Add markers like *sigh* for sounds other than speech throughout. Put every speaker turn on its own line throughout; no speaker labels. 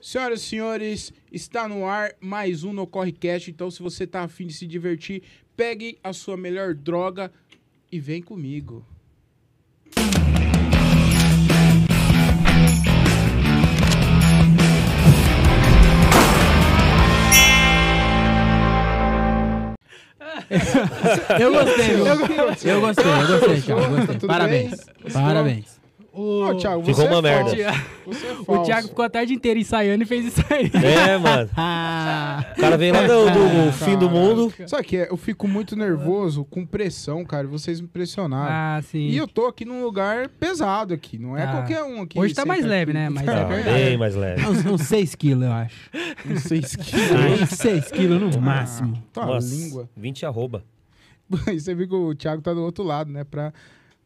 Senhoras e senhores, está no ar mais um No Correcast. Então, se você tá afim de se divertir, pegue a sua melhor droga e vem comigo.
Eu gostei, eu, eu gostei, eu gostei, Thiago. eu
Tudo
Gostei.
bem?
Parabéns. Parabéns.
Ô, Thiago,
Ficou
você é
uma merda.
falso. Você é
O
falso.
Thiago ficou a tarde inteira ensaiando e fez isso aí.
É, mano.
*laughs* Ah,
O cara veio lá do, do fim do mundo.
Sabe que é? eu fico muito nervoso com pressão, cara. Vocês me pressionaram.
ah, sim.
*laughs*
E eu tô aqui num lugar pesado aqui, não é
Ah.
qualquer um aqui.
Hoje tá mais
leve.
leve, né? Mas é
Ah,
verdade.
bem mais leve.
Uns, uns 6 quilos, eu acho.
Não sei
*laughs*
se que...
Uns 6 quilos
Ah,
no máximo.
Tá uma
Nossa,
língua. *laughs*
20 arroba.
E você viu que o Thiago tá do outro lado, né? Pra...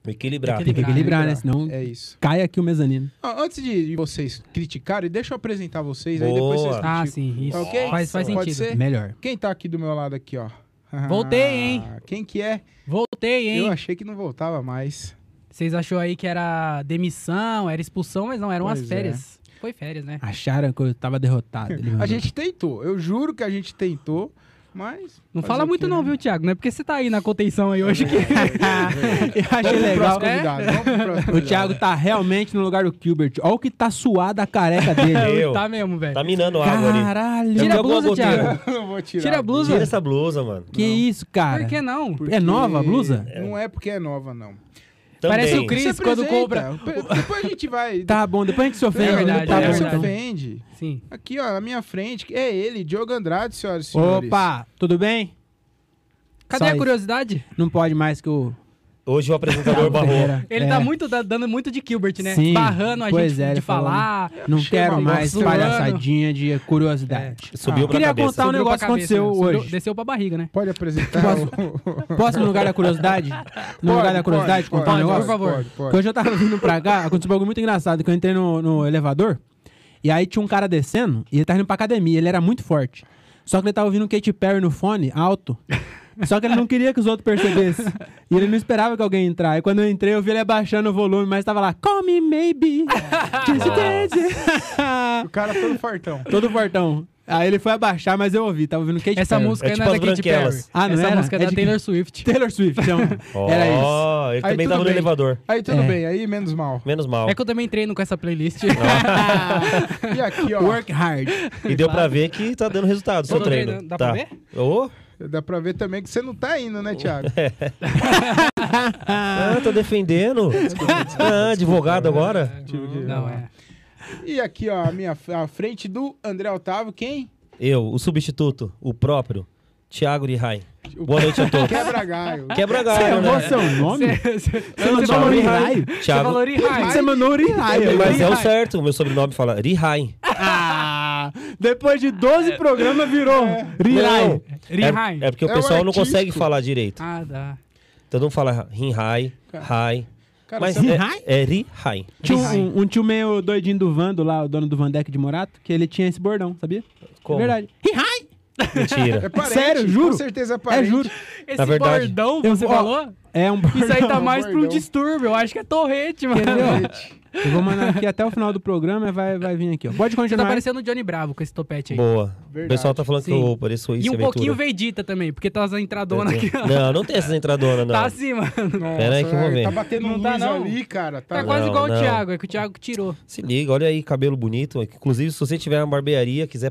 Equilibrado.
Tem que equilibrar, né?
equilibrar.
Senão
É isso.
cai aqui o mezanino.
Ah, Antes de vocês criticarem, deixa eu apresentar vocês, aí depois vocês
Boa.
Ah,
criticam.
sim, isso.
Tá ok?
Faz, faz
Pode
sentido.
É.
ser?
Melhor.
Quem tá aqui do meu lado aqui, ó?
*laughs* Voltei, hein?
Ah, Quem que é?
Voltei,
Eu
hein?
achei que não voltava mais.
Vocês achou aí que era demissão, era expulsão, mas não, eram
Pois
as férias.
é.
Foi férias, né?
Acharam que eu tava derrotado. ele mandou.
A
*laughs*
gente tentou, eu juro que a gente tentou, mas...
Não
fazer
fala
o
muito
quê,
não,
né?
viu, Thiago? Não é porque você tá aí na contenção aí hoje que...
*laughs* Ah, Eu achei
Vamos pro
legal. né?
próximo convidado, vamos pro próximo
*laughs* O
convidado.
Thiago tá realmente no lugar do Gilbert. Olha o que tá suado
*laughs*
a careca dele.
Meu,
tá mesmo, velho.
tá minando água ali.
Caralho.
Tem
Tira a
alguma
blusa,
goteira.
*laughs*
Thiago.
Eu vou tirar.
Tira a blusa.
Tira essa blusa, mano.
Que isso, cara?
Por que não?
porque-
É nova a blusa?
Não é porque é nova, não.
Também.
Parece o Cris.
Você
Isso, quando
apresenta. Pe- Depois a gente vai...
Tá bom, depois a gente se ofende.
É
verdade,
tá
Tá,
é
bom,
você
verdade.
ofende.
Sim.
Aqui, ó, na minha frente, é ele, Diogo Andrade, senhoras
É
e
então.
senhores.
Opa, tudo bem?
Cadê
Só
a
isso.
curiosidade?
Não pode mais que o...
Hoje o apresentador barrou.
Ferreira-
Ele
É,
tá muito da- dando muito de Gilbert, né?
Sim,
Barrando a
pois
gente
é, ele
de falar.
Não
Chega
quero
logo,
mais
zoando.
palhaçadinha de curiosidade.
Subiu pra
Queria
cabeça.
contar um
É. Subiu
negócio
pra
que
cabeça,
aconteceu
né? Subiu-
hoje.
Desceu pra barriga, né?
Pode apresentar
Posso-
o...
Posso no lugar da curiosidade? No lugar da curiosidade,
pode,
contar um
pode,
negócio?
por favor.
Pode, pode.
Porque hoje eu tava vindo pra cá, aconteceu um bagulho muito engraçado, que eu entrei no, no elevador, e aí tinha um cara descendo, e ele tava indo pra academia, ele era muito forte. Só que ele tava ouvindo Katy Perry no fone, alto. Só que ele não queria que os outros percebessem. E ele não esperava que alguém entrar. E quando eu entrei, eu vi ele abaixando o volume, mas tava lá, call me maybe, just dance."
O cara é todo fartão.
Todo fortão. Aí ele foi abaixar, mas eu ouvi, tava ouvindo Katy
Essa
Perry.
música
É
não é
tipo
da
as
Katy Perry.
branquelas.
Ah, não
Essa
era?
música é
É
da
de-
Taylor Swift.
Taylor Swift, então. Era isso.
Ó, ele
Aí
também
tudo
tava no
bem.
elevador.
Aí tudo
É.
bem, aí menos mal.
Menos
*laughs*
mal.
É que eu também treino com essa playlist.
E aqui,
*laughs*
ó,
Work hard.
E deu pra ver que tá dando resultado o seu
Tô
treino.
treinando. Dá
tá.
pra ver?
Ô,
dá pra ver também que você não tá indo, né, Thiago?
ah, tô defendendo. Ah, advogado agora?
Tive que-
*laughs* não, é.
E aqui, ó, a minha a frente do André Otávio, quem?
Eu, o substituto, o próprio, Thiago de Rai.
O-
Boa
*laughs*
noite a todos.
Quebra galho.
Quebra
Você
galho,
é
errou
né?
seu nome? Você
Você
mandou
falou
o
em
Rihai?
Você
Thiago.
falou Rihai.
Você mandou um o Rihai.
Mas é o certo, o meu sobrenome fala Rihai.
Ah, depois de 12 programas virou um
É.
Rihai.
Rihai.
É, é porque o
É um
pessoal não
artístico.
consegue falar direito.
Ah, dá.
Todo mundo fala Rinhai, Rai.
Cara,
Mas
você-
Rihai?
é, é Rihai.
Tinha
Rihai.
um, um tio meio doidinho do Vando lá, o dono do Vandeck de Morato, que ele tinha esse bordão, sabia?
Como?
É verdade. Rihai!
*laughs* é
Mentira.
parente,
Sério, juro?
Com certeza é
É,
parente.
juro.
Esse
Na verdade-
bordão,
Eu-
você
ó,
falou?
É um bordão.
Isso aí tá mais
bordão.
pro distúrbio, eu acho que é torrete, mano. *laughs*
Entendeu? Eu vou mandar aqui até o final do programa e vai, vai vir aqui. ó. Pode
Você tá
continuar.
parecendo o Johnny Bravo com esse topete aí.
Boa. O
Verdade.
pessoal tá falando que
Sim.
eu pareço isso. é
e um
aventura.
pouquinho Vegeta também, porque tá as entradonas aqui. ó.
Não, não tem essas entradonas, não.
Tá assim, mano.
Nossa,
Pera aí que eu vou
velho,
ver.
Tá batendo
Não
luz
tá, não.
ali, cara. Tá,
Tá quase igual
não.
o Thiago, é que o Thiago que tirou.
Se liga, olha aí, cabelo bonito. Inclusive, se você tiver uma barbearia, quiser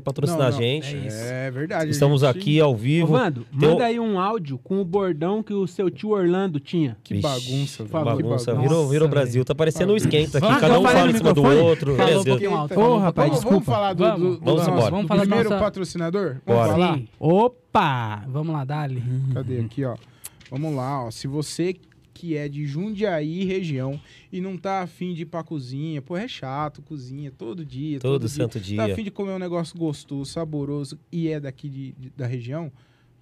Não,
patrocinar
não,
a gente,
É verdade.
estamos
gente.
aqui ao
Ô,
vivo.
Vando,
Tem um-
manda aí um áudio com o bordão que o seu tio Orlando tinha.
Que
Vixe,
bagunça,
que
velho, que
bagunça.
bagunça.
Virou,
Nossa,
virou Brasil. Tá parecendo um esquenta aqui.
Vamos,
Cada um
vamos falar
fala
no
em cima do
microfone?
outro.
Falou um
Beleza.
pouquinho alto.
Ô, rapaz,
vamos, vamos
desculpa.
falar do,
Vamos.
do, do
Vamos
nosso
embora.
Vamos falar do
primeiro
nosso-
patrocinador?
Bora.
Vamos falar?
Sim.
Opa!
Vamos lá, Dali.
Cadê aqui, ó? Vamos lá, ó. Se você que é de Jundiaí, região, e não tá afim de ir pra cozinha, pô, é chato, cozinha todo dia.
Todo
dia.
santo dia.
Tá afim de comer um negócio gostoso, saboroso e é daqui de- de- da região?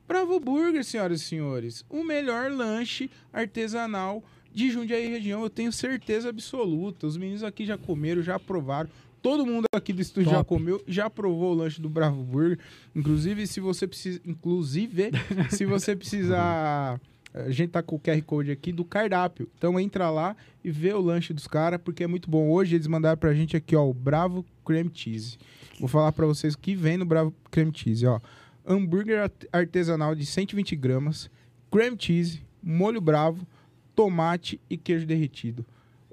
Bravo Burger, senhoras e senhores. O melhor lanche artesanal de Jundiaí região, eu tenho certeza absoluta. Os meninos aqui já comeram, já provaram. Todo mundo aqui do estúdio já
Top.
comeu, já provou o lanche do Bravo Burger. Inclusive, se você precisa, inclusive, se você precisar, a gente tá com o QR Code aqui do cardápio. Então entra lá e vê o lanche dos caras, porque é muito bom. Hoje eles mandaram pra gente aqui, ó, o Bravo Cream Cheese. Vou falar pra vocês o que vem no Bravo Cream Cheese, ó. Hambúrguer art- artesanal de 120 gramas, cream cheese, molho bravo, tomate e queijo derretido.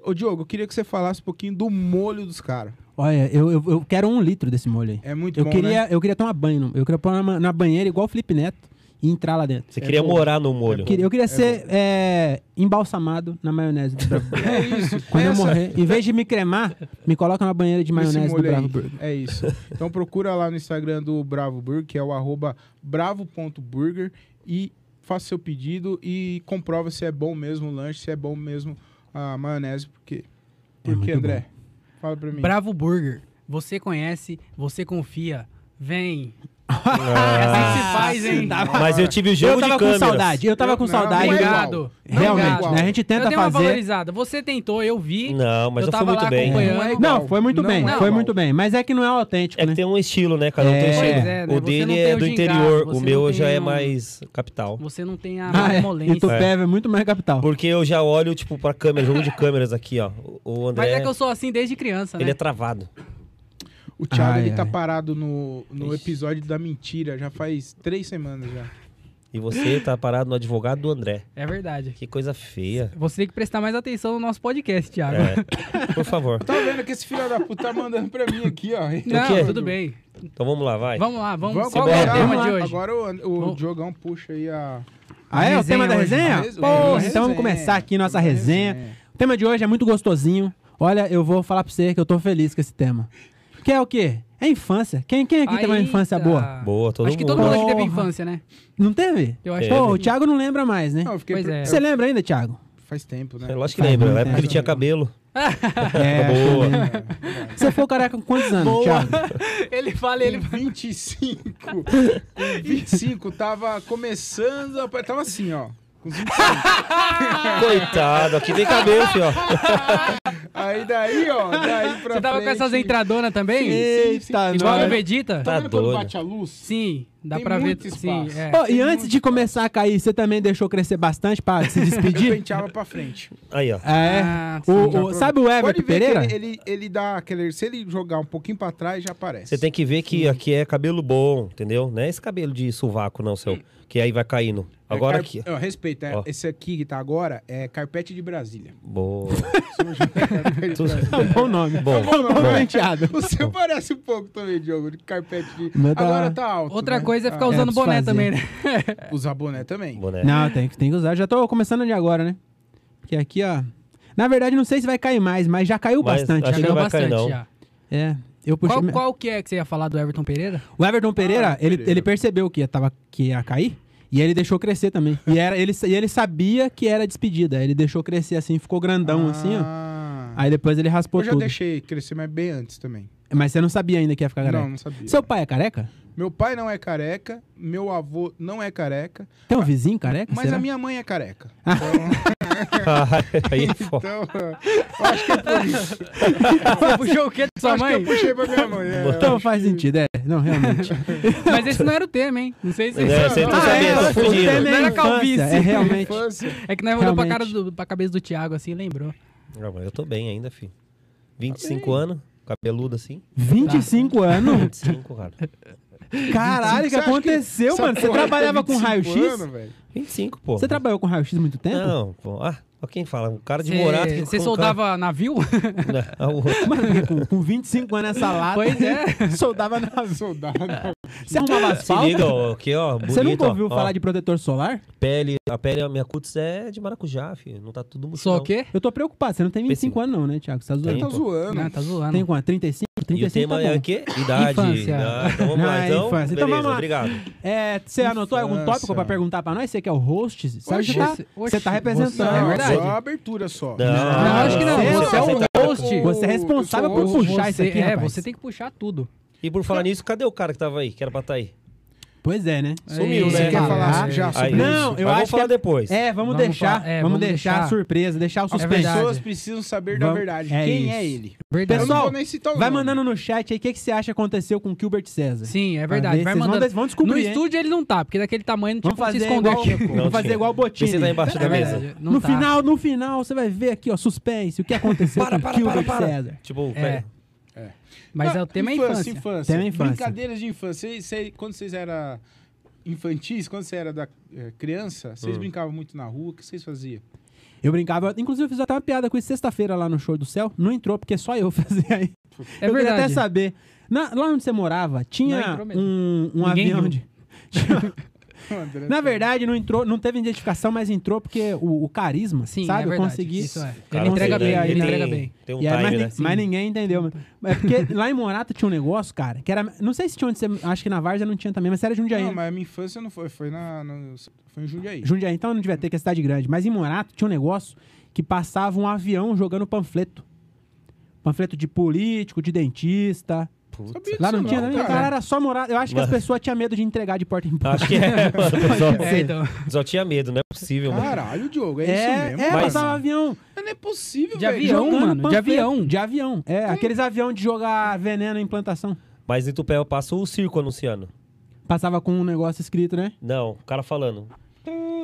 Ô, Diogo, eu queria que você falasse um pouquinho do molho dos caras.
Olha, eu, eu, eu quero um litro desse molho aí.
É muito
eu,
bom, né?
queria, eu queria tomar banho. no- Eu queria pôr na, na banheira igual o Felipe Neto e entrar lá dentro.
Você
É
queria
bom.
morar no molho.
Eu queria, eu queria ser é, embalsamado na maionese do Bravo
*laughs*
Burger.
É isso.
Quando eu
Essa-
morrer, em vez de me cremar, me coloca na banheira de maionese
esse
do
molho
Bravo
aí.
Burger.
É isso. Então procura lá no Instagram do Bravo Burger, que é o arroba bravo.burger e faça seu pedido e comprova se é bom mesmo o lanche, se é bom mesmo a maionese, porque...
É
Por que,
muito
André? Fala pra mim.
Bravo Burger. Você conhece, você confia. Vem.
Ah,
É assim que se faz, hein?
Tá
Mas eu tive o jogo
Eu tava
de
com
câmeras.
saudade, eu tava com
Não, não é
saudade.
igual.
Obrigado.
Não é
Realmente,
igual.
né? A gente
eu
tenta
dei uma
fazer.
valorizada. Você tentou, eu vi.
Não, mas
eu
eu, fui
tava
muito
lá
bem.
acompanhando.
Não é igual.
Não, foi muito
Não
bem,
é
foi
igual.
muito bem. Mas é que não é autêntico,
É
né?
que tem um estilo, né? Cada um tem um
É.
estilo.
Pois
é, né?
O
Você não
dele
tem
é
o
do
gingado,
interior,
você
o meu
não
já
tem
é
um-
mais capital.
Você não tem
um
a
Ah, é.
malemolência.
Itupeva é muito mais capital.
Porque eu já olho, tipo, pra câmera, jogo de câmeras aqui, ó. O- O André,
Mas é que eu sou assim desde criança, né?
ele é travado.
O Thiago,
Ai,
ele tá
ai.
parado no, no episódio da mentira, já faz três semanas já.
E você tá parado no advogado do André.
É verdade.
Que coisa feia.
Você tem que prestar mais atenção no nosso podcast, Thiago.
É. Por favor.
Tá vendo que esse filho da puta tá mandando pra mim aqui, ó.
*laughs* Não,
O quê?
tudo bem.
Então vamos lá, vai.
Vamos lá, vamos.
Vamos,
Qual é o
bora.
tema
Vamos
de
lá.
hoje?
Agora o, o
Vamos.
Diogão puxa aí a...
Ah, é? O
Resenha
tema da
hoje.
resenha?
Resenha.
Porra,
né? Resenha.
então vamos começar aqui nossa resenha.
Resenha.
O tema de hoje é muito gostosinho. Olha, eu vou falar pra você que eu tô feliz com esse tema. Que é o quê? É infância. Quem, quem aqui teve uma
Eita.
infância boa?
Boa, todo
tá. Acho que
mundo.
todo mundo aqui teve
Porra.
infância, né?
Não teve?
Eu acho
Teve.
Pô, o Thiago não lembra mais, né?
Não, eu fiquei...
Pois é.
Você lembra ainda, Thiago?
Faz tempo, né?
É, lógico que
Faz
lembra,
muito
na época ele
tempo.
tinha cabelo.
um-
É,
Boa.
acho que eu lembro.
É.
Você foi careca com quantos anos, Thiago?
ele fala,
Ele 25. Com 25 tava começando, a- tava assim, ó. Com 25.
É.
Coitado, aqui tem cabelo, filho. ó.
Aí daí, ó, daí pra
Você tava com
frente,
essas entradonas também?
Eita,
Igual
nós.
no Vegeta?
Tá
Tá
vendo quando
doido.
bate a luz?
Sim, dá
Tem
pra ver.
muito
Sim,
espaço.
é.
Pô, e antes de começar a cair, você também deixou crescer bastante pra
*laughs*
se
Eu
despedir?
penteava pra frente.
Aí, ó.
Ah, é.
Ah,
O-
sim.
o- sabe o
Pode
Everton
ver que
É,
ele,
Pereira?
ele, ele dá aquele. Se ele jogar um pouquinho pra trás, já aparece.
Você tem que ver que aqui é cabelo bom, entendeu? Não é esse cabelo de sovaco, não, seu. Que aí vai caindo. Agora
é
aqui.
Ó, respeita, é-
Ó.
esse aqui que tá agora é Carpete de
*laughs*
Brasília.
Boa.
Carpete de
Tu-
Brasília.
Bom nome. Bom,
é
bom,
*laughs*
penteado.
Você parece um pouco também, Diogo, de carpete de.
Mas tá-
Agora tá alto.
Outra
né?
coisa é
Tá.
ficar usando
É,
boné
desfazer.
também, né?
Usar boné também.
Boné.
Não, tem, que- tem que usar. Já tô começando de agora, né? Porque aqui, ó. Na verdade, não sei se vai cair mais, mas já caiu
Mas
bastante.
acho
né?
Caiu
que vai cair,
bastante
não.
já.
É. Eu puxei.
Qual,
minha-
qual que é que você ia falar do Everton Pereira?
O Everton Pereira,
Ah,
ele,
Pereira.
ele percebeu que ia, tava, que ia cair e ele deixou crescer também. E era, ele, e ele sabia que era despedida. Ele deixou crescer assim, ficou grandão assim, ó.
Ah.
Aí depois ele raspou
Eu já
tudo.
deixei crescer, mas bem antes também.
Mas você não sabia ainda que ia ficar careca.
Não, não sabia.
Seu pai é careca?
Meu pai não é careca, meu avô não é careca,
Tem um vizinho careca?
mas
será? Ah.
a minha mãe é careca.
*laughs* aí é foda.
*laughs*
Então, eu acho que é por isso.
*laughs* Você puxou o quê da sua
acho
mãe?
que eu puxei pra minha mãe. é.
Então faz sentido, é.
*laughs*
Não, realmente.
Tá.
Mas esse não era o tema, hein? Não sei se...
É, você
Ah,
tá sabendo,
é,
tô fugindo.
tema é
Não era
infância,
calvície.
É realmente.
Infância.
É que nós olhou pra,
Realmente.
cara do, pra cabeça do Thiago assim e lembrou.
Não, mas eu tô bem ainda, filho. 25 anos, cabeludo assim.
25 anos?
25, cara.
Caralho, o que
Você acha
aconteceu,
essa
mano? Você
porra é
trabalhava
tem
com
25
raio-x?
anos, velho?
25, pô.
Você né? trabalhou com raio-x muito tempo?
Não, pô. Ah, ó quem fala. O cara de
Cê-
Morato. que-
Você
com-
soldava *laughs* navio?
*laughs*
Ah, o outro.
Mano, porque com, com 25
*laughs*
anos essa lata,
pois
*laughs*
é.
soldava na...
Soldado.
Você arrumava
Se
asfalto?
liga, ó, aqui, ó. Bonito,
Você nunca ouviu
ó,
falar
ó,
de protetor solar?
Pele, a pele, a minha cutis é de maracujá, filho. Não tá tudo muito.
Só o quê?
Eu tô preocupado, você não tem 25
Péssimo.
anos não, né, Thiago? Você tá
Você
zoando.
tá
Tem, pô.
zoando.
Não, tá zoando.
Tem quanto? 35?
E o
35 tá
tema
bom.
é o quê? Idade.
Infância.
Ah, então vamos lá,
Ah,
então.
infância. Então
Beleza,
vamos lá.
obrigado.
É, você anotou algum
Infância.
tópico pra perguntar pra nós? Você que é o host? Você
Oxi,
tá,
esse-
você tá
oxi,
representando.
você- É
Não,
verdade.
Só a abertura só.
Não, acho que não.
Você,
Você é
você
o
tá-
host.
Você é responsável
Eu
por
sou
puxar
você,
isso aqui,
É,
rapaz.
você tem que puxar tudo.
E por
Então-
falar nisso, cadê o cara que tava aí? Que era pra tá aí.
Pois é, né?
Sumiu,
Você
né?
quer
Ah,
falar
é.
já sobre
Aí.
isso?
Não,
Mas
eu
vamos
acho
falar
que
depois.
É, vamos,
Vamos
deixar,
falar- é,
vamos,
vamos
deixar, a
deixar. É
surpresa, deixar o
As
suspense.
pessoas precisam saber da
É Vamos-
verdade.
é
Quem
isso.
é ele?
Verdade.
Eu não
Pessoal,
vou nem citar o
Vai
nome.
mandando no chat aí o que, que você acha que aconteceu com o Gilbert César.
Sim, é
Pra
verdade.
ver,
Vai
vocês vão
mandando.
des- vão descobrir,
No
hein?
estúdio ele não tá, porque daquele tamanho não
Vamos
tinha como tipo, se
fazer
esconder
igual,
aqui.
vamos fazer
tinha.
igual o Botini.
Você tá embaixo da
*laughs* É
mesa.
verdade. não
No
tá.
final, no final, você vai ver aqui, ó, suspense, o que aconteceu
Para,
com o
para,
Gilbert
para, para.
César.
Tipo,
É.
pera-
É.
Mas
Ah,
é o tema é
infância,
infância.
infância.
Tema é infância.
Brincadeiras de infância. Cê- cê- quando vocês eram infantis, quando você era da eh, criança,
Hum.
vocês brincavam muito na rua, o que vocês
*laughs*
faziam?
Eu brincava, inclusive eu fiz até uma piada com isso sexta-feira lá no Show do Céu. Não entrou, porque é só eu *laughs* fazia aí.
É
eu queria
verdade.
até saber. Na- lá onde você morava,
Não
tinha
entrou mesmo.
um, um
Ninguém
avião
viu.
*laughs* de.
André,
Na verdade, não entrou, não teve identificação, mas entrou porque o, o carisma,
Sim,
sabe?
é
eu
verdade.
consegui.
Isso é.
O cara
Ele entrega
consegue,
bem,
né?
ele
tem-
entrega bem.
Tem um
E aí, mas,
time, né?
ni- mas ninguém entendeu. mano. É porque lá em Morato tinha um negócio, cara, que era. Não sei se tinha onde você. Acho que na Várzea não tinha também, mas era Jundiaí.
Não, mas a minha infância não foi. Foi, na, no- foi em Jundiaí.
Jundiaí, então não devia ter, que é cidade grande. Mas em Morato tinha um negócio que passava um avião jogando panfleto. Panfleto de político, de dentista.
Sabia
Putz.
disso
é
Lá não
não,
tinha, né?
cara.
Cara, era só Morato. Eu acho que as pessoas tinham medo de entregar de porta em porta.
Acho que é, mano. o pessoal-
É, então.
Só tinha medo, não é possível, mano.
Caralho, Diogo, é, isso
*laughs* É,
mesmo?
é,
cara?
passava avião.
Mas não é possível,
De
velho.
avião,
jogando
mano, de
panfleto.
avião.
De avião. É, aqueles aviões de jogar veneno em plantação.
Mas em Tupé eu passo o circo anunciando.
Passava com um negócio escrito, né?
Não, o cara falando.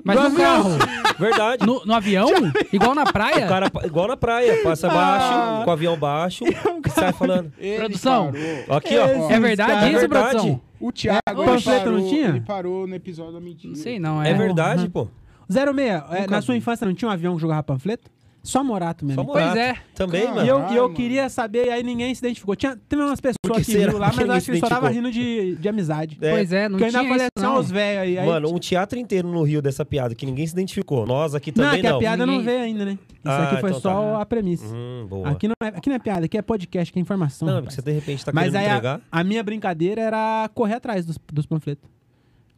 Mas
é
no carro,
assim.
Verdade.
no, no
*laughs*
avião, igual na praia,
O cara, pa- igual na praia, passa
Ah.
baixo, com o avião baixo, e sai falando.
Ele
Produção.
parou.
Aqui, ó.
é verdade
cara,
isso,
é verdade.
produção?
O Thiago, ele
É? panfleto não
parou-
tinha?
Ele parou no episódio da mentira.
Não sei não, é.
É verdade, pô.
06, é, na sua infância não tinha um avião que jogava panfleto? Só Morato mesmo.
Só
Pois
morar.
é.
Também,
Cara,
E
mano.
eu, e eu
mano.
queria saber, e aí ninguém se identificou. Tinha, teve umas
Por
pessoas
que
que,
será
viram lá, mas
que
eu
ninguém
acho que
se
só tava
identificou?
rindo de, de amizade.
É.
Pois é, não
Porque eu ainda
tinha
falei
isso
assim,
não.
ó, os velhos aí. aí-
Mano, um teatro inteiro no Rio dessa piada, que ninguém se identificou. Nós aqui
não, é
também
que a
não.
piada não
Ninguém-
veio ainda, né? Isso
Ah,
aqui foi
então
só
tá.
a premissa.
Hum, boa.
Aqui, não é, aqui não é piada, aqui é podcast, aqui é informação.
não,
rapaz.
porque você de repente tá
mas
querendo
aí a,
entregar.
a minha brincadeira era correr atrás dos, dos panfletos.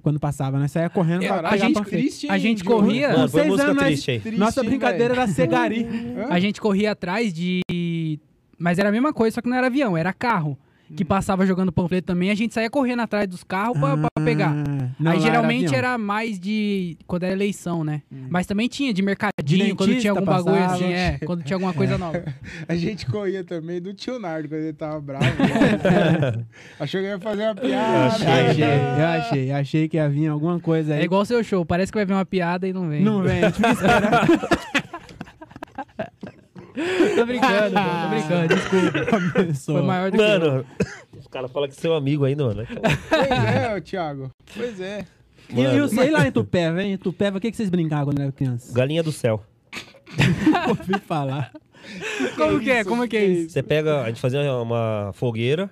Quando passava, né? Saía correndo pra
Caralho,
pegar
gente
panfleto.
triste,
É, a
hein,
gente
Diogo?
corria-
Com
Mano, foi
É, seis
música
anos,
triste aí.
Triste,
Nossa
hein,
brincadeira
velho?
era ser
*laughs*
gari.
a gente corria atrás de... Mas era a mesma coisa, só que não era avião, era carro.
Hum.
Que passava jogando panfleto também, a gente saía correndo atrás dos carros pra, pra pegar.
Ah, não, lá
Aí
era
geralmente
avião.
era, mais de. quando era eleição, né? Mas também tinha de
De
mercadinho,
dentista
quando tinha algum bagulho
passava.
assim, é. Quando tinha alguma coisa nova.
*laughs*
A gente corria também do tio Nardo quando ele tava bravo.
*laughs*
né? Achou que ia fazer uma piada.
Achei.
Achei, eu achei, achei que ia vir alguma coisa aí.
É igual o seu show, parece que vai vir uma piada e não vem.
Não vem, a gente fica esperando.
*laughs* tô brincando, pô, tô
*laughs*
brincando, desculpa.
Começou.
Foi maior do que.
né?
eu.
Mano, *laughs* os caras falam que é seu amigo ainda, mano. Então,
Pois é, ô, Thiago. Pois é.
E, e
Mano.
o- sei lá em Tupéva, hein? Em Tupéva, o que, que vocês brincavam quando era *laughs* criança?
Galinha do céu.
ouvi falar.
Como que é?
isso,
Como que é isso?
Você pega, a gente fazia uma fogueira,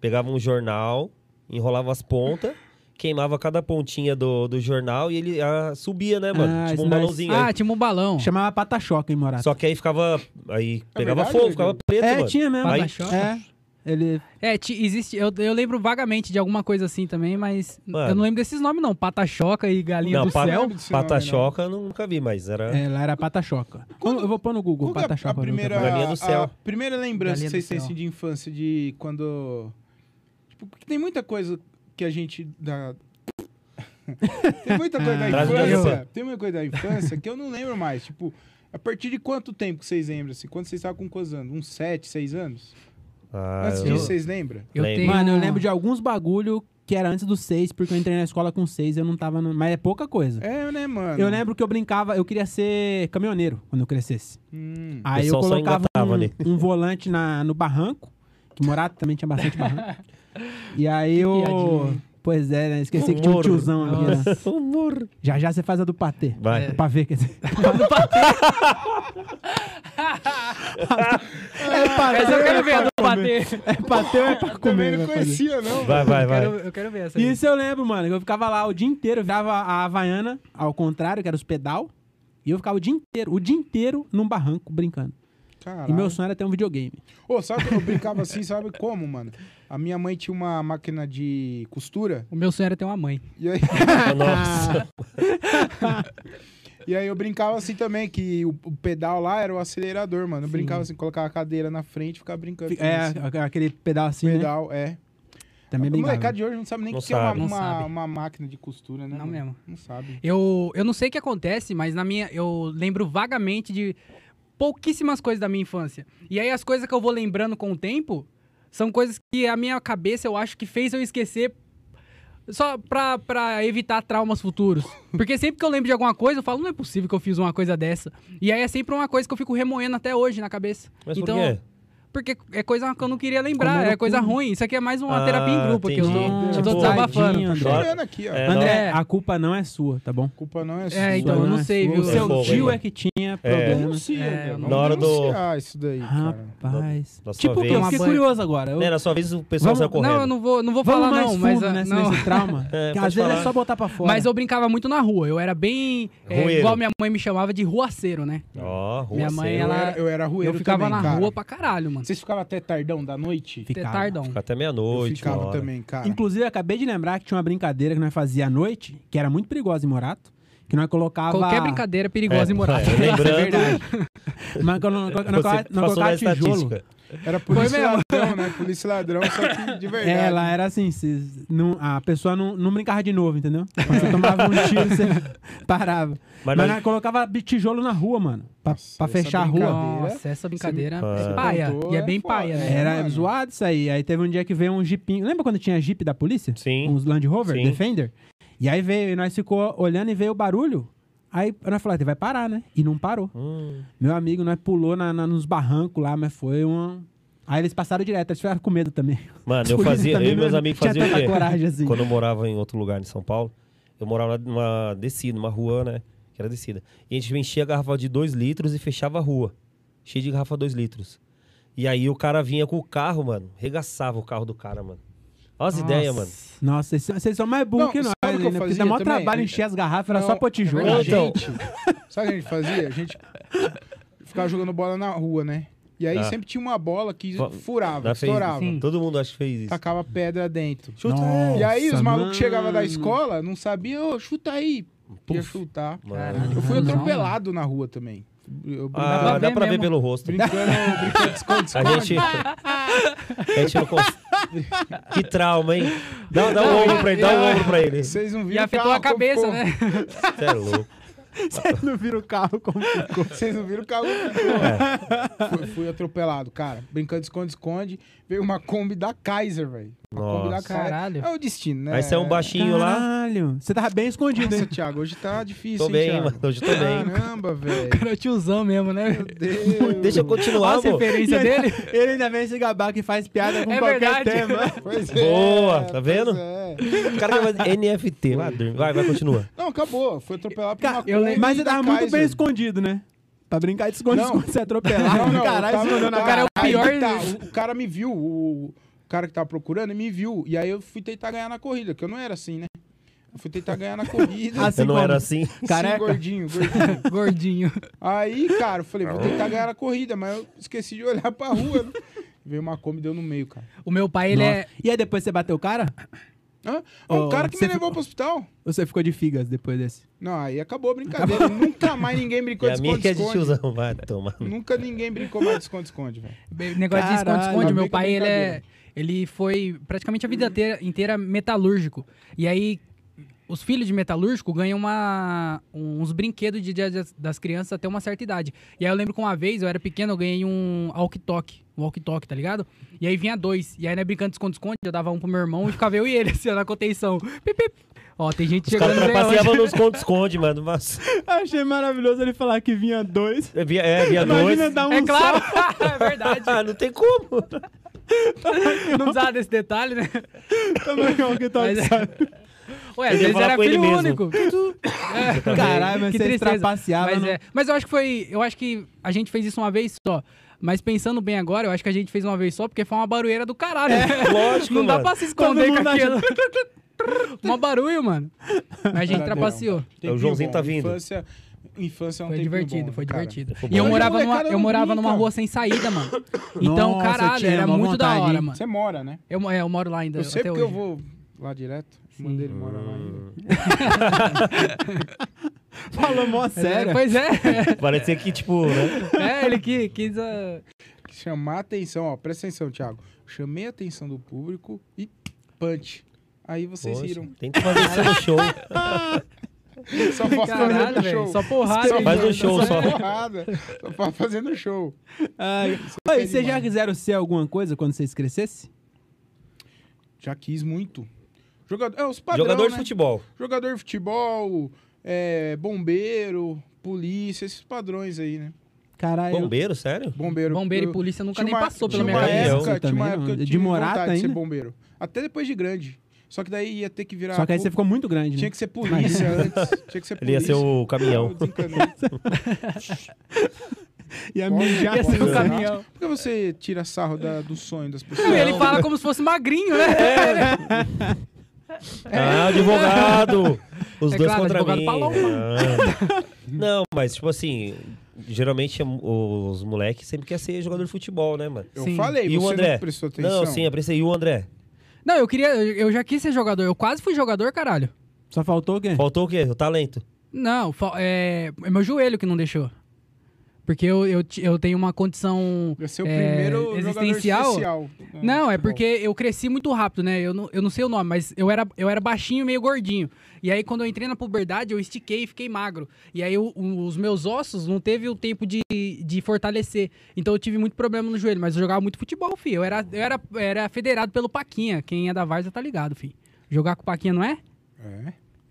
pegava um jornal, enrolava as pontas, queimava cada pontinha do, do jornal e ele ah, subia, né, mano?
Ah,
tipo
isso
um
nós-
balãozinho
Ah,
aí.
tinha um balão.
Chamava pata-choca em Morato.
Só que aí ficava. Aí pegava
verdade,
fogo,
Diego?
ficava preto,
é,
mano.
tinha mesmo.
Aí-
Pata-choca?
É. Ele...
É, ti- existe. Eu, eu lembro vagamente de alguma coisa assim também, mas
Mano.
eu não lembro desses nomes, não. Pata-choca e galinha
Não,
do
pa-
céu. né?
lembro desse nome,
pata-choca eu nunca vi, mas era.
É, lá era pata-choca.
Quando-
Eu vou pôr no Google,
Qual que é a,
pata-choca.
a
pra ver o que é
primeira,
pata-choca.
Galinha do céu.
a primeira lembrança
Galinha
que vocês
do
têm
céu.
assim, de infância, de quando. Tipo, porque tem muita coisa que a gente. Da... *laughs* tem muita coisa da
Traz um
infância.
gasopan.
Tem muita coisa da infância que eu não lembro mais. Tipo, a partir de quanto tempo que vocês lembram? Assim? Quando vocês estavam com quantos anos? Uns 7, 6 anos?
Ah,
Antes
eu-
disso, vocês lembram?
Eu
Lembro.
tenho...
Mano, eu lembro de alguns bagulho que era antes dos seis, porque eu entrei na escola com seis eu não tava... No... Mas é pouca coisa.
É, né, mano?
Eu lembro que eu brincava, eu queria ser caminhoneiro quando eu crescesse.
Hum.
Aí eu
pessoal só
colocava
engatava
um,
ali.
um volante na, no barranco, que Morato também tinha bastante barranco. E aí eu.
piadinha.
Pois é, né? Esqueci que
Um
tinha um
morro.
tiozão ali. né?
*laughs* Humor.
Já já você faz a do patê.
Vai.
Pra ver, quer dizer. *laughs* é patê.
*laughs* Mas eu quero ver a do
comer.
bater.
É patê ou é pra
Também
comer?
não
vai fazer.
conhecia, não.
Vai, vai,
Eu
vai.
quero, eu quero ver essa. aí.
Isso eu lembro, mano. que Eu ficava lá o dia inteiro, eu virava a Havaiana, ao contrário, que era os pedal. E eu ficava o dia inteiro, o dia inteiro num barranco brincando.
Caralho.
E meu sonho era ter um videogame.
Ô, sabe que eu brincava assim, sabe como, mano? A minha mãe tinha uma máquina de costura,
O meu sonho era ter uma mãe.
e aí,
Nossa.
*laughs*
e aí eu brincava assim também, que o, o pedal lá era o acelerador, mano. Eu brincava assim, colocava a cadeira na frente e ficava brincando.
Fica- É,
assim,
aquele pedacinho, né?
pedal, é.
Também
O
brincava.
molecada de hoje não sabe nem o
Não
que, que é uma,
sabe.
Não
uma-
sabe.
uma máquina de costura, né?
Não
mano?
mesmo.
Não sabe.
Eu, eu não sei o que acontece, mas na minha eu lembro vagamente de pouquíssimas coisas da minha infância. E aí as coisas que eu vou lembrando com o tempo são coisas que a minha cabeça eu acho que fez eu esquecer só pra, pra evitar traumas
*laughs*
futuros. Porque sempre que eu lembro de alguma coisa, eu falo, não é possível que eu fiz uma coisa dessa. E aí é sempre uma coisa que eu fico remoendo até hoje na cabeça.
Mas por
então,
quê?
Porque é coisa que eu não queria lembrar,
Comer
é
o
coisa
cu.
ruim. Isso aqui é mais uma
Ah,
terapia em grupo que eu tô,
entendi.
eu tô
Tipo,
desabafando.
tadinho,
Tô
André.
chorando aqui, ó.
É, não.
André, a culpa não é sua, tá bom?
A culpa não é, sua.
É, então,
Sua
eu não
é
sei,
sua.
viu?
O seu
É fogo, hein,
tio é
mano?
que tinha
É.
problemas.
Denuncia,
É,
André,
na hora
vamos
do-
denunciar isso daí, cara.
Rapaz.
Da sua
Tipo, o quê?
vez.
eu fiquei
Uma banha.
curioso agora. Eu-
Né, na sua vez o pessoal
Vamos-
saiu correndo.
Não, eu não vou, não vou
Vamos
falar
mais
não,
fundo
mas ah,
né?
nesse, *laughs*
não.
nesse trauma.
É,
que
pode
às vezes
falar.
é só botar pra fora.
Mas eu brincava muito na rua. Eu era bem. é,
Rueiro.
igual minha mãe me chamava de ruaceiro, né?
Ó, rua
Minha mãe, é
seca.
Eu
ela-
era, eu era rueiro
eu ficava
também,
na
cara.
rua pra caralho, mano.
Vocês ficavam até tardão da noite?
Até
Ficava.
é tardão.
Ficava até
Eu
meia-noite, uma
ficava
hora.
também, cara.
Inclusive, eu acabei de lembrar que tinha uma brincadeira que nós fazia à noite, que era muito perigosa em Morato, que nós colocava...
Qualquer brincadeira é perigosa
É,
e moral.
é,
*laughs*
lembrando,
É
*laughs*
verdade. *laughs* Mas quando- quando- quando- nós
você
colocava- nós
passou na
colocava tijolo.
estatística.
Era polícia
mesmo. É,
ladrão, né? Polícia ladrão, só que de verdade.
Ela era assim, se- não- a pessoa não, não brincava de novo, entendeu? Quando você tomava um tiro,
*laughs*
você parava. Mas,
Mas
nós...
nós- é
colocava tijolo na rua, mano, pra,
Nossa,
pra
essa
fechar a rua.
brincadeira-
Nossa, essa brincadeira
Ah.
é paia.
Contou,
E é
é
bem
foda.
paia, né?
Era
mano.
zoado isso aí. Aí teve um dia que veio um jipinho. Lembra quando tinha jipe da polícia?
Sim.
Uns Land Rover,
Sim.
Defender? E aí veio, e nós ficou olhando e veio o barulho. Aí nós falamos, "Ah, vai parar, né? E não parou.
Hum,
Meu amigo, nós pulou na, na- nos barrancos lá, mas foi uma. Aí eles passaram direto, eles ficaram com medo também. *laughs*
Mano,
Os
eu
polícia
fazia,
também
eu e meus
não-
amigos
tinha
faziam o
tanta
quê?
coragem assim.
Quando eu morava em outro lugar em São Paulo, eu morava numa descida, numa rua, né? Que era descida. E a gente enchia a garrafa de 2 litros e fechava a rua. Cheio de garrafa 2 litros. E aí o cara vinha com o carro, mano. Regaçava o carro do cara, mano. Olha as ideias, mano.
Nossa, vocês- vocês são mais burros
Não,
que nós,
sabe o que eu
né? Porque
fazia
dá maior
também?
trabalho encher as garrafas, era
Não,
só pôr tijolo.
A
Então.
gente, sabe o que a gente fazia? A gente ficava jogando bola na rua, né? E aí
Ah.
sempre tinha uma bola que
Va-
furava,
Nós fez-
estourava,
Sim.
Todo mundo acho que fez isso.
tacava pedra dentro.
Chuta
Nossa.
é.
E aí os malucos
mano.
chegavam da escola, não sabiam, ô, chuta aí. Ia
Puf.
chutar.
Mano.
Eu fui
Não.
atropelado na rua também. Eu
Ah,
brincava,
dá pra ver
mesmo.
pelo rosto.
brincando, brincando de
A
esconde-esconde.
gente. A gente não cons...
*laughs*
Que trauma, hein? Dá, dá um ombro pra ele, dá um ombro pra ele. Você
Vocês não viram
E afetou
o
a
carro como
cabeça,
ficou.
né? *laughs*
é louco. *laughs*
Vocês não viram o carro como ficou.
Vocês não viram o carro como ficou.
É.
Fui, fui atropelado, cara. Brincando de esconde-esconde, veio uma Kombi da Kaiser, velho.
Tá
Uma Kombi da
Nossa.
Kaiser.
Caralho.
É o destino, né?
Aí saiu um baixinho lá.
Caralho, você tava bem escondido,
Nossa,
hein?
Thiago, hoje tá difícil,
Tô
hein,
bem,
Thiago?
mano. Hoje tô bem.
Caramba, velho.
Era tiozão mesmo, né?
Meu Deus.
*laughs* Deixa eu
Olha
continuar,
as
é
amor.
referências dele.
*laughs* Ele ainda vem se gabar que faz piada com
É
qualquer
verdade.
*laughs*
tema.
Pois é,
Boa, tá
pois
vendo?
é.
O cara que vai NFT. Vai, dorme. vai, vai, continua.
Não, acabou. Foi atropelado por uma
Cara,
Kombi
eu lembro- mas você
da
tava muito
Kaiser.
bem escondido, né? Pra brincar de esconde-esconde,
Não.
você atropelar.
Não, não,
Caralho,
o
você olhou na
tá-
cara,
cara.
é o pior-
aí que tá, o cara me viu, o cara que tava procurando me viu. E aí eu fui tentar ganhar na corrida, que eu não era assim, né? Eu fui tentar ganhar na
*laughs*
corrida.
Assim
eu não
como-
era assim.
Sim,
é-
Careca.
gordinho, gordinho.
Gordinho.
Aí, cara, eu falei, vou tentar ganhar a corrida, mas eu esqueci de olhar pra rua. Né? Veio uma Kombi e deu no meio, cara.
O meu pai, ele
Nossa.
é.
E aí depois você bateu o cara?
Hã? É o
Ô,
cara que me
você
levou pro hospital.
Ou você ficou de figas depois desse?
Não, aí acabou a brincadeira. Nunca mais ninguém brincou
E
de
a assim. minha que é de
esconde-esconde.
tiozão. Vai tomar. no-
Nunca ninguém brincou mais de esconde-esconde,
É
velho.
be- Negócio de
Caralho.
esconde-esconde. Meu
Brinca,
pai, ele é.
brincadeira.
Ele foi praticamente a vida inteira, inteira metalúrgico. E aí, os filhos de metalúrgico ganham uma, um, uns brinquedos de dia das- das crianças até uma certa idade. E aí eu lembro que uma vez, eu era pequeno, eu ganhei um walkie-talkie. Um walkie-talkie, tá ligado? E aí vinha dois. E aí, né, brincando de esconde-esconde, eu dava um pro meu irmão e ficava eu e ele, *laughs* assim, ó, na contenção. Pip, pip. Ó, tem gente
Os caras
chegando né,
trapaceavam
hoje.
nos contos-esconde, mano. Mas...
Achei maravilhoso ele falar que vinha dois.
É, via, é, via dois.
dar um
É claro, *laughs* é
*laughs*
verdade.
Ah, não tem como.
Não precisava desse detalhe, né?
tá
Mas é- Ué, às
Ele ia
vezes
falar
era
com ele
filho
mesmo.
único. É.
Caralho, mas
Que
você
tristeza.
trapaceava.
Mas,
não-
é, mas eu acho que foi. Eu acho que a gente fez isso uma vez só. Mas pensando bem agora, eu acho que a gente fez uma vez só, porque foi uma barulheira do caralho. né?
*laughs* É,
*laughs*
lógico,
Não dá
mano.
pra se esconder com
Todo mundo
aquilo. *laughs* Mó barulho, mano. Mas a gente
Caralho.
trapaceou.
Tempinho
Joãozinho tá vindo.
Infância, infância é um
Foi
tempinho
divertido,
bom,
foi
cara.
divertido.
Foi
E eu
bom.
morava,
Hoje a
numa,
molecada
eu
não
morava numa
brinca.
rua sem saída, mano. Então,
Nossa,
caralho,
tinha
era
uma
muito da
vontade,
hora,
hein?
mano.
Você mora, né?
Eu, mo- é, eu moro lá ainda.
Eu sei
até
porque eu
hoje. Hum.
vou lá direto. Mandei ele morar lá ainda.
Falou mó sério.
Pois é.
*laughs* Parecia que, tipo, né?
É, ele que quis. ah,
Chamar a atenção, ó. Presta atenção, Thiago. Chamei a atenção do público e punch. Aí vocês
Poxa,
riram.
tem que fazer isso no show.
Só posso fazer
Caralho,
no
velho.
show.
Só porrada.
Só
hein,
faz um
mano.
show só.
porrada. Só posso fazer no show.
Ai,
é
Oi, vocês já
demais.
quiseram ser alguma coisa quando vocês crescessem?
Já quis muito. Jogador, é, os padrão,
Jogador de
né?
futebol.
Jogador de futebol, é, bombeiro, polícia, esses padrões aí, né?
Caralho. eu-
Bombeiro, sério?
Bombeiro.
Bombeiro e
Eu-
polícia nunca
tinha
nem
uma-
passou pela
tinha
minha
uma
cabeça.
época-
Eu
tinha uma
também
época que eu
não. De né?
tive
Morata
vontade de ser
ainda.
bombeiro. Até depois de grande. Só que daí ia ter que virar.
Só que aí você ficou muito grande,
Tinha
né?
que ser polícia
*laughs*
antes. Tinha que ser polícia.
Ele ia ser o caminhão.
Eu desencanei.
Ia
Pode-
mijar
pode
ser um
ser.
caminhão.
Por que você tira sarro da- do sonho das pessoas?
Não, ele fala como se fosse magrinho,
É.
né?
Ah, advogado! *laughs* Os
É
dois
claro,
contra
advogado
mim.
Paloma.
Ah. Não, mas tipo assim, geralmente os moleques sempre querem ser jogador de futebol, né, mano?
Eu
Sim.
falei,
E o
você
André?
não prestou atenção.
Não, sim, é eu pensei, e o André?
Não, eu queria. Eu eu já quis ser jogador. Eu quase fui jogador, caralho.
Só faltou o quê?
Faltou o quê? O talento.
Não, fa- é, é meu joelho que não deixou. Porque eu, eu, ti- eu tenho uma condição.
Ia ser o
é,
primeiro
existencial.
jogador especial.
Não, é porque eu cresci muito rápido, né? Eu não, eu não sei o nome, mas eu era, eu era baixinho, meio gordinho. E aí, quando eu entrei na puberdade, eu estiquei e fiquei magro. E aí, o- o- os meus ossos não teve o tempo de, de fortalecer. Então, eu tive muito problema no joelho, mas eu jogava muito futebol, fi. Eu era, eu era, era federado pelo Paquinha. Quem é da Varza tá ligado, fi. Jogar com o Paquinha, não é?
É. *laughs*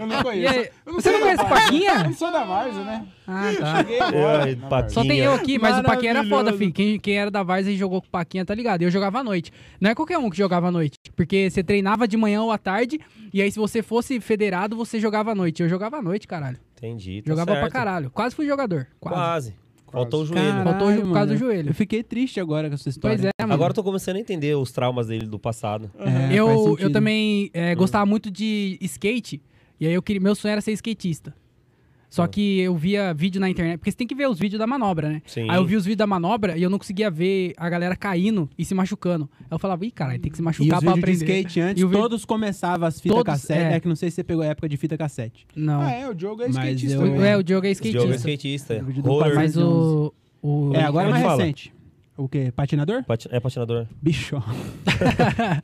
eu não
E
conheço.
aí,
Eu sou
você não
da
conhece o
Varsa. Eu
Paquinha?
não sou da Varsa, né?
Ah, tá.
Cheguei agora.
Ai,
na Varsa.
Paquinha.
Só tem eu aqui, mas o Paquinha era foda,
Maravilhoso.
filho. Quem, quem era da Varsa e jogou com o Paquinha, tá ligado? Eu jogava à noite. Não é qualquer um que jogava à noite. Porque você treinava de manhã ou à tarde, e aí se você fosse federado, você jogava à noite. Eu jogava à noite, caralho.
Entendi. tá
Jogava pra
certo.
caralho. Quase fui jogador. Quase.
Quase. Faltou o joelho. né?
Caralho,
Faltou o jo- por causa do
mano.
joelho.
Eu fiquei triste agora com essa história.
Pois é, mano.
Agora eu tô começando a entender os traumas dele do passado.
É, faz
eu, eu
sentido.
também
Hum.
é, gostava muito de skate, e aí eu queria, meu sonho era ser skatista.
Hum.
Só que eu via vídeo na internet, porque você tem que ver os vídeos da manobra, né?
Sim.
Aí eu vi os vídeos da manobra e eu não conseguia ver a galera caindo e se machucando. Aí eu falava, ih, caralho, tem que se
E
machucar
os
pra
vídeos de
aprender.
skate antes,
E o vídeo-
todos começavam as fitas
Todos,
cassete.
é.
É. que não sei se você pegou a época de fita cassete.
Não.
Ah, é, o Diogo é
Mas
skatista.
eu-
né?
é, o Diogo é
Esse Diogo é
skatista.
skatista.
O vídeo do
Roller.
papai-
Mas o. o-
É, agora é
Onde
mais
fala?
recente. O quê? Patinador?
Pati- É patinador.
Bicho.
*laughs*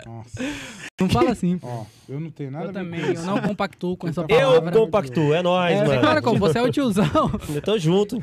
Nossa.
Não fala assim.
Ó, eu não tenho nada
Eu
a ver com
também,
isso.
eu não compactuo com essa
Eu
palavra.
compacto, é nóis,
É,
mano.
Claro, como você é o tiozão.
*laughs* Eu tô junto.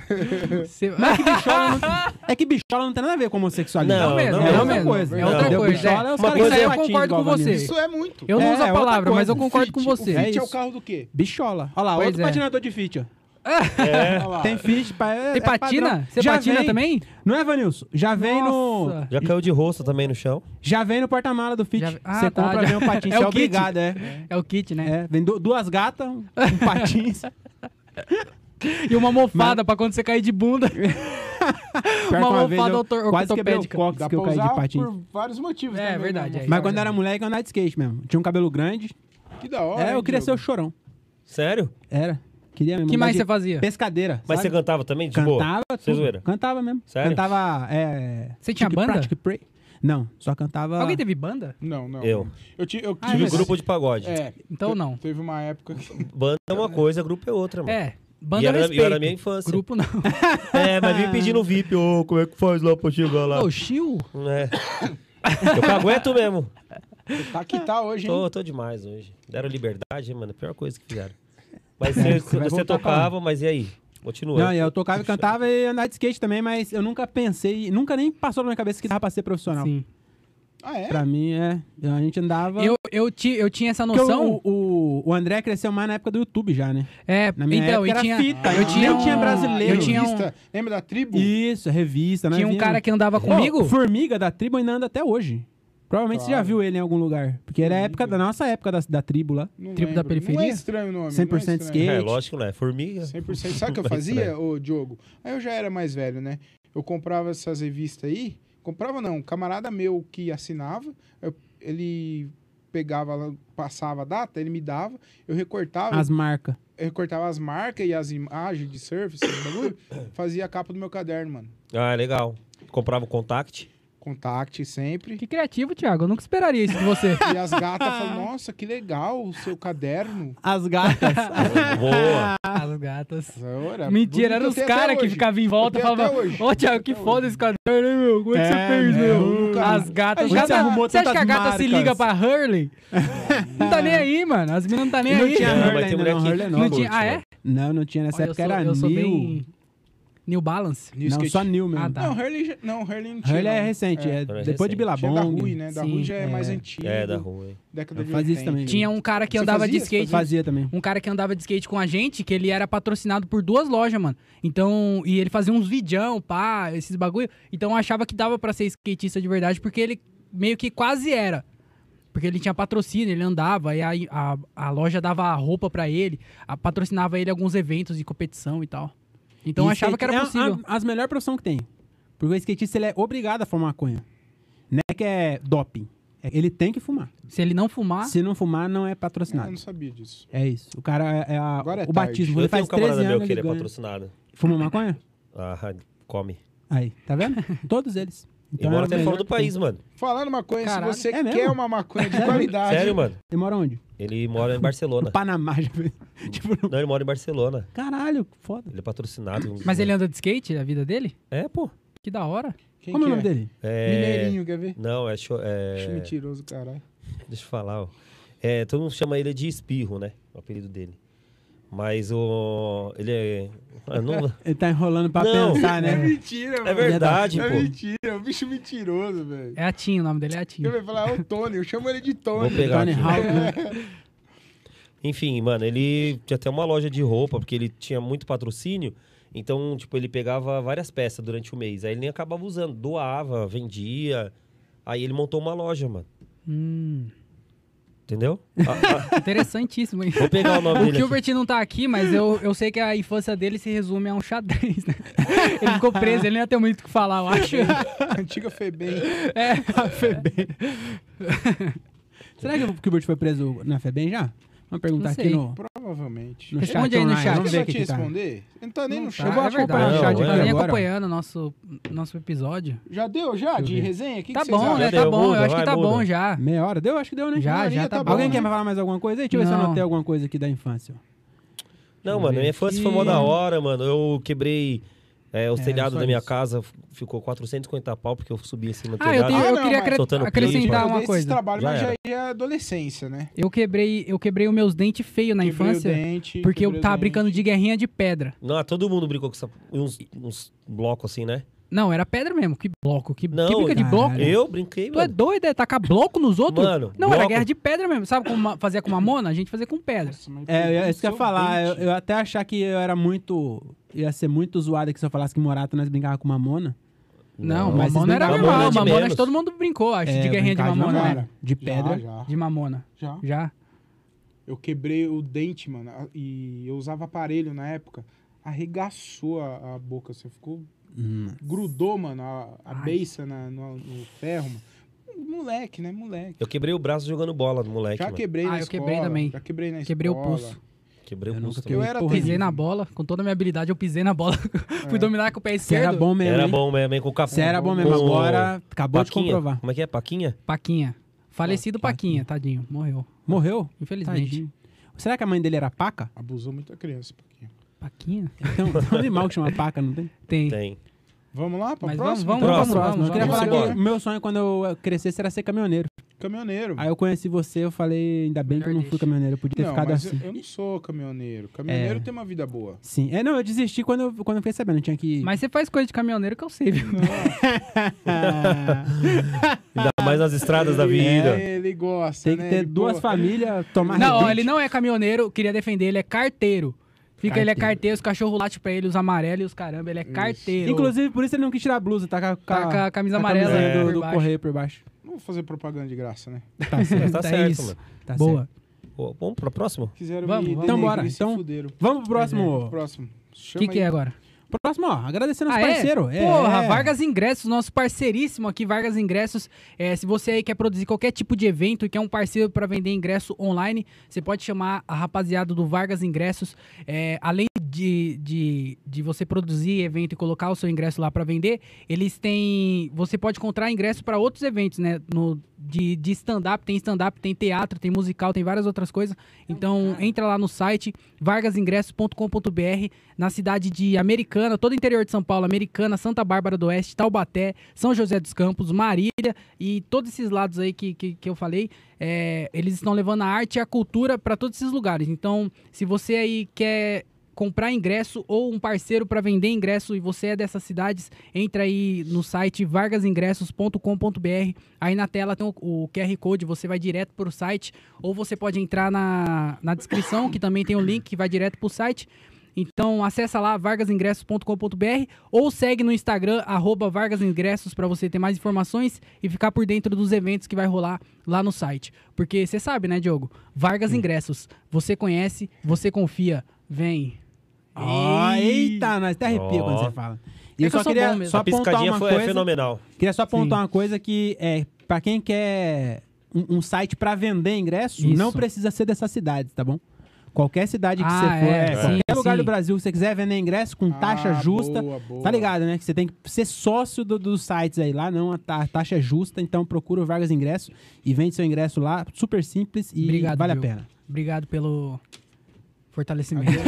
Você- ah,
É que bichola não tem nada a ver com homossexualidade.
Não,
é o mesmo,
não,
é
não,
o mesmo.
coisa.
É outra
Não,
coisa.
bichola é
É.
os
Só
caras
que Isso
que
aí eu
patinam
concordo com
igual a mim.
você.
Isso é muito.
Eu não
É,
uso a
é outra
palavra, mas
coisa.
eu concordo com
Fit. O
você.
fit
É
é, o
isso.
carro do
*laughs*
quê?
Bichola. Olha lá,
Pois
outro
é.
patinador de fit, ó.
Olha lá.
Tem fit, pa... é-
Você
é
patina?
padrão.
Você
Já
patina
vem-
também?
Não é, Vanilson? Já vem
Nossa.
no...
Já caiu de rosto também no chão.
Já vem no porta-mala do fit.
Já- Ah,
você
tá,
compra,
já-
vem um
*laughs*
patins.
É
Você é
o kit.
obrigado, é.
É o kit, né?
É, vem du- duas gatas,
*laughs*
um um patins.
E uma mofada pra quando você cair de bunda.
Pior que
Uma
vez
almofada
eu
autor-
quase quebrei o
ortopédica.
cóccix
Dá
que eu
pra
caí
usar
de patins.
por vários motivos
É,
também,
verdade,
né?
é.
Mas quando eu era moleque, eu andava de skate mesmo. Tinha um cabelo grande.
Que da hora,
Era,
É,
eu
hein,
queria ser o
Diogo?
chorão.
Sério?
Era. Queria mesmo.
que
andar
mais
de
você fazia?
Pescadeira.
Mas
sabe?
você cantava também? De boa?
cantava
Você
tudo.
zoeira?
Cantava mesmo.
Sério?
Cantava. É,
Você tinha
Chick
banda?
Pra, Chick Pray. Não, só cantava.
Alguém teve banda?
Não, não.
Eu.
Eu, ti- eu
Ah,
Tive
mas-
grupo de pagode.
É.
Então
te-
não.
Teve uma época que...
*laughs*
Banda é uma coisa, grupo é outra, mano.
É. Banda
E
eu
era- e era
respeito.
da minha infância.
Grupo não.
É, mas
Ah.
vim pedindo VIP, ô, como é que faz lá pra chegar lá?
Ô, Chiu?
É. Eu que aguento mesmo.
Tá que tá hoje, hein?
Tô, tô demais hoje. Deram liberdade, hein, mano. Pior coisa que fizeram. Mas você,
É, você vai
você
voltar pra lá.
tocava, mas e aí? Continua.
Não, eu tocava e cantava e andava de skate também, mas eu nunca pensei, nunca nem passou na minha cabeça que dava pra ser profissional.
Sim.
Ah, é?
Pra mim, é. A gente andava.
Eu, eu, ti, eu tinha essa
Porque
noção.
o, o, o André cresceu mais na época do YouTube já, né?
É,
Na minha
então,
época
e
era
tinha.
fita,
eu tinha um-
nem tinha brasileiro.
Eu tinha um,
Revista. Lembra da tribo?
Isso, revista, né?
tinha um
Vinha-
cara que andava
Pô,
comigo.
Formiga da tribo ainda anda até hoje. Provavelmente você já
Claro.
viu ele em algum lugar. Porque era a época da nossa época da, da tribo lá.
Não
Tribo
lembro. Não
da
é
periferia?
estranho o nome. não é
100%
estranho.
skate.
É, lógico, né? Formiga.
100%. Sabe o que eu fazia, ô Diogo? Aí eu já era mais velho, né? Eu comprava essas revistas aí. Comprava não, um camarada meu que assinava, eu- ele pegava, lá, passava a data, ele me dava, eu recortava,
As marcas.
eu recortava as marcas e as imagens de surf, esse bagulho, fazia a capa do meu caderno, mano.
Ah, legal. Comprava
*laughs*
o contact.
Contact sempre.
Que criativo, Thiago. Eu nunca esperaria isso de
*laughs*
você.
E as gatas falam, nossa, que legal o seu caderno.
*laughs*
As gatas.
Boa.
Ah,
As gatas.
Eu era bonito,
Mentira, eram
eu
os
tenho até
caras que
hoje.
ficavam em volta e
Eu tenho até
falavam:
hoje.
Ô, Thiago, que foda esse caderno, hein, meu? Como é que
É,
você fez,
né?
meu?
Eu nunca-
As gatas.
A gente
Gata-
arrumou
Você acha que a
tantas
gata se
marcas.
liga pra
*laughs*
Hurley? Não tá nem aí, mano. As meninas não tá nem
Não
aí.
tinha
Não, mas
Hurley
tem
ainda,
mulher
não.
que- né?
Hurley é
Não
nova.
tinha. Ah, é?
Não, não tinha. Nessa
Olha,
época
eu sou-
era
eu sou
New.
bem- New Balance?
New
não,
skate.
só New mesmo.
Ah, tá.
Não, Harley, já- não, Harley não tinha.
Ele é
não.
recente, é,
É,
depois
recente.
de
Tinha da Rui,
Billabong.
né? Da
Sim,
Rui já é,
é.
mais antigo.
É, da rua, hein?
Década
Eu
de
fazia isso
80.
também.
Tinha um cara que
Você
andava
fazia?
de skate.
Fazia também.
Um cara que andava de skate com a gente, que ele era patrocinado por duas lojas, mano. Então, e ele fazia uns vidão, pá, esses bagulho. Então eu achava que dava pra ser skatista de verdade, porque ele meio que quase era. Porque ele tinha patrocínio, ele andava, e aí a, a loja dava a roupa pra ele, a- patrocinava ele em alguns eventos de competição e tal. Então eu
E
achava que
skate
era
é a-
possível.
a- as melhores profissões que tem. Porque o skatista ele é obrigado a fumar maconha. Não é que é doping. É que ele tem que fumar.
Se ele não fumar,
Se não fumar, não é
Eu
patrocinado.
não sabia disso.
É isso. O cara é, é a-
Agora é
o
tarde.
batismo. Ele
Eu tenho
faz
um
13
camarada meu
anos ele
que ele é
ganha.
patrocinado.
Fuma maconha?
Ah, come.
Aí, tá vendo? Todos eles.
ele mora
era Então
até
é melhor
fora do
que tem.
país, mano.
Falando uma coisa,
Caralho,
se você quer
é mesmo?
uma maconha Ah, de qualidade.
Sério, mano.
Ele mora onde?
Ele mora em
No
Barcelona.
Panamá, já fez. *laughs* Tipo, no-
Não, ele mora em Barcelona.
caralho, foda.
Ele é patrocinado.
mas ele anda de skate, a vida dele?
É, pô.
Que da hora.
Quem
Como é o
que
nome dele?
É...
Mineirinho, quer ver?
Não, é... cho-
Acho
é...
mentiroso, caralho.
Deixa eu falar, ó. É, todo mundo chama ele de Espirro, né? O apelido dele. Mas o... Ele é... Ah, não-
Ele tá enrolando pra
Não.
pensar,
É *laughs*
né?
mentira, mano.
É verdade,
É
pô.
mentira, é um bicho mentiroso, velho.
É Atinho, o nome dele é
Ele
Atinho.
vai falar, é o Tony, eu chamo ele de Tony. *laughs*
Vou pegar
Tony
aqui.
Hawk, né?
Enfim, mano, ele tinha até uma loja de roupa, porque ele tinha muito patrocínio. Então, tipo, ele pegava várias peças durante o mês. Aí ele nem acabava usando, doava, vendia. Aí ele montou uma loja, mano.
Hum,
*laughs*
Entendeu? Ah, ah,
interessantíssimo, hein?
vou pegar o nome
O
dele. aqui.
Gilbert não tá aqui, mas eu, eu sei que a infância dele se resume a um xadrez, né? Ele ficou preso, ele não ia ter muito o que falar, eu acho.
*laughs* Antiga Febem.
É,
*laughs* Será que o Gilbert foi preso na FEBEM já? Vamos perguntar
Não
aqui
sei.
no,
Provavelmente.
no
Você
chat.
Responde aí no
online.
chat.
Vamos
Vamos ver
só
aqui
te
que tá.
responder? Ele não tá nem
não
no
tá,
chat.
Eu vou
é
acompanhar
verdade.
o chat aqui
Eu tô nem
agora.
acompanhando nosso, nosso episódio.
Já deu, já, de resenha? O que
tá
que vocês
bom, né?
acham?
acham?
Tá bom, eu
Muda,
acho que
vai,
tá
muda.
bom já.
Meia hora? Deu? Acho que deu, né?
Já,
Maria,
já tá
tá
bom.
Alguém
né?
quer falar mais alguma coisa aí? Deixa eu ver se eu
Não.
anotei alguma coisa aqui da infância. ó.
Não, mano, minha infância foi mó da hora, mano. Eu quebrei é, o
É,
telhado
só
da minha
isso.
casa, f- ficou 450 pau, porque eu subi em cima do
Ah, eu,
telhado.
tenho, eu
não,
queria
mas-
acre-
Soltando
acrescentar
pipa.
Eu dei
Assim, uma
esse
coisa.
trabalho,
Já
mas
era.
já é adolescência, né?
Eu quebrei, eu quebrei os meus dentes feios na
Quebrei o
infância,
dente,
porque eu
quebrei o
tava
dente.
brincando de guerrinha de pedra.
Não, todo mundo brincou com essa- uns, uns blocos assim, né?
Não, era pedra mesmo, que bloco, que,
Não,
que brinca de
caralho.
bloco.
Eu brinquei,
Tu é
mano.
doido, é tacar bloco nos outros?
Mano,
não, era
bloco.
guerra de pedra mesmo. Sabe como ma- fazia com mamona? A gente fazia com pedra.
Nossa, mas
É, eu-
perdeu
é isso que eu
seu
ia falar. Eu,
dente.
eu até achar que eu era muito. ia ser muito zoado que se eu falasse que Morato nós brincava com Mamona.
Não,
mas
mamona
vocês
era
brincavam-
normal.
Mamona de
Mamona,
menos.
todo mundo brincou, acho,
É,
de guerrinha de
brincar de
mamona,
mamona.
né?
De
Já,
pedra.
Já,
De mamona.
já.
Já?
Eu quebrei o dente, mano, a- e eu usava aparelho na época. Arregaçou a, a boca, assim, ficou.
Hum.
Grudou, mano, a, a
Ai.
beiça na- no, no ferro, mano. Moleque, né? Moleque.
Eu quebrei o braço jogando bola do moleque,
Já
mano.
quebrei
Ah,
na
eu
escola.
quebrei também.
Já quebrei na
Quebrei o
escola.
pulso.
Quebrei o
Eu nunca
pulso
quebrei
também.
Eu era
porra
Pisei
nenhuma.
na bola, com toda a minha habilidade, eu pisei na bola. *laughs* Fui dominar com o pé
Você É. era
esquerdo.
bom mesmo.
Era
hein?
bom mesmo, hein? Com o capô.
Você era bom mesmo.
com-
Agora acabou de
Paquinha.
comprovar.
Como é que é? Paquinha?
Paquinha. Falecido Paquinha, tadinho. Morreu.
Morreu?
Infelizmente.
Tadinho. Será que a mãe dele era paca?
Abusou muito a criança, um Paquinho.
Paquinha?
Tem um, tem um animal que chama paca, não tem?
Tem.
Tem.
Vamos lá pra
Mas vamos,
próxima?
vamos,
Então,
vamos,
Próximo,
vamos.
Eu queria
vamos.
falar
embora.
que o meu sonho quando eu crescesse era ser caminhoneiro.
então? Caminhoneiro.
Aí eu conheci você, eu falei, ainda bem que eu não fui
Melhor
caminhoneiro, eu podia ter
não,
ficado
mas eu-
assim.
eu, não sou caminhoneiro. Caminhoneiro
É.
tem uma vida boa.
Sim. É, não, eu desisti quando eu, quando eu fiquei sabendo. Eu tinha que. *laughs*
Mas você faz coisa de caminhoneiro que eu sei, viu?
Ah,
Ainda mais nas estradas da vida.
É, ele gosta,
tem que
né?
ter
Ele
duas
boa.
famílias, tomar.
Não, ó,
rebite.
ele não é caminhoneiro, queria defender, ele é carteiro. Fica, ele é carteiro, os cachorros latem pra ele, os amarelos e os caramba, ele é carteiro.
Inclusive, por isso ele não quis tirar a blusa, tá com
Tá
a,
com a camisa
camisinha
amarela
do,
por
do
baixo.
correio por baixo.
Não vou fazer propaganda de graça, né?
Tá certo.
Mas tá
*laughs* Tá
certo,
isso.
mano.
Tá
Boa.
certo.
Ô, Vamos pro próximo?
Quiseram
Vamos,
me
vamos.
Então
denegrir,
bora,
se
então-
fuderam. é,
Vamos pro próximo.
Próximo.
O
Chama
que, que
aí.
é agora?
Próximo, ó. Agradecendo aos
Ah, é?
parceiros. É,
Porra,
é.
Vargas Ingressos, nosso parceiríssimo aqui, Vargas Ingressos. É, se você aí quer produzir qualquer tipo de evento e quer um parceiro para vender ingresso online, você pode chamar a rapaziada do Vargas Ingressos. É, além de, de, de você produzir evento e colocar o seu ingresso lá para vender, eles têm. Você pode comprar ingresso para outros eventos, né? No, de de stand-up, tem stand-up, tem teatro, tem musical, tem várias outras coisas. Então entra lá no site vargasingressos.com.br na cidade de Americana, todo o interior de São Paulo, Americana, Santa Bárbara do Oeste, Taubaté, São José dos Campos, Marília e todos esses lados aí que, que, que eu falei, é, eles estão levando a arte e a cultura para todos esses lugares. Então, se você aí quer comprar ingresso ou um parceiro para vender ingresso e você é dessas cidades, entra aí no site vargasingressos.com.br. Aí na tela tem o, o QR Code, você vai direto para o site ou você pode entrar na, na descrição, que também tem o link que vai direto para o site. Então acessa lá vargasingressos.com.br ou segue no Instagram arroba vargasingressos para você ter mais informações e ficar por dentro dos eventos que vai rolar lá no site. Porque você sabe, né, Diogo? Vargas Ingressos, você conhece, você confia, vem.
Ó, eita, nós até arrepia
Ó.
quando você fala.
É
E eu
que eu
só
sou
queria
bom mesmo.
só
A
apontar
piscadinha
uma
foi, é
coisa.
fenomenal.
Queria só apontar
Sim.
uma coisa que é para quem quer um, um site para vender ingresso,
Isso.
não precisa ser dessas cidades, tá bom? Qualquer cidade que
Ah,
você for,
é,
é,
sim,
qualquer lugar
sim.
do Brasil que você quiser vender ingresso com taxa
Ah,
justa,
boa, boa.
tá ligado, né? Que você tem que ser sócio do- dos sites aí lá, não a, ta- a taxa é justa, então procura o Vargas Ingresso e vende seu ingresso lá, super simples e
Obrigado,
vale a
Diogo.
pena.
Obrigado pelo fortalecimento. *laughs*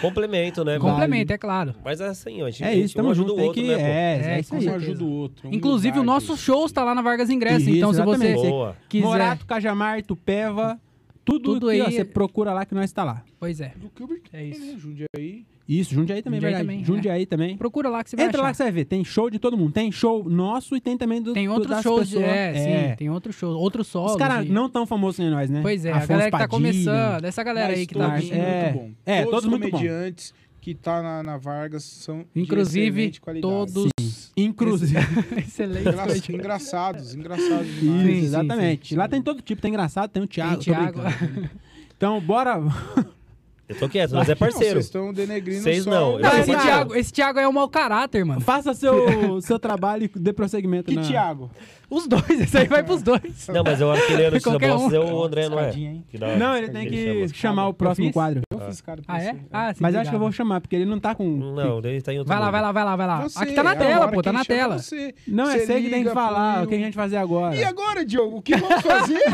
Complemento, né?
Com-
Complemento, é claro.
Mas é assim, ó, a gente,
É isso,
um
tamo
ajuda
junto,
o
tem
outro,
que
né, pô?
é,
É,
é
com
isso aí.
Um ajuda o outro.
Inclusive, o
humildade.
nosso show está lá na Vargas Ingressos.
Isso,
então, se
exatamente.
você
Boa.
quiser.
Morato, Cajamar, Tupeva, tudo,
Tudo
que, ó,
aí-
você procura lá que nós tá lá.
Pois é.
Do Gilbert
É
é
isso.
isso. Jundiaí.
Isso, Jundiaí também,
Jundiaí
verdade.
também, é.
Jundiaí também.
Procura lá que você vai
Entra lá que
achar.
você vai ver. Tem show de todo mundo. Tem show nosso e tem também do
Tem
do-
outros
das
shows. de-
pessoas.
É, sim. Tem outros shows. Outros solos.
Os caras
e-
não tão famosos nem nós, né?
Pois é, a
Afonso
galera que tá
Padilha.
começando. Essa galera aí que tá
Mas-
todos
vindo.
é,
muito bom.
é,
todos
todos
os
muito bom.
comediantes que tá na, na Vargas são de
Inclusive,
excelente qualidade.
todos.
Inclusive.
*laughs* Excelente.
Engra- engraçados, engraçados
Isso, *laughs*
demais.
sim, sim,
exatamente.
sim.
Lá tem todo tipo. Tem engraçado, tem o Thiago. tô
Thiago.
brincando. Então, bora. *laughs*
Eu tô quieto, nós é
Não,
parceiro.
*laughs* Vocês estão denegrindo
Vocês
só
não,
o-
Não,
eu-
esse,
Não,
Thiago, esse Thiago é um mau caráter, mano.
Faça seu, seu trabalho e dê prosseguimento.
Que
na-
Thiago?
Os dois, esse aí vai pros dois.
Não, mas eu acho que ele é notícia
Qualquer um.
bosta, é o André, não é?
Escadinha, hein?
Que dá-
Não, ele tem que
chama.
chamar o próximo
fiz?
quadro.
Eu fiz cara pra
Ah, é?
você.
Ah, sim.
Mas acho que eu vou
obrigado.
chamar, porque ele não tá com.
Não, ele tá em outro
Vai lá,
mundo.
vai lá, vai lá, vai lá.
Você,
Aqui tá na tela,
agora
pô, tá
quem
na
chama é
tela.
você.
Não, é
Você
você que tem que
liga
falar
pro-
o que a gente vai fazer agora.
E agora, Diogo, o que vamos fazer?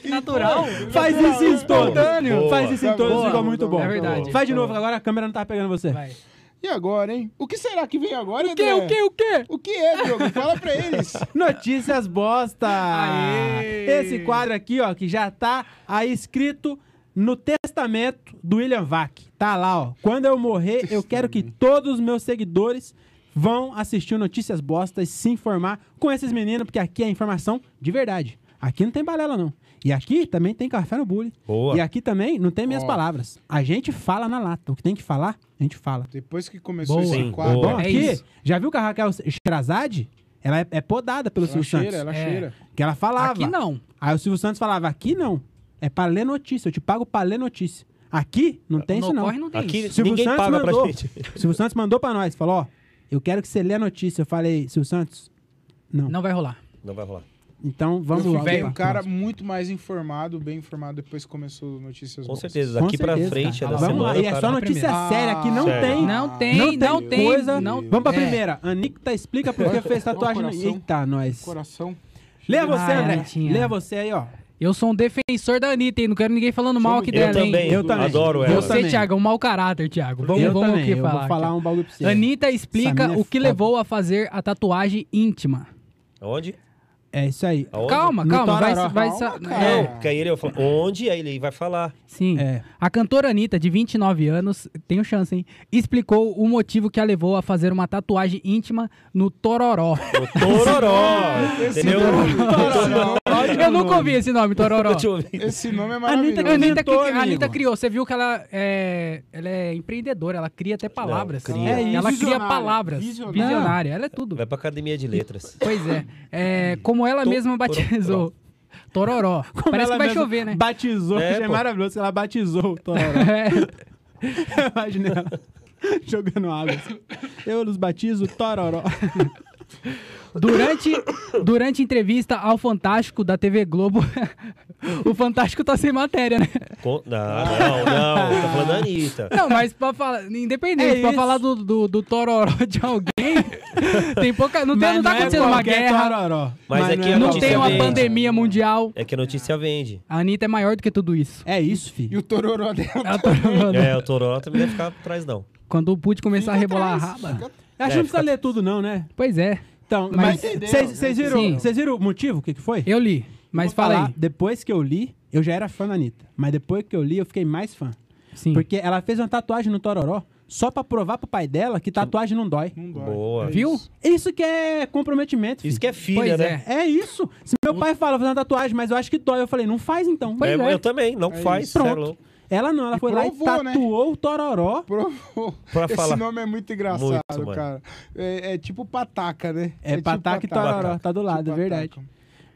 que natural.
Faz isso em espontâneo.
Boa.
Faz isso em todos,
Boa.
ficou muito bom.
É verdade.
Faz de novo, agora a câmera não tá pegando você.
Vai.
e agora, hein? O que será que vem agora,
O que,
André?
o que, o que?
O que é, Diogo? Fala pra eles.
Notícias bosta!
Aê!
Esse quadro aqui, ó, que já tá aí escrito no testamento do William Vac. Tá lá, ó. Quando eu morrer, eu quero que todos os meus seguidores vão assistir o Notícias Bosta e se informar com esses meninos, porque aqui é informação de verdade. Aqui não tem balela, não. E aqui também tem café no bullying.
Boa.
E aqui também não tem minhas
Ó.
palavras. A gente fala na lata. O que tem que falar, a gente fala.
Depois que começou
Boa.
esse
Sim,
quadro,
Bom,
boa.
ela
É
aqui,
isso.
já viu que a Raquel Sherazade, ela é, é podada pelo Silvio
cheira,
Santos.
ela
É.
cheira.
Que ela falava.
Aqui não.
Aí o Silvio Santos falava, aqui não. É pra ler notícia, eu te pago pra ler notícia. Aqui não tem isso
No
não.
corre não tem
Aqui
isso.
Silvio
ninguém
Santos
paga pra
mandou.
gente.
*laughs* Silvio Santos mandou pra nós, falou, ó, eu quero que você lê a notícia. Eu falei, Silvio Santos, não.
Não vai rolar.
Não vai rolar.
Então vamos
eu
lá.
fiquei um
vamos lá.
cara muito mais informado, bem informado, depois que começou Notícias
Com
Boas. Ah,
certeza,
Com
daqui pra
certeza,
frente, é
cara.
da
Vamos
semana,
lá, e é
cara.
só notícia
primeira.
séria, aqui não
Sério.
tem.
Ah, Não tem,
não tem
não tem.
coisa.
Não...
Vamos pra
É.
primeira. Anitta explica por que
Olha,
fez tatuagem no...
olha o coração.
Eita, nós.
Coração.
Leia você,
Ah,
André.
Anitinha.
Leia você aí, ó.
Eu sou um defensor da Anitta, hein? Não quero ninguém falando mal aqui
Eu
dela, hein?
também.
Eu também.
Adoro
Eu
ela.
Você,
também.
Thiago, é um mau caráter, Thiago. Vamos,
eu
vamos
também.
aqui
eu
falar.
vou
aqui.
falar um bagulho pra você.
Anitta
Essa
explica
mina é
o que
foda.
levou a fazer a tatuagem íntima.
Onde?
É isso aí.
Aonde?
Calma,
No
calma, vai,
Tororó.
vai
Calma,
sa-
cara.
é,
Não, porque aí ele vai falar, onde? Aí ele vai falar.
Sim.
É.
A cantora Anitta, de 29 anos, tenho chance, hein? Explicou o motivo que a levou a fazer uma tatuagem íntima no Tororó.
O
*laughs*
Tororó,
Esse
entendeu?
nome-
*laughs*
esse
Tororó.
nome-
Eu nunca ouvi esse nome, Tororó.
Deixa eu ouvir.
Esse nome é
A Anitta
A
maravilhoso.
Anitta,
Inventou,
que- a Anitta
amigo.
criou, você viu que ela é, ela é empreendedora, ela cria até palavras.
cria.
É isso,
ela cria
visionária.
palavras.
Visionária.
Visionária. ela é tudo.
Vai pra academia de letras.
Pois é. É, como ela
To-
mesma batizou. Tororó.
Como
Parece
ela
que vai
mesma
chover, né?
Batizou,
É,
é, é
pô.
maravilhoso. que Ela batizou o
*laughs*
Tororó.
É,
Imagina ela *laughs* jogando água. assim. Eu nos batizo Tororó.
durante, durante entrevista ao Fantástico da TV Globo, *laughs* o Fantástico tá sem matéria, né?
Com- Não, não, não. Tá falando da Anitta.
Não, mas pra falar, independente,
É
pra
isso.
falar do, do, do Tororó de alguém, *laughs* tem pouca. Não, tem, não tá
é
acontecendo uma
qualquer
guerra,
Tororó.
Mas aqui
é
a
não
qualquer-
tem uma
vende.
pandemia mundial.
É que a notícia vende.
A Anitta é maior do que tudo *laughs* isso.
É isso,
E
filho.
o Tororó dela.
Ela tá falando,
É, o Tororó também vai ficar atrás, não.
Quando o Putin começar a rebolar a
atrás.
raba.
Acho que
É,
não precisa ler tudo, não, né?
Pois é,
Então,
Mas
mas
entendeu,
né?
vocês vocês
Sim.
viram, vocês viram o motivo? O que, que foi?
eu li. Mas
Vou
fala
falar
aí.
Depois que eu li, Eu já era fã da Anitta, mas depois que eu li, eu fiquei mais fã.
Sim.
Porque ela fez uma tatuagem no Tororó só pra provar pro pai dela que tatuagem não dói.
Não dói.
Boa.
É
Viu?
isso.
Isso que é comprometimento. filho.
Isso que é filha,
Pois
né?
É isso. Se meu pai fala, vou fazer uma tatuagem, mas eu acho que dói. Eu falei, não faz então.
Pois
É,
é.
Eu também, não
É
faz.
isso.
cê é
Pronto.
louco.
Ela não, ela
E
foi lá
provou,
e
né?
tatuou o Tororó.
Provou.
Pra
Esse
falar.
nome é muito engraçado,
Muito, mano.
cara. É, é tipo pataca, né?
É,
tipo
pataca e Tororó,
Pataca.
tá do lado,
Tipo
é verdade.
pataca.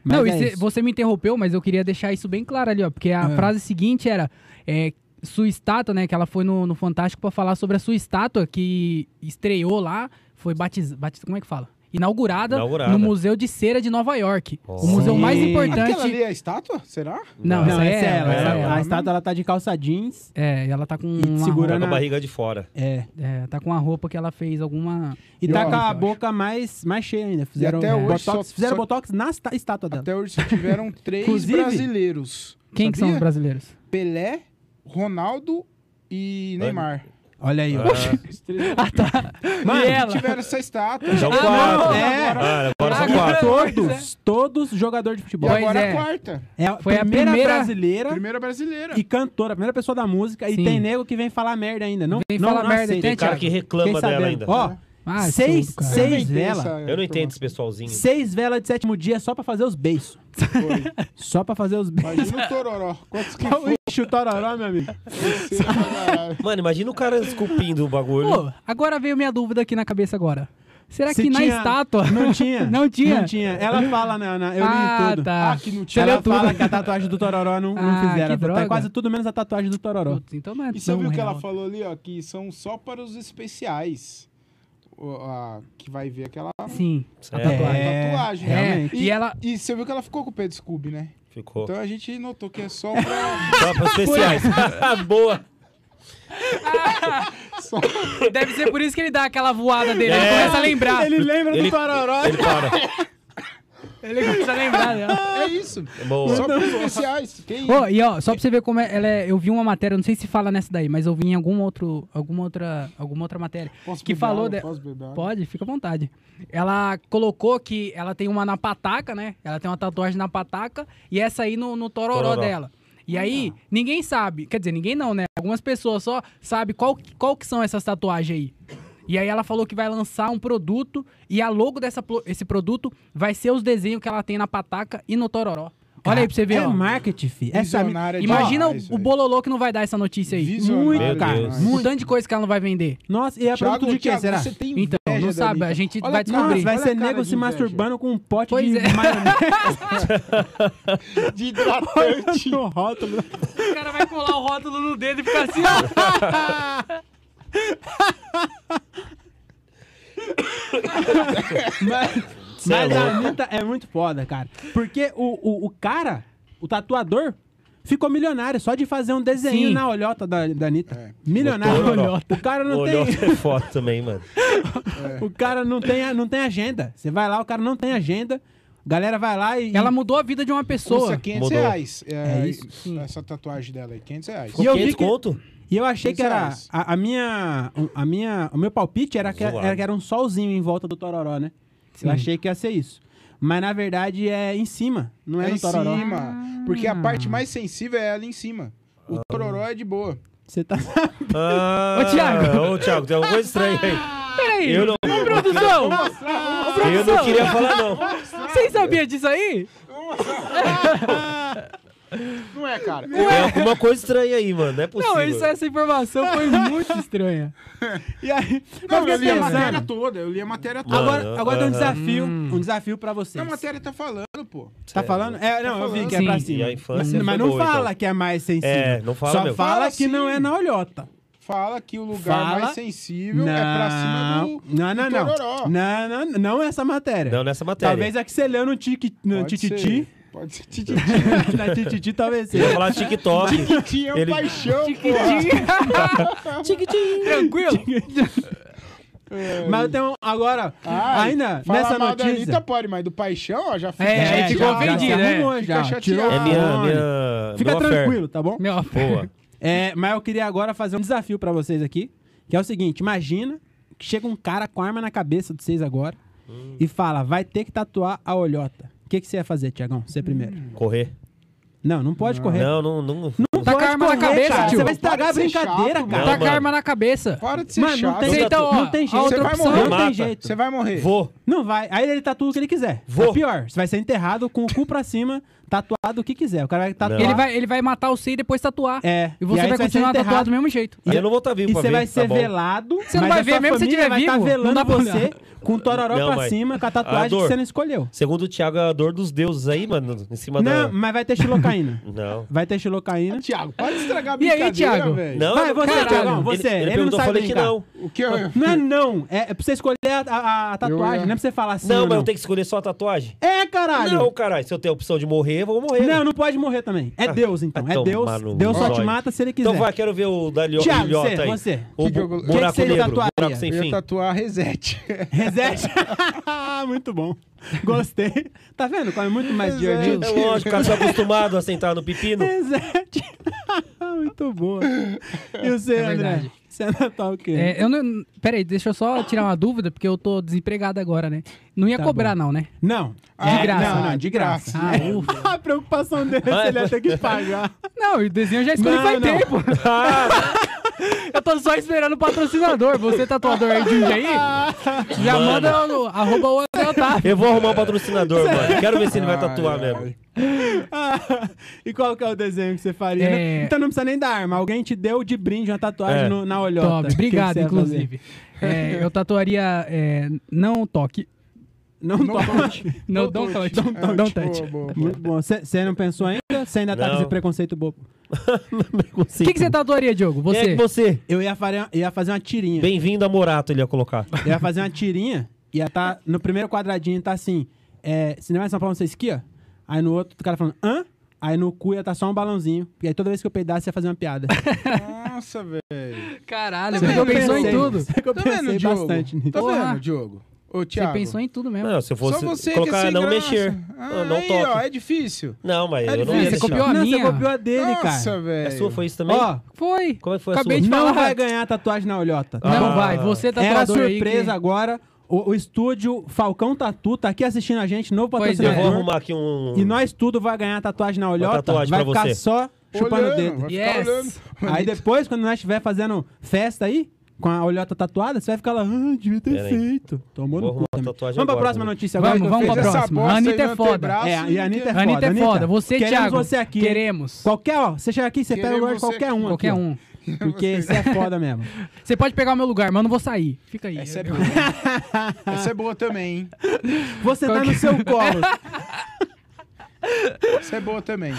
Mas
não, e
é
cê-
isso.
você me interrompeu, mas eu queria deixar isso bem claro ali, ó. Porque a
Ah.
frase seguinte era: é, sua estátua, né? Que ela foi no, no Fantástico pra falar sobre a sua estátua que estreou lá, foi batizada. como é que fala? Inaugurada,
Inaugurada.
no Museu de Cera de Nova York.
Oh.
O museu mais
Sim.
importante.
Aquela ali é a estátua? Será?
Não,
Não,
essa, é ela.
ela.
essa é
ela.
ela.
A estátua, ela tá de calça jeans.
É, ela tá com
E
uma
segura
Tá
roupa,
com a
na-
barriga de fora.
É.
é, tá com uma roupa que ela fez alguma.
E
E
tá
olha,
com a
eu
boca mais, mais cheia ainda. Fizeram,
até hoje
botox,
só-
fizeram
só-
botox na esta- estátua dela.
Até hoje só
*laughs*
tiveram três
Inclusive-
brasileiros.
Quem que são os
sabia?
brasileiros?
Pelé, Ronaldo e Neymar.
Olha aí, ó.
Ah,
Os três
Mano, e ela?
tiveram essa estátua.
São
Ah,
quatro.
não, é.
Ah, agora são
Agora-
quatro.
Todos, todos jogador de
E
futebol.
Pois
agora
né? é.
a quarta.
É a
Foi a
primeira,
primeira-
brasileira
Primeira brasileira.
e cantora, a primeira pessoa da música.
Sim.
E tem nego que vem falar merda ainda. Não,
Vem
não,
falar
não
merda,
aceita.
tem
Tem cara
Thiago?
que
Fiquei
reclama dela
sabendo.
ainda.
É.
Ó,
Ah,
seis,
absurdo, cara.
Eu não
seis
entendo
velas.
essa
Eu não entendo esse
informação.
pessoalzinho.
Seis velas de sétimo dia só pra fazer os beijos.
Foi.
Só pra fazer os
*laughs*
beijos.
Imagina o Tororó. Quantos que foi?
Ixi, o tororó, meu amigo.
pra caralho?
Mano, imagina o cara esculpindo o bagulho.
Pô, agora veio minha dúvida aqui na cabeça agora. Será
Se
que na
tinha-
estátua.
*laughs* Não tinha.
Não tinha?
Não tinha. Ela fala, na, na- eu li
ah,
tudo.
tá.
Ah, que não
Você
tinha.
leu
Ela
tudo.
fala que a tatuagem do Tororó não, não
Ah,
fizeram.
que
Tá
droga.
quase tudo menos a tatuagem do Tororó.
Putz, então não é
E você
tão
viu o que
real.
ela falou ali, ó? Que são só para os especiais. O- a- que vai ver aquela
Sim.
É,
tatuagem.
É,
tatuagem.
é.
né?
Realmente.
E, ela.
E você viu que ela ficou com o Pedro Scooby, né?
Ficou.
Então a gente notou que é só pra.
Só pra especiais. Boa.
só-
Deve ser por isso que ele dá aquela voada dele. Ele
É.
começa a lembrar. Ele,
É. Ele lembra
Ele-
do Tororó.
Ele
começa
para.
a lembrar. né?
*laughs* É isso.
Boa.
Só para os especiais. Que isso?
Ô, e ó, só pra você ver como é, ela é- Eu vi uma matéria, não sei se fala nessa daí, mas eu vi em algum outro, alguma outra, alguma outra matéria.
Posso
que
beber
falou
água?
de-
Posso beber água?
Pode, fica à vontade. Ela colocou que ela tem uma na pataca, né? Ela tem uma tatuagem na pataca e essa aí no, no tororó,
Tororó.
dela. E aí,
Ah, tá.
ninguém sabe. Quer dizer, ninguém não, né? Algumas pessoas só sabem qual, que- qual que são essas tatuagens aí. E aí ela falou que vai lançar um produto e a logo dessa pro- esse produto vai ser os desenhos que ela tem na pataca e no tororó. Olha aí pra você ver,
É
ó.
marketing, fi. Essa
Visionária
Imagina
é demais,
o, o
velho.
bololô que não vai dar essa notícia aí.
Visionário
Muito
demais.
caro,
Thiago,
Um tanto de coisa que ela não vai vender.
Nossa, e é produto de quê,
Thiago,
será?
Você tem
Então,
inveja
não
da
sabe,
Anitta.
a gente
Olha
vai
a cara,
descobrir.
Nossa, vai
olha a
ser
cara
nego
de
se
inveja.
masturbando com um pote
Pois
de
é.
maionese
De hidratante.
no rótulo.
*laughs* O cara vai colar o rótulo no dedo e ficar assim, ó.
Mas,
Cê é
mas a
louco.
Anitta é muito foda, cara. Porque o, o, o cara, o tatuador, ficou milionário só de fazer um desenho
Sim.
na olhota da, da Anitta.
É.
Milionário.
Botou na
O cara não
Olhou
tem... *laughs*
é foto também, mano.
O cara não tem, a- não tem agenda. Você vai lá, o cara não tem agenda. Galera vai lá
*laughs*
e...
Ela mudou a vida de uma
Custa
pessoa.
500
Mudou.
reais. É,
É isso?
Sim.
Essa tatuagem dela aí, 500 reais.
Ficou
E eu vi
500
que-
conto?
E eu achei que era...
Reais.
A, a minha... A minha... O meu palpite era que,
Zoado.
era que era um solzinho em volta do Tororó, né?
Sim.
Eu achei que ia ser isso. Mas, na verdade, é em cima. Não é,
É
no
em
Tororó. Ah.
cima. Porque a parte mais sensível é ela em cima. O tororó é de boa.
Você tá... *laughs*
Ah,
Ô, Thiago.
Ô, Thiago, tem alguma coisa estranha aí.
Peraí,
Eu não,
produção! Ô,
eu não
produção,
queria falar, não.
vocês sabiam disso aí?
Não é, cara.
Tem alguma coisa estranha aí, mano. Não é possível.
Não, isso, essa informação foi muito estranha.
E aí...
Não, eu
Mas eu
li a
fiquei
matéria
pensando...
toda. Eu li a matéria toda.
Mano,
Agora, agora tem um
aham. Hum.
desafio, um desafio pra vocês.
Não, a matéria tá falando, pô.
Tá falando? É, não, eu vi que é
Sim.
pra
E a
cima.
infância
mas
foi
não
boa,
fala
então.
que é mais sensível.
É, não fala,
Só
meu.
fala
Fala assim.
que não
sim.
é na olhota.
Fala que o lugar
Fala-
mais sensível é pra cima
não,
do,
não, não,
do
não.
tororó.
não, não, não essa matéria.
Não, nessa matéria.
é Talvez a que você leu no Tiki- no
Pode
Tititi.
ser. Pode ser
*laughs*
tititi.
Na Tititi talvez
Eu ia
seja.
falar
*laughs*
TikTok.
Tinha
Ele-
paixão, porra. *laughs*
Tranquilo?
É.
Mas então, agora,
Ai,
ainda,
falar
nessa
mal da Anitta
notícia...
pode, mas do paixão, ó, já fica.
É,
já
aí ficou
já-
ofendido,
já se
né?
arrumou,
Fica
já,
chateado.
tirou
É
a
minha,
onda.
minha.
Fica
meu affair.
tranquilo, tá bom?
Meu,
Boa.
É, mas eu queria agora fazer um desafio pra vocês aqui, que é o seguinte, imagina que chega um cara com arma na cabeça de vocês agora e fala, vai ter que tatuar a olhota. O que, que você ia fazer, Tiagão? Você primeiro.
Correr.
Não, não pode correr. Tá
Não, não, não.
Não
Taca
pode
a arma na
correr,
cabeça,
cara.
tio.
Você vai estragar a
Pode ser
brincadeira,
chato,
cara.
mano.
Taca tá a arma na cabeça.
Para de ser
Mano,
chato.
não tem,
Você então, ó,
não tem
a
jeito.
outra
Você vai
opção-
morrer. Não
Mata.
tem jeito.
Você vai morrer.
Vou.
Não vai. Aí ele tatua o que ele quiser.
Vou.
É pior, você vai ser enterrado com o cu pra cima, tatuado o que quiser. O cara vai tatuar.
Não.
Ele vai, ele vai matar você e depois tatuar.
É.
E você vai
ser
continuar
enterrado.
tatuado do mesmo jeito.
Aí eu não vou estar vivo
E
pra
você
ver,
vai
tá
ser
bom.
velado.
Você não
mas
vai
a
ver
sua
mesmo se
família
tiver
vai tá
vivo.
velando
Não dá pra
você
olhar.
com o tororó
Não,
pra
mas-
cima, com a
A
tatuagem
dor.
que você não escolheu.
Segundo o Thiago, é a dor dos deuses aí, mano. Em cima
Não,
da.
mas vai ter xilocaína.
*laughs* Não.
vai ter xilocaína.
Tiago, pode estragar a
E aí,
brincadeira,
Thiago?
velho.
Não,
Vai,
não,
você,
caralho.
Thiagão,
Ele-
você.
Ele,
Ele não
perguntou, eu
sabe
falei que
brincar.
não.
O que eu...
Não é não. É, é pra você escolher a, a- a tatuagem,
Eu-
não é pra você falar assim.
não,
ou
mas eu tenho que escolher só a tatuagem?
É, caralho!
Não, caralho. Se eu tenho a opção de morrer, eu vou morrer.
Não, não pode morrer também. É
Ah,
Deus, então.
vai
É Deus.
tomar no
Deus só te
zóio.
mata se ele quiser.
Então vai, quero ver o da Lio-
Thiago,
Ilhota
você,
aí.
você.
O
Que que eu-
bu-
que que
buraco
você
negro,
tatuaria?
buraco sem
eu
fim.
ia tatuar reset.
Reset. *laughs* Ah, muito bom. Gostei. Tá vendo? Come muito mais Jordi.
É lógico, o cara tá acostumado a sentar
*laughs*
no pepino.
Reset. muito boa. E você, André?
verdade.
Você é Natal o quê?
É, eu não. Peraí, deixa eu só tirar uma dúvida, porque eu tô desempregado agora, né? Não ia
Tá
cobrar, não, né?
Não.
Ah,
É,
graça.
Não, não, de graça. É.
Ah, ufa.
A preocupação dele é se ele ia
*laughs*
ter que pagar.
Não, e o desenho eu já escolhi
Não,
faz
não.
tempo.
Ah!
eu tô só esperando o patrocinador. Você, tatuador aí de um aí, já
Mano.
manda o arroba o André Otávio.
Eu vou arrumar um patrocinador, mano. Quero ver se ele vai tatuar
Ai, ai.
mesmo.
Ah, e qual que é o desenho que você faria?
É.
Então não precisa nem dar arma. Alguém te deu de brinde uma tatuagem
É.
no- na olhota.
Top,
O que que
obrigado,
você ia fazer?
inclusive. É, eu tatuaria. é, não toque.
Não,
*laughs* Não
toque.
Não,
Não
don't
touch.
touch. Don't
É,
touch.
boa, boa, boa.
Muito bom. Você não pensou ainda? Você ainda tá com
Não.
esse preconceito bobo?
O que, que você tatuaria, Diogo?
Quem é
Você.
que você?
Eu ia, faria- ia fazer uma tirinha.
Bem-vindo a Morato, ele ia colocar.
Eu ia fazer uma tirinha, ia tá no primeiro quadradinho, tá assim, é, Cinema de São Paulo, não sei se aqui, ó. Aí no outro, o cara falando, hã? Aí no cu ia tá só um balãozinho. E aí toda vez que eu peidasse, ia fazer
*laughs*
uma piada.
Nossa, velho.
Caralho,
Tá
você
vendo?
pensou em
Pensei.
tudo.
Sei que eu
Tá
pensei
vendo, Diogo?
bastante nisso.
Tá
Porra.
vendo, Diogo? Ô,
Você
Thiago.
pensou em tudo mesmo.
Não, se eu
Só
fosse
você que é
colocar
sem
não
graça.
mexer.
Ah,
não
aí,
toque.
ó, é difícil.
Não, mas
É
eu não
difícil,
ia
você
deixar.
copiou?
não,
minha.
você copiou a dele,
Nossa,
cara.
velho.
A É sua foi isso também?
Ó,
Foi.
Como é que foi a
Acabei
sua?
de falar.
não vai ganhar a tatuagem na olhota. tá
Não
Ah.
bom?
vai. Você é
Era a
tatuador aí. que-
surpresa agora. O, o estúdio Falcão Tatu tá aqui assistindo a gente, novo
Pois é.
Eu vou
patrocinador.
arrumar aqui um.
E é nós tudo vai ganhar a tatuagem na olhota.
tatuagem
vai
pra
ficar
você.
só chupando o
Olhando,
dedo.
vai ficar
Yes.
olhando.
Aí depois, quando nós estiver fazendo festa aí, com a olhota tatuada, você vai ficar lá, ah, devia ter
Pera aí.
feito. Tomou no
Vou
cu
arrumar a
também.
tatuagem
Vamos pra
agora,
próxima
né?
notícia agora.
Vamos,
que eu
vamos
fiz
pra
essa-
Fez essa
próxima.
bosta
Anitta
aí no
é foda.
antebraço,
É, e a Anitta é foda.
Anitta é foda. Você,
queremos
Thiago,
você aqui. hein?
Queremos.
Qualquer, ó, você chega aqui, você pega o
Queremos
lugar de
você
qualquer um.
Qualquer
aqui, ó.
um.
Porque você é foda mesmo.
Você pode pegar o meu lugar, mas eu não vou sair. Fica aí.
Essa é
Eu-
boa. *laughs* Essa é boa também, hein?
Você
*laughs*
tá no seu colo.
Essa é boa também.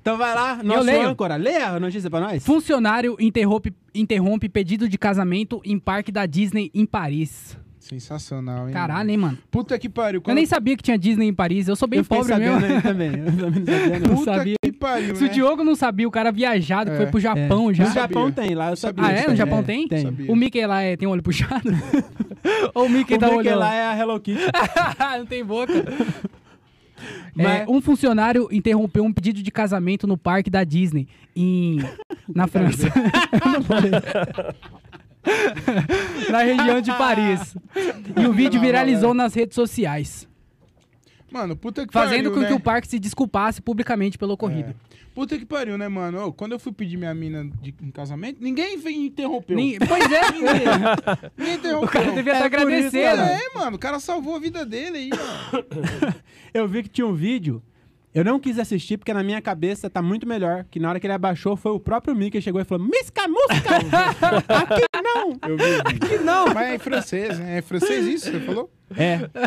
Então vai lá, nosso
leio.
âncora. Lê a notícia pra nós.
Funcionário interrompe, interrompe pedido de casamento em parque da Disney em Paris.
Sensacional, hein?
Caralho, hein, mano?
Puta que pariu.
Eu nem sabia que tinha Disney em Paris. Eu sou bem
eu fiquei
pobre
sabendo né?
mesmo.
aí também. Eu também não sabia, não.
Não
Puta
sabia.
que pariu,
*laughs* Se o
né?
Diogo não sabia, o cara viajado, que
É,
foi pro Japão
É.
já.
No Japão
Sabia.
tem lá, eu sabia.
Ah, é? No
disso,
Japão
é,
tem?
Tem.
Sabia.
O Mickey lá é- tem o olho puxado? *laughs* Ou o Mickey
O
tá
Mickey
olhando?
lá é a Hello Kitty.
não tem boca.
*laughs* Mas-
um funcionário interrompeu um pedido de casamento no parque da Disney em na
Tá
França. *laughs* *laughs* na região
*laughs*
de Paris. E o vídeo
Não,
viralizou nas redes sociais,
Mano, puta que
fazendo
pariu,
com
né?
que o parque se desculpasse publicamente pelo ocorrido.
Puta que pariu, né, mano? Ô, quando eu fui pedir minha mina de, em casamento, ninguém veio e interrompeu.
Nem- Pois é,
Ninguém
o
interrompeu.
cara devia estar
É por isso,
agradecendo.
né?
É, mano, o cara salvou a vida dele aí,
*laughs*
ó.
Eu vi que tinha um vídeo. Eu não quis assistir porque na minha cabeça tá muito melhor. Que na hora que ele abaixou foi o próprio Mickey que chegou e falou: Misca, musca!
*laughs*
Aqui não!
Eu vi o vídeo.
Aqui não!
Mas é em francês, né? É em francês isso, que você falou?
É,
*laughs*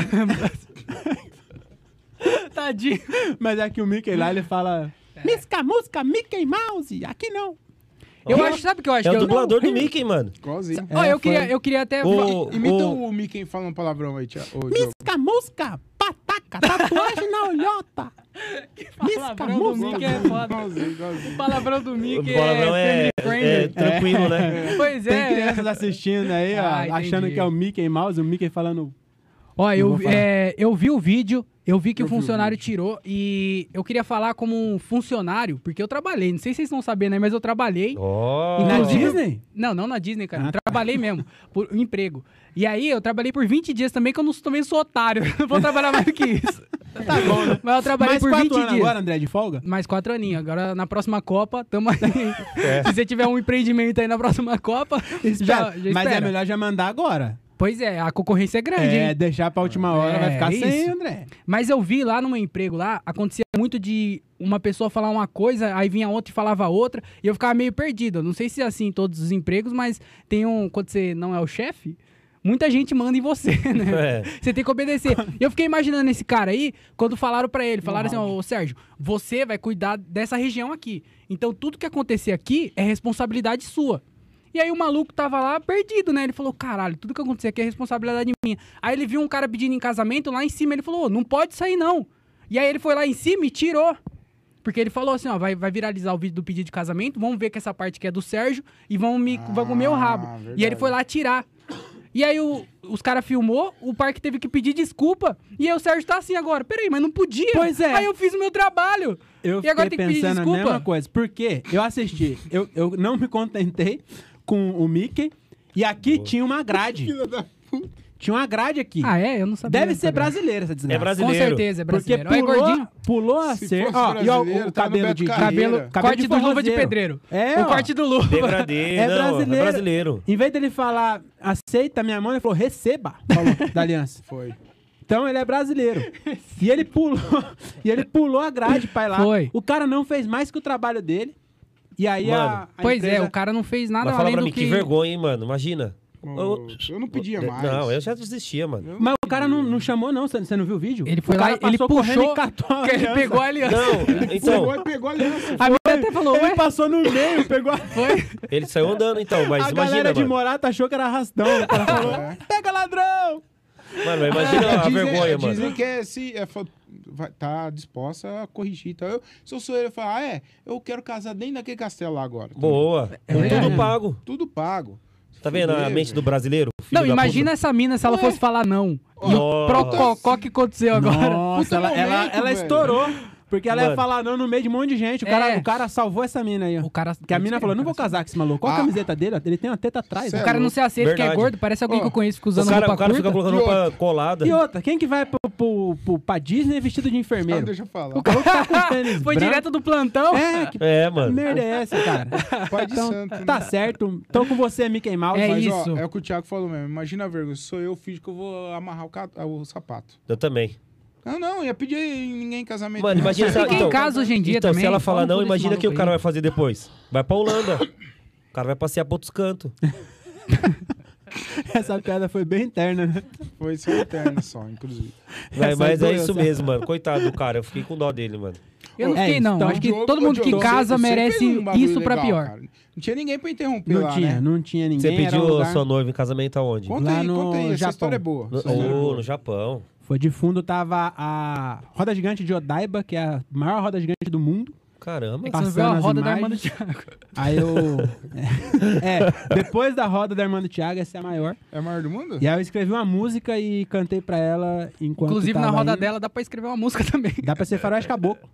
Tadinho. É.
mas é que o Mickey lá ele fala: Misca, musca, Mickey Mouse! Aqui não!
Eu
Olha,
acho, sabe o que eu acho?
É
que
o
eu-
dublador do Mickey, mano.
Igualzinho.
Ó,
É,
eu,
foi.
queria, eu queria até...
O,
Imita
o-
o Mickey falando palavrão aí, tia. Ô, Diogo.
Misca, musca, pataca, tatuagem na
*laughs*
olhota! Misca,
palavrão do Mickey é
musca!
foda.
Igualzinho, igualzinho.
Palavrão do
o
Mickey
palavrão é,
é,
é tranquilo, né?
Pois
Tem
é.
crianças assistindo aí, ó,
Ah,
achando
entendi.
que é o Mickey Mouse, o Mickey falando.
Ó, eu,
vou falar.
é, eu vi o vídeo, eu vi que
Eu
o
vi o
funcionário tirou e eu queria falar como um funcionário, porque eu trabalhei, não sei se vocês estão sabendo aí, mas eu trabalhei.
Ó.
E na
Inclusive-
Disney?
Não, não na Disney, cara.
Ah,
eu trabalhei mesmo, por *laughs* um emprego. E aí eu trabalhei por 20 dias também, que eu não, também sou otário. Não vou trabalhar mais do que isso.
*laughs* Tá bom, né?
Mas eu trabalhei
Mais
por
quatro
20
anos
dias.
agora, André, de folga?
Mais quatro aninhos. Agora na próxima Copa, tamo
*laughs*
aí. Se você tiver um empreendimento aí na próxima Copa, já,
É. Espera.
já
Mas é
espera.
melhor já mandar agora.
Pois é, a concorrência é grande,
É,
hein?
deixar pra última hora,
É,
vai ficar sem,
isso.
André.
Mas eu vi lá no meu emprego lá, acontecia muito de uma pessoa falar uma coisa, aí vinha outra e falava outra, e eu ficava meio perdido. Eu Não sei se é assim em todos os empregos, mas tem um. Quando você não é o chefe, muita gente manda em você, *laughs* né?
É.
Você tem que obedecer. Eu fiquei imaginando esse cara aí, quando falaram pra ele, falaram assim, ô Sérgio, você vai cuidar dessa região aqui. Então tudo que acontecer aqui é responsabilidade sua. E aí o maluco tava lá perdido, né? Ele falou, caralho, tudo que acontecer aqui é responsabilidade minha. Aí ele viu um cara pedindo em casamento lá em cima, ele falou, ô, não pode sair não. E aí ele foi lá em cima e tirou. Porque ele falou assim, ó, vai, vai viralizar o vídeo do pedido de casamento, vamos ver que essa parte que é do Sérgio e vão me vão comer o rabo.
Ah,
E ele foi lá tirar. E aí o- os caras filmou, o parque teve que pedir desculpa. E aí o Sérgio tá assim agora. Peraí, mas não podia.
Pois é.
Aí eu fiz o meu trabalho.
Eu
e agora tem
fiquei
que pedir
pensando a
desculpa.
mesma coisa. Porque eu assisti, eu, eu não me contentei com o Mickey. E aqui tinha uma grade.
Filha da puta.
Tinha uma grade aqui.
Ah, é? Eu não sabia.
Deve ser
cara.
brasileira essa desgraça.
É brasileira.
Com
Brasileiro.
certeza, é
Porque
brasileiro. Olha,
pulou,
gordinho.
pulou a
Se
ser.
fosse
Ó, e ó,
brasileiro,
o
tá no
cabelo
Beto
de.
Carreiro.
Cabelo,
Cabelo
corte
de
do luva de
forrozeiro.
pedreiro.
É,
o
ó.
corte do luva.
Degradê,
É
não,
brasileiro.
é brasileiro.
Em vez dele falar aceita minha mão, ele falou receba. Falou da aliança.
Foi.
Então ele é
*laughs*
brasileiro. E ele pulou, e ele pulou a grade pra ir lá.
Foi.
O cara não fez mais que o trabalho dele. E aí a,
Mano.
*laughs*
a
Pois
empresa-
é, o cara não fez nada
Mas fala
além
pra
do
mim, que...
que...
vergonha, hein, mano. Imagina.
Eu, eu não pedia
Eu-
mais.
Não, eu já desistia, mano.
Mas o cara não, não chamou, não. Você você não viu o vídeo?
Ele foi
o
lá,
cara
ele
passou
puxou,
correndo e catou
*laughs*
a
que ele
aliança.
pegou a
*laughs*
aliança.
Não,
Pegou
então,
e pegou a aliança.
A mulher até falou,
Ele
ué,
passou no meio, pegou *laughs*
*laughs*
a...
foi.
ele saiu andando, então, mas
a
imagina,
galera de
mano.
Morata achou que era arrastão. O cara falou, pega ladrão!
Mano, mas imagina a
né? É, dizem,
vergonha, mano.
dizem que é, se é, fa- vai- tá disposta a corrigir. Então, eu, se eu sou ele, eu falo, ah, é, eu quero casar nem naquele castelo lá agora. tá?"
Boa. Com
verdade.
tudo pago.
Tudo pago.
Tá vendo a
Fuder,
mente do brasileiro? filho
Não,
da
imagina
puta?
essa mina se ela
Ué.
fosse falar não. E o
Nossa.
prococó que aconteceu agora.
*laughs* Nossa,
Puta
ela, ela-
momento,
ela
velho.
estourou. Porque ela ia
Mano.
falar não no meio de um monte de gente. O cara,
É.
o cara salvou essa mina aí, ó.
O cara...
Porque a mina falou, não vou casar com esse maluco. Qual a
Ah.
camiseta dele? ó? Ele tem uma teta atrás.
Cê
ó.
O cara não se aceita que é
Verdade.
gordo, parece alguém
Ó,
que eu conheço que
O
usando
cara,
roupa
o cara fica
curta.
colocando
E
roupa colada.
E outra, quem que vai pro, pro, pro- pra Disney vestido de
Ah,
enfermeiro?
deixa eu falar.
O cara que
*laughs*
tá com tênis
Foi
branco.
direto do plantão.
É, que
É, mano.
merda é essa, cara?
Pai de
Então,
santo. né?
tá certo. Tô com você, Mickey Mouse.
É
Mas, ó,
isso.
é o que o Thiago falou mesmo. Imagina a vergonha. Sou eu, finge que eu vou amarrar o, ca- o sapato. Ah,
Eu também.
Não, não, ia pedir ninguém em casamento.
Mano,
*laughs*
imagina se ela-
Ninguém
então,
casa hoje em dia
então,
também.
se ela falar
Fala
não,
tudo
imagina
esse
que o
maluco
cara
aí.
vai fazer depois. Vai pra Holanda. O cara vai passear pra outros cantos.
Essa piada foi bem interna, né?
Foi só interno só, inclusive.
Vai,
Essa
mas é
doeu,
isso
sabe?
mesmo, mano. Coitado do cara. Eu fiquei com dó dele, mano.
Eu não
É
fiquei,
isso,
não.
então.
Acho que
Diogo-
todo mundo
Ô,
que
Diogo,
casa
você
merece
fez um bagulho
isso pra
legal,
pior.
cara. Não tinha ninguém pra interromper
Não
lá,
tinha,
né?
não tinha
Você
ninguém. era um
pediu
lugar-
sua noiva em casamento aonde?
Conta
Lá
aí,
no
conta aí. Essa
Japão.
história é boa.
No,
Essa história é
oh,
boa.
no Japão.
Foi de fundo, tava a roda gigante de Odaiba, que é a maior roda gigante do mundo.
Caramba.
Você não viu
Passando
a
as
roda da
imagens.
irmã do Thiago.
Aí eu. *laughs* é, depois da roda da irmã do Thiago, essa é a maior.
É a maior do mundo?
E aí eu escrevi uma música e cantei pra ela enquanto.
tá
Inclusive, na
tava
roda
indo.
dela dá pra escrever uma música *laughs* também.
Dá pra ser
*laughs*
faroeste caboclo.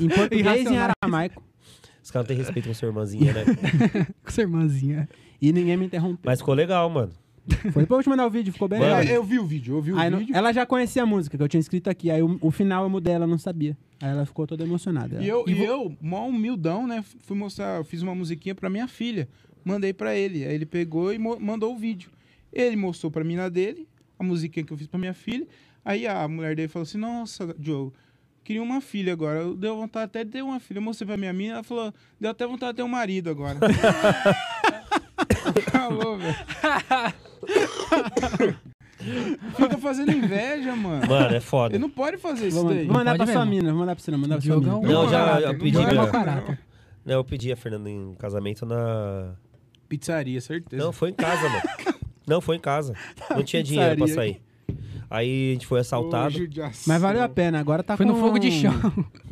em português e em
Irracionais.
aramaico.
Os caras não têm respeito com sua irmãzinha, né?
Com sua irmãzinha.
E ninguém me interrompeu.
Mas ficou legal, mano.
Foi depois eu te mandar o vídeo, ficou bem
Mano.
legal.
É, Eu, eu vi o vídeo, eu vi o
Aí não-
vídeo.
ela já conhecia a música que eu tinha escrito aqui. Aí o, o final eu mudei, ela não sabia. Aí ela ficou toda emocionada.
E
Ela-
eu, Tá. e eu, mó humildão, né? Fui mostrar, fiz uma musiquinha pra minha filha. Mandei pra ele. Aí ele pegou e mo- mandou o vídeo. Ele mostrou pra mina dele, a musiquinha que eu fiz pra minha filha. Aí a mulher dele falou assim: Nossa, Diogo, queria uma filha agora. Eu deu vontade até de ter uma filha. Eu mostrei pra minha mina, ela falou: Deu até vontade de ter um marido agora. *laughs* Falou, *laughs* velho. Fica fazendo inveja, mano.
Mano, é foda.
Ele não pode fazer isso
Vou, man-
daí.
vou mandar
Pode
pra sua
mesmo.
mina, vou mandar pra você, mandar pra sua
Diogão,
mina.
Não,
mau
já-
caráter.
já
Não
pedi,
é mau
né?
caráter.
Não, eu pedi a Fernanda em casamento na.
Pizzaria, certeza.
Não, foi em casa, mano. Não, foi em casa. Não tinha dinheiro pra
Pizzaria.
sair. Aí a gente foi assaltado.
Mas valeu a pena, agora tá
Foi
com...
no fogo de chão.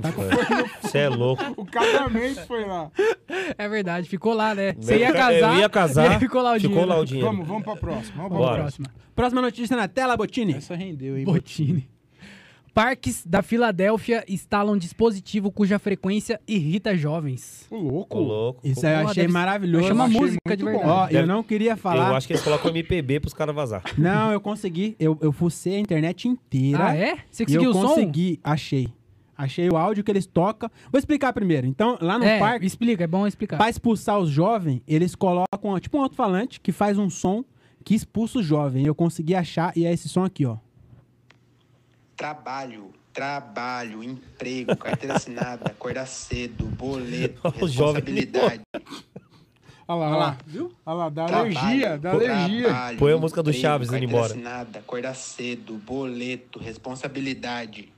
*laughs*
Você é louco.
O casamento foi lá.
É verdade, ficou lá, né? Você ia
Eu ca-
casar.
Eu ia casar.
e ficou lá o dinheiro.
Ficou lá o dinheiro.
Vamos, vamos pra próxima. Vamos pra
Bora.
próxima.
Próxima notícia na tela, Botini.
Essa rendeu, hein?
*laughs* Botini. Parques da Filadélfia instalam dispositivo cuja frequência irrita jovens.
Ô, louco.
Ô, louco.
Isso aí eu
Porra,
achei
deve-
maravilhoso.
Chama
achei
música
muito
de
bom.
verdade.
Ó, eu
Deve-
não queria
Eu
falar.
acho que eles colocam MPB pros caras vazar.
Não, eu consegui. Eu, eu fucei a internet inteira.
Ah, é? Você
E
conseguiu
eu
o som?
consegui, achei. Achei o áudio que eles tocam. Vou explicar primeiro. Então,
tá
lá no
é,
parque,
explica, é bom explicar.
pra expulsar os jovens, eles colocam tipo um alto-falante que faz um som que expulsa o jovem. Eu consegui achar e é esse som aqui, ó.
Trabalho, trabalho, emprego, carteira assinada, acordar cedo,
*laughs*
boleto,
O jovem *laughs*
responsabilidade.
Olha lá, olha lá. Viu? Olha lá,
Tá,
dá alergia, dá
trabalho,
alergia.
trabalho,
Põe a música do
emprego,
Chaves indo
carteira
embora.
assinada, acordar cedo, boleto, responsabilidade.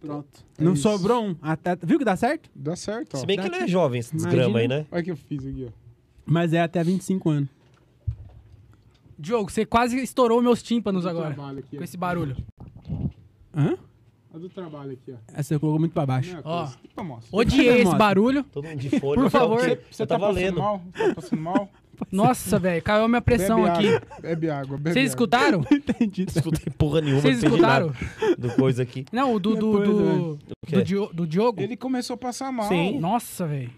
Pronto. Não
isso.
sobrou um. Até... Viu que dá certo?
Dá certo, ó.
Se bem que ele é jovem, esse
Imagina.
desgrama aí, né?
Olha o que eu fiz aqui, ó.
Mas é até 25 anos.
Diogo, você quase estourou meus tímpanos
Do
agora.
trabalho aqui,
Com
ó.
esse barulho.
Hã?
A do trabalho aqui, ó.
Essa você colocou muito pra baixo.
Não é
Ó.
coisa. Então mostra.
Odiei esse
Mostra.
barulho.
Todo mundo de folha.
Por
mas tá
favor.
ok.
Você
Eu
tá
tava
passando
lendo.
mal? Tá passando mal?
Nossa, velho, caiu a minha pressão
Bebe
aqui.
Água, bebe água, bebe
Vocês
água. *laughs*
escutaram?
*laughs* Entendi.
Não escutei porra nenhuma.
Vocês
não entendi nada
escutaram?
Do coisa aqui.
Não, o do, do,
Depois,
do,
quê?
do Dio- do Diogo.
né? Ele começou a passar mal.
Sim.
Nossa, velho.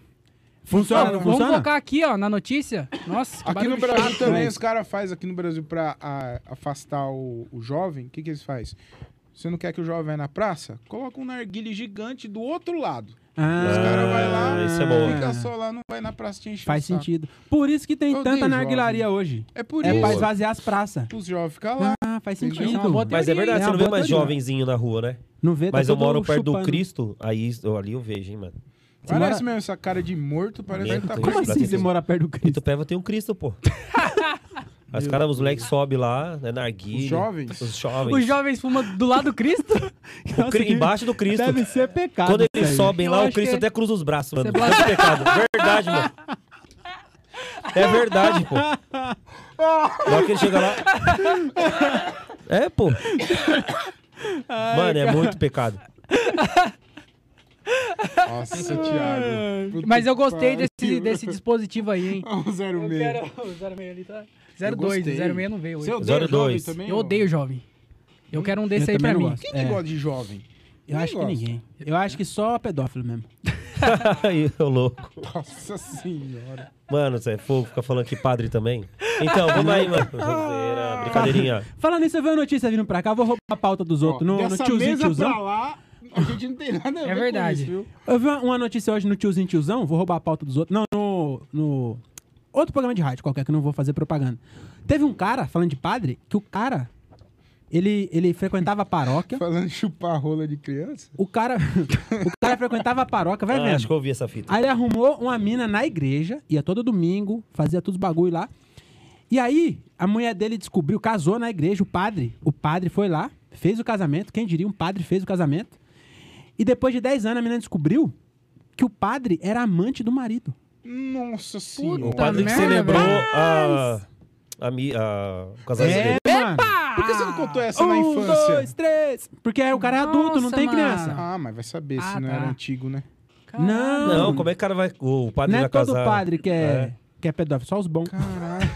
Funciona,
Ó,
não
Vamos
funciona?
colocar aqui, ó, na notícia. Nossa, que
Aqui no
barulho
Brasil
chato.
também,
velho.
os caras fazem aqui no Brasil pra a- afastar o, o jovem, o que, que eles fazem? Você não quer que o jovem vá na praça? Coloca um narguile gigante do outro lado.
Ah,
Os caras vão lá,
Ah, isso é bom.
fica só lá, não vai na praça te encher
Faz
o saco.
sentido. Por isso que tem
Eu
tanta
odeio
narguilaria hoje.
É por
É
isso
pra esvaziar as praças.
que os jovens ficam lá.
Ah, faz
Entendi.
sentido.
É uma boa
Mas é verdade,
É
você
uma
não vê
boa
mais
teoria.
jovenzinho na rua, né?
Não vê, tá
Mas eu
todo
moro perto do
chupando.
Cristo, aí eu- ali eu vejo, hein, mano.
Você
Parece
mora-
mesmo essa cara de morto, parece
Meu
que tá
Deus.
Como
perdido.
assim você mora perto do Cristo?
Itupeva tem um
*laughs*
Cristo, pô. Aí os caras, os moleques sobem lá, né, na
Os jovens?
Os jovens.
Os jovens assim, fumam do lado
*laughs*
do Cristo?
O cri- Embaixo do Cristo.
Deve ser pecado.
Quando
isso
eles
aí.
sobem
Eu
lá, o
acho
Cristo
que- é-
até cruza os braços, mano.
Você
Tanto pecado. Verdade, mano. É verdade, pô. Na
*laughs*
hora que ele chega lá. É, pô. Mano, é muito pecado. *laughs*
Nossa, Thiago. Puta
Mas eu
que
gostei
pariu.
desse, desse dispositivo
*laughs*
aí, hein?
Ah, o zero meio.
o 06 ali tá.
Eu
02,
gostei.
06 não veio hoje.
Você odeia
Zero
jovem
dois.
também?
Eu
ô?
odeio jovem. Eu quero um desse
Eu
aí
também
pra
não
mim.
gosto.
Quem que
É.
gosta de jovem?
Eu acho que
gosta.
ninguém. Eu acho que só pedófilo mesmo.
Aí, ô louco.
Nossa senhora.
Mano, você é fogo, fica falando que padre também. Então, vamos aí, mano. Zoeira, brincadeirinha.
Falando nisso, eu vi uma notícia vindo pra cá, eu vou roubar a pauta dos outros. no, no
Dessa
tiozinho
mesa pra
tiozão.
lá, a gente não tem nada a ver com
É verdade.
isso, viu?
Eu vi uma, uma notícia hoje no tiozinho tiozão, vou roubar a pauta dos outros. Não, no. no- Outro programa de rádio qualquer, que eu não vou fazer propaganda. Teve um cara, falando de padre, que o cara. Ele, ele frequentava a paróquia.
Falando em chupar rola de criança.
O cara, *laughs* o cara frequentava a paróquia, vai
Ah,
vendo.
acho que eu ouvi essa fita.
Aí ele arrumou uma mina na igreja, ia todo domingo, fazia todos os bagulho lá. E aí, a mulher dele descobriu, casou na igreja, o padre. O padre foi lá, fez o casamento. Quem diria, um padre fez o casamento. E depois de 10 anos, a menina descobriu que o padre era amante do marido.
Nossa senhora.
O padre que
merda,
celebrou a, a, mi- a- o casamento dele.
mano.
Por que você não contou
é
essa na
Um,
infância?
dois, três. Porque o cara é adulto, não
Nossa,
tem
mano.
criança.
Ah, mas vai saber se
Ah,
não
tá.
era antigo, né?
Não,
Não, como é que o cara vai. O padre
não é
vai
todo
casar.
padre que é,
É.
que é pedófilo, só os bons.
Caralho.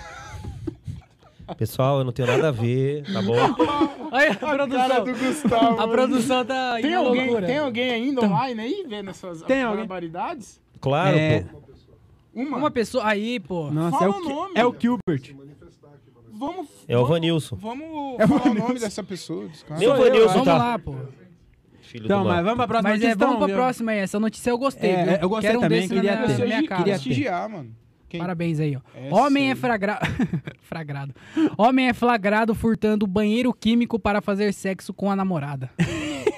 é-
Pessoal, eu não tenho nada a ver, tá bom?
Olha a
Cara
produção.
do Gustavo.
A produção tá
Tem
indo à
alguém,
loucura.
tem alguém ainda online aí vendo essas
Tem alguém.
barbaridades?
Claro,
É.
pô.
Uma.
Uma pessoa aí, pô.
Nossa,
Fala
é
o
o, Ki-
nome.
é o Gilbert.
Vamos,
É o Vanilson.
vamos falar é o nome dessa pessoa, dos caras.
Nem o Vanilson
Vamos
tá.
lá, pô.
Filho
Então,
do
mas
mar.
vamos pra próxima
Mas
notícia.
é, vamos pra
viu?
próxima aí. Essa notícia eu gostei.
É,
viu?
eu gostei
Quero um
também,
desse
queria
na minha,
ter.
na minha
Você
cara.
queria ter.
prestigiar, mano. Quem-
Parabéns aí, ó.
Essa
Homem
aí.
é flagrado. *laughs* flagrado. Homem é flagrado furtando banheiro químico para fazer sexo com a namorada.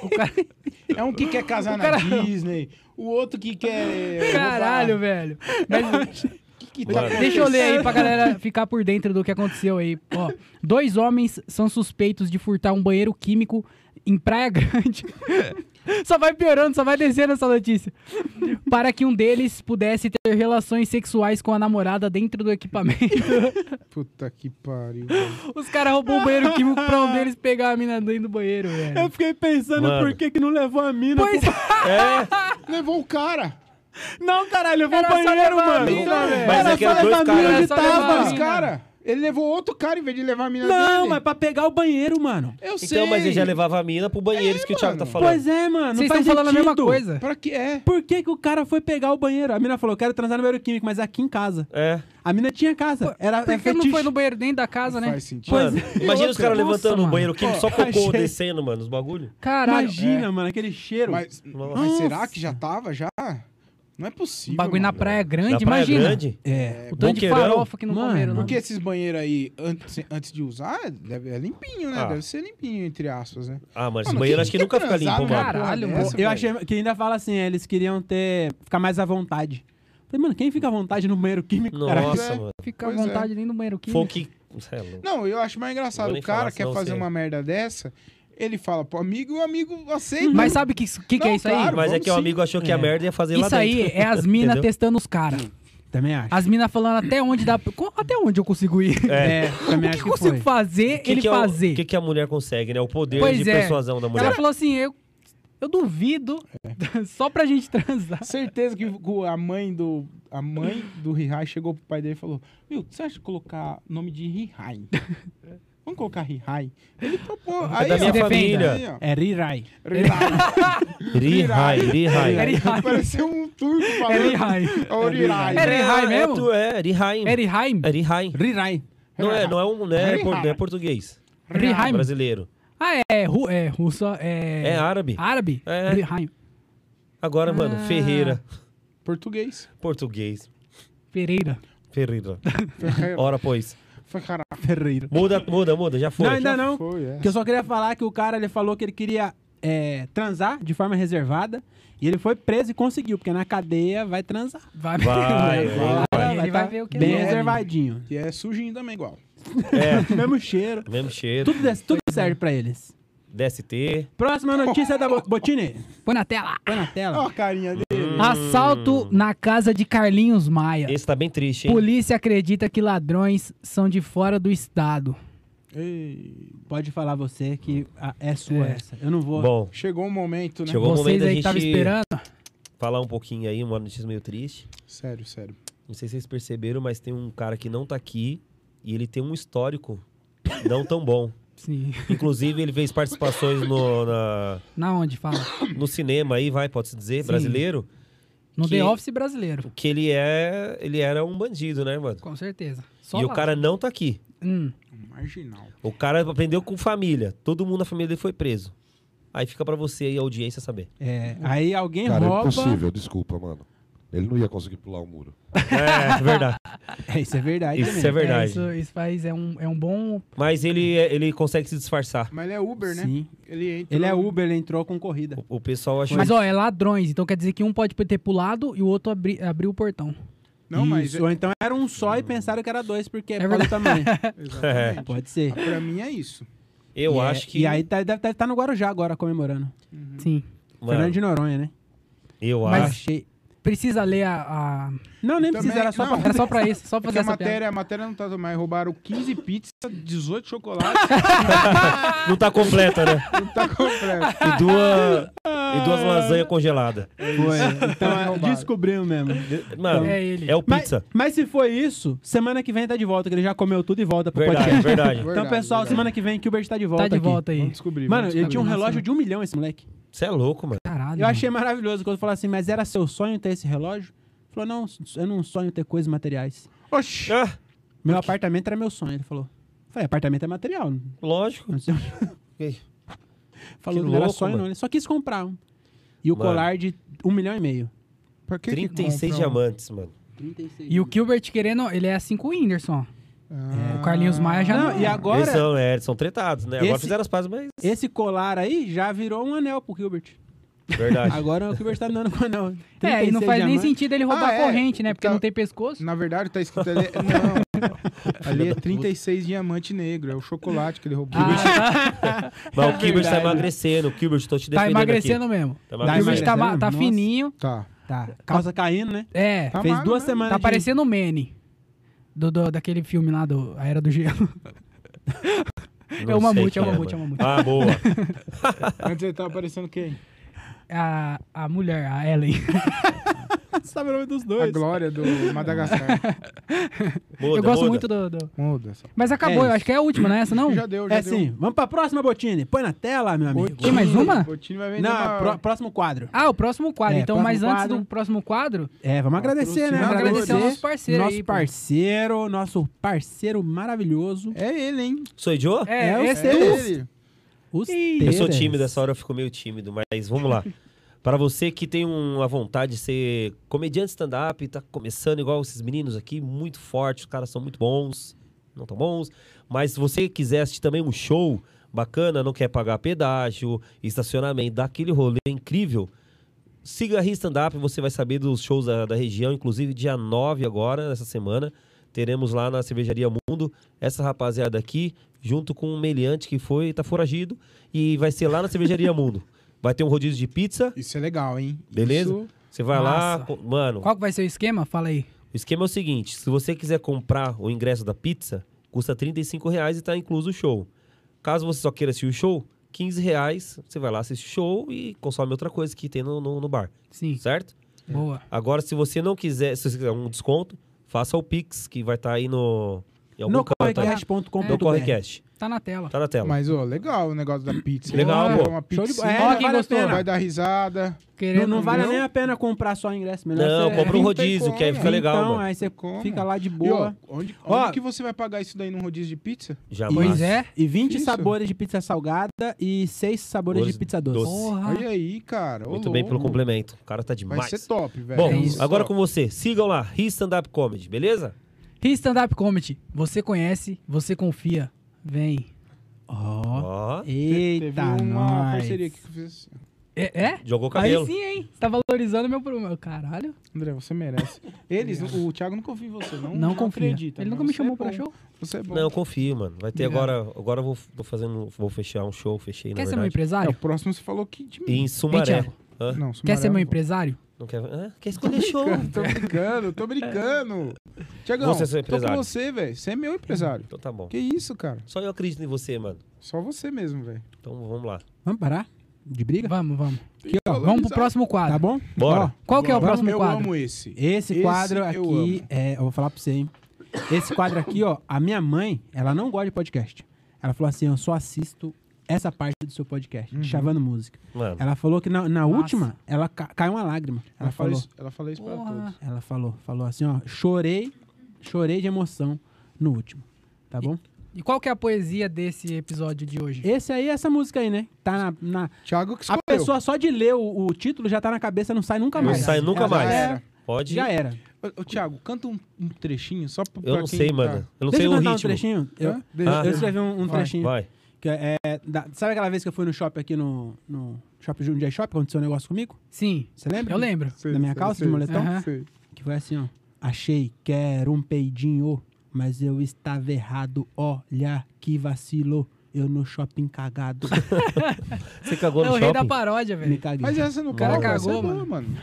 o cara...
É um que quer casar
O cara-
na Disney, o outro que quer. roubar.
Caralho, velho. Mas
Que que tá
Mano.
deixa eu ler aí pra galera ficar por dentro do que aconteceu aí. Ó, dois homens são suspeitos de furtar um banheiro químico em Praia Grande. *laughs* só vai piorando, só vai descendo essa notícia. Para que um deles pudesse ter relações sexuais com a namorada dentro do equipamento. *laughs*
Puta que pariu. velho.
Os caras roubou o banheiro químico pra um deles pegar a mina dentro do banheiro, velho.
Eu fiquei pensando
Mano.
por que, que não levou a mina.
Pois *laughs*
pro-
É,
Levou o cara.
Não, caralho, levou o
Era só
banheiro,
levar a
mano.
mina,
Era
velho.
Mas é
só
que é
levar
dois
a
caras,
mina
né?
onde
Só levar a
tava.
Levou
mina.
os cara. Ele levou outro cara em vez de levar a mina dele.
Não, mas pra pegar o banheiro, mano.
Eu sei.
Então, mas ele já levava a mina pro banheiro, isso que o Thiago tá
mano.
falando.
Pois é, mano. não
Vocês
faz
estão falando a mesma
sentido.
coisa.
Pra que é?
Por que, que o cara foi pegar o banheiro? A mina falou, quero transar no banheiro químico, mas aqui em casa.
É.
A mina tinha casa. Era
Por
é
que não
fetiche.
foi no banheiro nem da casa, né?
Faz sentido.
Mano,
é.
imagina os caras
Nossa,
levantando o
mano.
banheiro químico, só
Ó,
cocô
achei.
descendo, mano, os bagulho.
Caralho. É.
Imagina, mano, aquele cheiro.
Mas,
Nossa.
mas será que já tava? Já? Não é
Um
possível.
bagulho na
mano.
praia grande,
Na Praia
imagina.
Grande,
É.
O tanto de
Boqueirão.
farofa que não
Mano,
comeram, né?
Porque esses banheiros aí, antes, antes de usar, deve, é limpinho, né?
Ah.
Deve ser limpinho, entre aspas, né?
Ah, mano, esse
Mano,
banheiro
quem
acho que
quer
nunca fica
transar
limpo,
numa
mano.
Caralho,
porra
mano.
dessa,
Eu
velho?
achei que ainda fala assim, é, eles queriam ter. ficar mais à vontade. Falei, mano, quem fica à vontade no banheiro químico, cara?
Nossa,
Caralho.
mano.
Fica à
Pois é.
vontade nem no banheiro
Foi o
químico.
que. Cê é louco.
Não, eu acho mais engraçado.
Vou
O
nem
cara
falar,
quer
senão
fazer
você-
uma merda dessa, ele fala pro amigo e o amigo aceita.
Mas sabe o que, que, que é
Não,
isso aí?
claro.
Mas é
vamos
que o
sim.
amigo achou que a
É.
merda ia fazer lá
Isso
dentro.
aí é as minas
*laughs* Entendeu?
testando os caras.
Também acho.
As minas falando até onde dá. co- Até onde eu consigo ir?
É.
É,
*laughs*
também
o que,
acho
eu
que,
consigo
foi.
fazer
O que
ele
que é o-
fazer?
O que, que a mulher consegue, né? O poder
Pois
de
é.
persuasão da mulher.
Ela falou assim: eu, eu duvido, *laughs* só pra gente transar.
Certeza que o- a mãe do a mãe do Rihai chegou pro pai dele e falou: Viu, você acha de colocar nome de Rihai? Vamos colocar Rihai? Ele topou. Aí,
da
ó,
minha
aí,
família.
ó,
É Rirai.
Rihai.
Rihai, Rihai.
Rihai.
Pareceu um turco
É
falando.
Rihai.
É o Rihai.
É Rihai mesmo?
É, tu- é, Rihai.
É Rihai?
É Rihai.
Rirai.
Não é, não é, um, né,
Rihai.
por- não é português.
Rihai.
Brasileiro.
Ah, é, ru, é russa. É,
É árabe.
árabe?
É.
Rihai.
Agora, mano,
Ah.
Ferreira.
Português.
Português.
Pereira.
Ferreira.
Ferreira.
Ora, pois.
Foi caralho.
Ferreiro.
Muda, muda, muda. Já foi.
Não, ainda não.
Foi, é.
Que eu só queria falar que o cara ele falou que ele queria é, transar de forma reservada. E ele foi preso e conseguiu, porque na cadeia vai transar.
*laughs* Vai,
Vai,
vai,
vai.
Ele
tá
É, vai ver o que
Bem
é.
reservadinho.
E é sujinho também, igual.
É,
Mesmo cheiro.
mesmo cheiro.
Tudo, des- tudo serve pra eles.
DST.
Próxima notícia é da Bo- Botini.
Põe na tela.
Põe na
Ó
tela.
a carinha dele.
Hum.
Assalto na casa de Carlinhos Maia.
Esse tá bem triste, hein?
Polícia acredita que ladrões são de fora do estado.
Ei,
Pode falar você que a- é sua
É.
essa. Eu não vou.
Bom,
chegou o momento, né?
Chegou. Bom
Vocês
momento da
aí que estavam
gente-
esperando.
falar um pouquinho aí, uma notícia meio triste.
Sério, sério.
Não sei se vocês perceberam, mas tem um cara que não tá aqui e ele tem um histórico não tão bom.
Sim. *laughs*
Inclusive, ele fez participações no, na-
Na onde? Fala.
no cinema aí, vai, pode-se dizer,
Sim.
brasileiro,
No
Que-
The Office brasileiro.
que ele é. Ele era um bandido, né, mano?
Com certeza. Só
e o
lá.
cara não tá aqui.
Hum.
Marginal.
O cara aprendeu com família. Todo mundo na família dele foi preso. Aí fica pra você aí, a audiência, saber.
É, aí alguém
Cara, é
rouba.
impossível, desculpa, mano. Ele não ia conseguir pular o muro.
É, verdade.
É, isso é verdade.
Isso
também.
é verdade.
isso, isso faz. É um, é um bom.
*laughs* Mas ele, é- ele consegue se disfarçar.
Mas ele é Uber, né?
Sim.
Ele entra.
Ele é Uber, ele entrou com corrida.
O, o pessoal acha.
Mas, ó, é ladrões. Então quer dizer que um pode ter pulado e o outro abri- abriu o portão.
Não, mas. é-
Isso, Ou então era um só e pensaram que era dois, porque é,
É
por causa
*laughs*
do tamanho.
Exatamente.
Pode ser.
Pra mim é isso.
É, Eu
E é-
acho que.
E aí tá- deve estar no Guarujá agora comemorando.
Sim.
Mano,
Fernando de Noronha, né?
eu
Mas-
acho.
Achei.
Precisa ler a. a-
Não, nem
Também-
precisa, era só
não,
pra.
Era só pra isso, só pra
Porque
fazer
É a
essa piada.
matéria, a matéria não tá mais. Roubaram 15 pizzas, 18 chocolates,
Ah!
Não tá completa, né?
não
*laughs*
tá completo.
E duas, e duas
Ah!
lasanhas congeladas.
*laughs*
Foi. Então, é,
Roubaram.
descobrimos mesmo.
Mano,
É ele.
é o
Mas,
pizza.
mas se foi isso, semana que vem tá de volta, que ele já comeu tudo e volta pro
Verdade,
*laughs*
podcast.
verdade.
Verdade,
*laughs* Então, pessoal,
verdade. tá
semana que vem que o Uber tá de volta.
Tá de
aqui.
volta aí.
Vamos descobrir.
Mano,
vamos
ele tinha um
Nossa,
relógio
mano.
de um milhão, esse moleque.
Você é louco, mano.
Caralho.
Eu achei maravilhoso quando falou assim, mas era seu sonho ter esse relógio? Ele Falou, não, eu não sonho ter coisas materiais.
descobrir. Oxi!
Ah,
Meu apartamento era meu sonho, ele falou. Eu Falei, apartamento é material.
lógico.
não sei onde."
Que
um Falou que, não era
louco,
sonho,
mano.
não. Ele só quis comprar um. E o
Mano.
colar de um milhão e meio.
Pra que
36
que compra um-
diamantes, mano.
E o Gilbert querendo, ele é assim com o Whindersson. É,
Ah,
O Carlinhos Maia já não.
Não, e agora,
Eles são, é, eles são tretados, né? Agora
Esse-
fizeram as pazes, mas.
esse colar aí já virou um anel pro Gilbert.
Verdade.
Agora o Gilbert tá andando com anel.
*laughs* É, e não
36
faz nem
diamantes. Então
sentido ele roubar
Ah, é.
corrente, né? Porque
Tá-
não tem pescoço.
Na verdade, tá escrito ali.
*laughs*
Não. Ali é 36 diamante negro. É o chocolate que ele roubou.
tá
Ah, *laughs*
mas o Kibbert tá
verdade.
emagrecendo. O Kibbert, tô te
tá, tá
defendendo.
emagrecendo mesmo.
Aqui. Tá
O Gilbert
emagrecendo.
tá, ma-
emagrecendo?
tá
Nossa.
fininho.
Tá.
Tá, calça caindo, né?
É,
Tá
Fez
magro,
duas
né?
semanas
tá
de-
parecendo o Manny. Do, do- daquele filme lá do A Era do Gelo. *laughs*
Não
É o
sei
mamute,
quem
é o mamute,
mano.
é o mamute.
Ah, boa.
*laughs*
tá
Antes ele tava parecendo quem?
A, a mulher, a Ellen.
*laughs* sabe o nome dos
A
dois.
glória do
*laughs*
Madagascar.
Muda,
eu gosto
muda.
muito do, do-
Muda só.
Mas acabou,
É
eu acho que é a última, né? Essa não?
Já deu, já
É
deu.
sim. Vamos pra próxima, Botini. Põe na tela, meu amigo.
Botini-
Tem um? mais uma?
Botini vai vender
Não,
uma-
pró- próximo quadro.
Ah, o próximo quadro.
É,
então,
próximo
mas antes
quadro.
do próximo quadro,
É, vamos agradecer, né?
Patrocinadores.
um agradecer ao nosso parceiro
Nosso
aí, pô.
parceiro, nosso parceiro maravilhoso.
É ele, hein?
Sou Joe?
É,
É,
esse
é.
é o-
ele.
Os
Eu sou
Teres.
tímido, assim, essa hora eu fico meio tímido, mas vamos lá. Para você que tem uma vontade de ser comediante stand-up, tá começando igual esses meninos aqui, muito forte, os caras são muito bons, não tão bons. Mas se você quiser assistir também um show bacana, não quer pagar pedágio, estacionamento, dá aquele rolê incrível, siga a Rio Stand Up, você vai saber dos shows da, da região, inclusive dia 9 agora, nessa semana, teremos lá na Cervejaria Mundo, essa rapaziada aqui, junto com o meliante que foi, tá foragido, e vai ser lá na Cervejaria Mundo. Vai ter um rodízio de pizza,
Isso é legal, hein?
Beleza?
Isso-
você vai lá,
Massa.
co- mano,
Qual que vai ser o esquema? Fala aí.
o esquema é o seguinte: se você quiser comprar o ingresso da pizza, custa R$ 35 reais e tá incluso o show. Caso você só queira assistir o show, R$ 15 reais, você vai lá, assiste o show e consome outra coisa que tem no, no, no bar,
Sim,
certo?
boa.
Agora, se você não quiser, se você quiser um desconto, faça o Pix, que vai estar aí no. Em algum
No
canto aí.
correcast.com.br.
No Correcast.
Tá na tela.
Tá na tela.
Mas, ó, legal o negócio da pizza.
Legal,
Vai
pô.
Uma
Show de
pizza.
bola. É,
Ó,
não
quem
vale a
gostou,
pena.
Vai dar risada.
Querendo,
Não, não vale
entendeu?
nem a pena comprar só ingresso. Melhor
Não,
você-
compra um
não tem
rodízio, que aí
como.
fica legal,
Então,
mano.
aí você
Como?
fica lá de
E, ó,
boa.
onde onde
Ó.
que você vai pagar isso daí num rodízio de pizza?
Já
Pois é.
E 20
Difícil.
sabores de pizza salgada e 6 sabores
Doze.
de pizza doce.
Doze.
Porra.
Olha aí, cara. ô,
Muito bem pelo
louco.
complemento. O cara tá
Vai
demais.
ser top, velho.
Bom,
É isso.
agora
Top.
com você. Sigam lá, Ri Stand Up Comedy, beleza?
E stand-up comedy. Você conhece, você confia. Vem.
Ó.
Ó.
Eita,
Teve uma
nós.
parceria aqui que eu fiz assim.
É? é?
Jogou
Aí
cabelo.
sim, hein? Você tá valorizando meu problema. Caralho.
André, você merece. Eles, o Thiago nunca ouviu em você, não,
Não confia.
acredita. mas
Ele nunca me
você
chamou
é
pra
bom,
show.
Você é bom.
Não, eu confio, mano. Vai ter
Obrigado.
agora. Agora eu vou, vou fazendo. Vou fechar um show, fechei, na
Quer ser meu
verdade.
É, o
empresário?
próximo você falou que de mim.
em Sumaré.
Ei, Thiago.
Hã?
Não,
Quer
Sumaré
ser
eu
meu
não vou.
empresário?
Não quer. Hã? Quer escolher show?
Tô brincando, tô brincando. Tiagão,
Você é seu
tô com
empresário.
você, velho. Você é meu empresário.
Então tá bom.
Que isso, cara?
Só eu acredito em você, mano.
Só você mesmo, velho.
Então vamos lá.
Vamos parar? De briga?
Vamos, vamos.
Aqui, ó,
Vamos pro próximo quadro.
Tá bom?
Bora.
Ó,
Qual que é o
Vamos,
próximo
eu
quadro?
amo esse.
Esse,
Esse
quadro
eu
aqui,
amo.
é, eu vou falar pra você, hein? Esse quadro aqui, ó, a minha mãe, ela não gosta de podcast. Ela falou assim: eu só assisto essa parte do seu podcast, Chavando Música.
Mano.
Ela falou que na, na
Massa.
última, ela ca- caiu uma lágrima. Ela,
Ela fala
falou.
isso, ela fala isso pra
Porra.
todos.
Ela falou, falou assim, ó, chorei, chorei de emoção no último. Tá bom?
E qual que é a poesia desse episódio de hoje?
Esse aí é essa música aí, né? Tá na. na-
Thiago que
a
escolheu.
pessoa só de ler o, o título já tá na cabeça, não sai nunca
Não
mais.
sai nunca
Já
mais.
era.
Pode.
Já era.
Ô, ô, Thiago, canta um, um trechinho só pra
Eu
pra
não
quem
sei,
tá-
mano. Eu não
Deixa
sei
eu
o
cantar um
ritmo.
trechinho. Eu,
Hã?
Ah.
eu escrevi um, um trechinho.
Vai.
Que é- é da- sabe aquela vez que eu fui no shopping aqui no, no shopping Jundiaí Shopping, aconteceu um negócio comigo?
Sim.
Você lembra?
Eu lembro.
Sei,
Da minha
sei,
calça
sei,
de moletom?
sei, sei.
Que foi assim, ó. Achei que era um peidinho, mas eu estava errado. Olha que vacilo. Eu no shopping
*laughs*
cagado.
Você cagou
É
no
o rei da
shopping?
paródia,
Me
velho.
caguei.
Mas
*laughs*
essa no
O
cara
colo, essa
cagou,
é boa,
mano.
mano.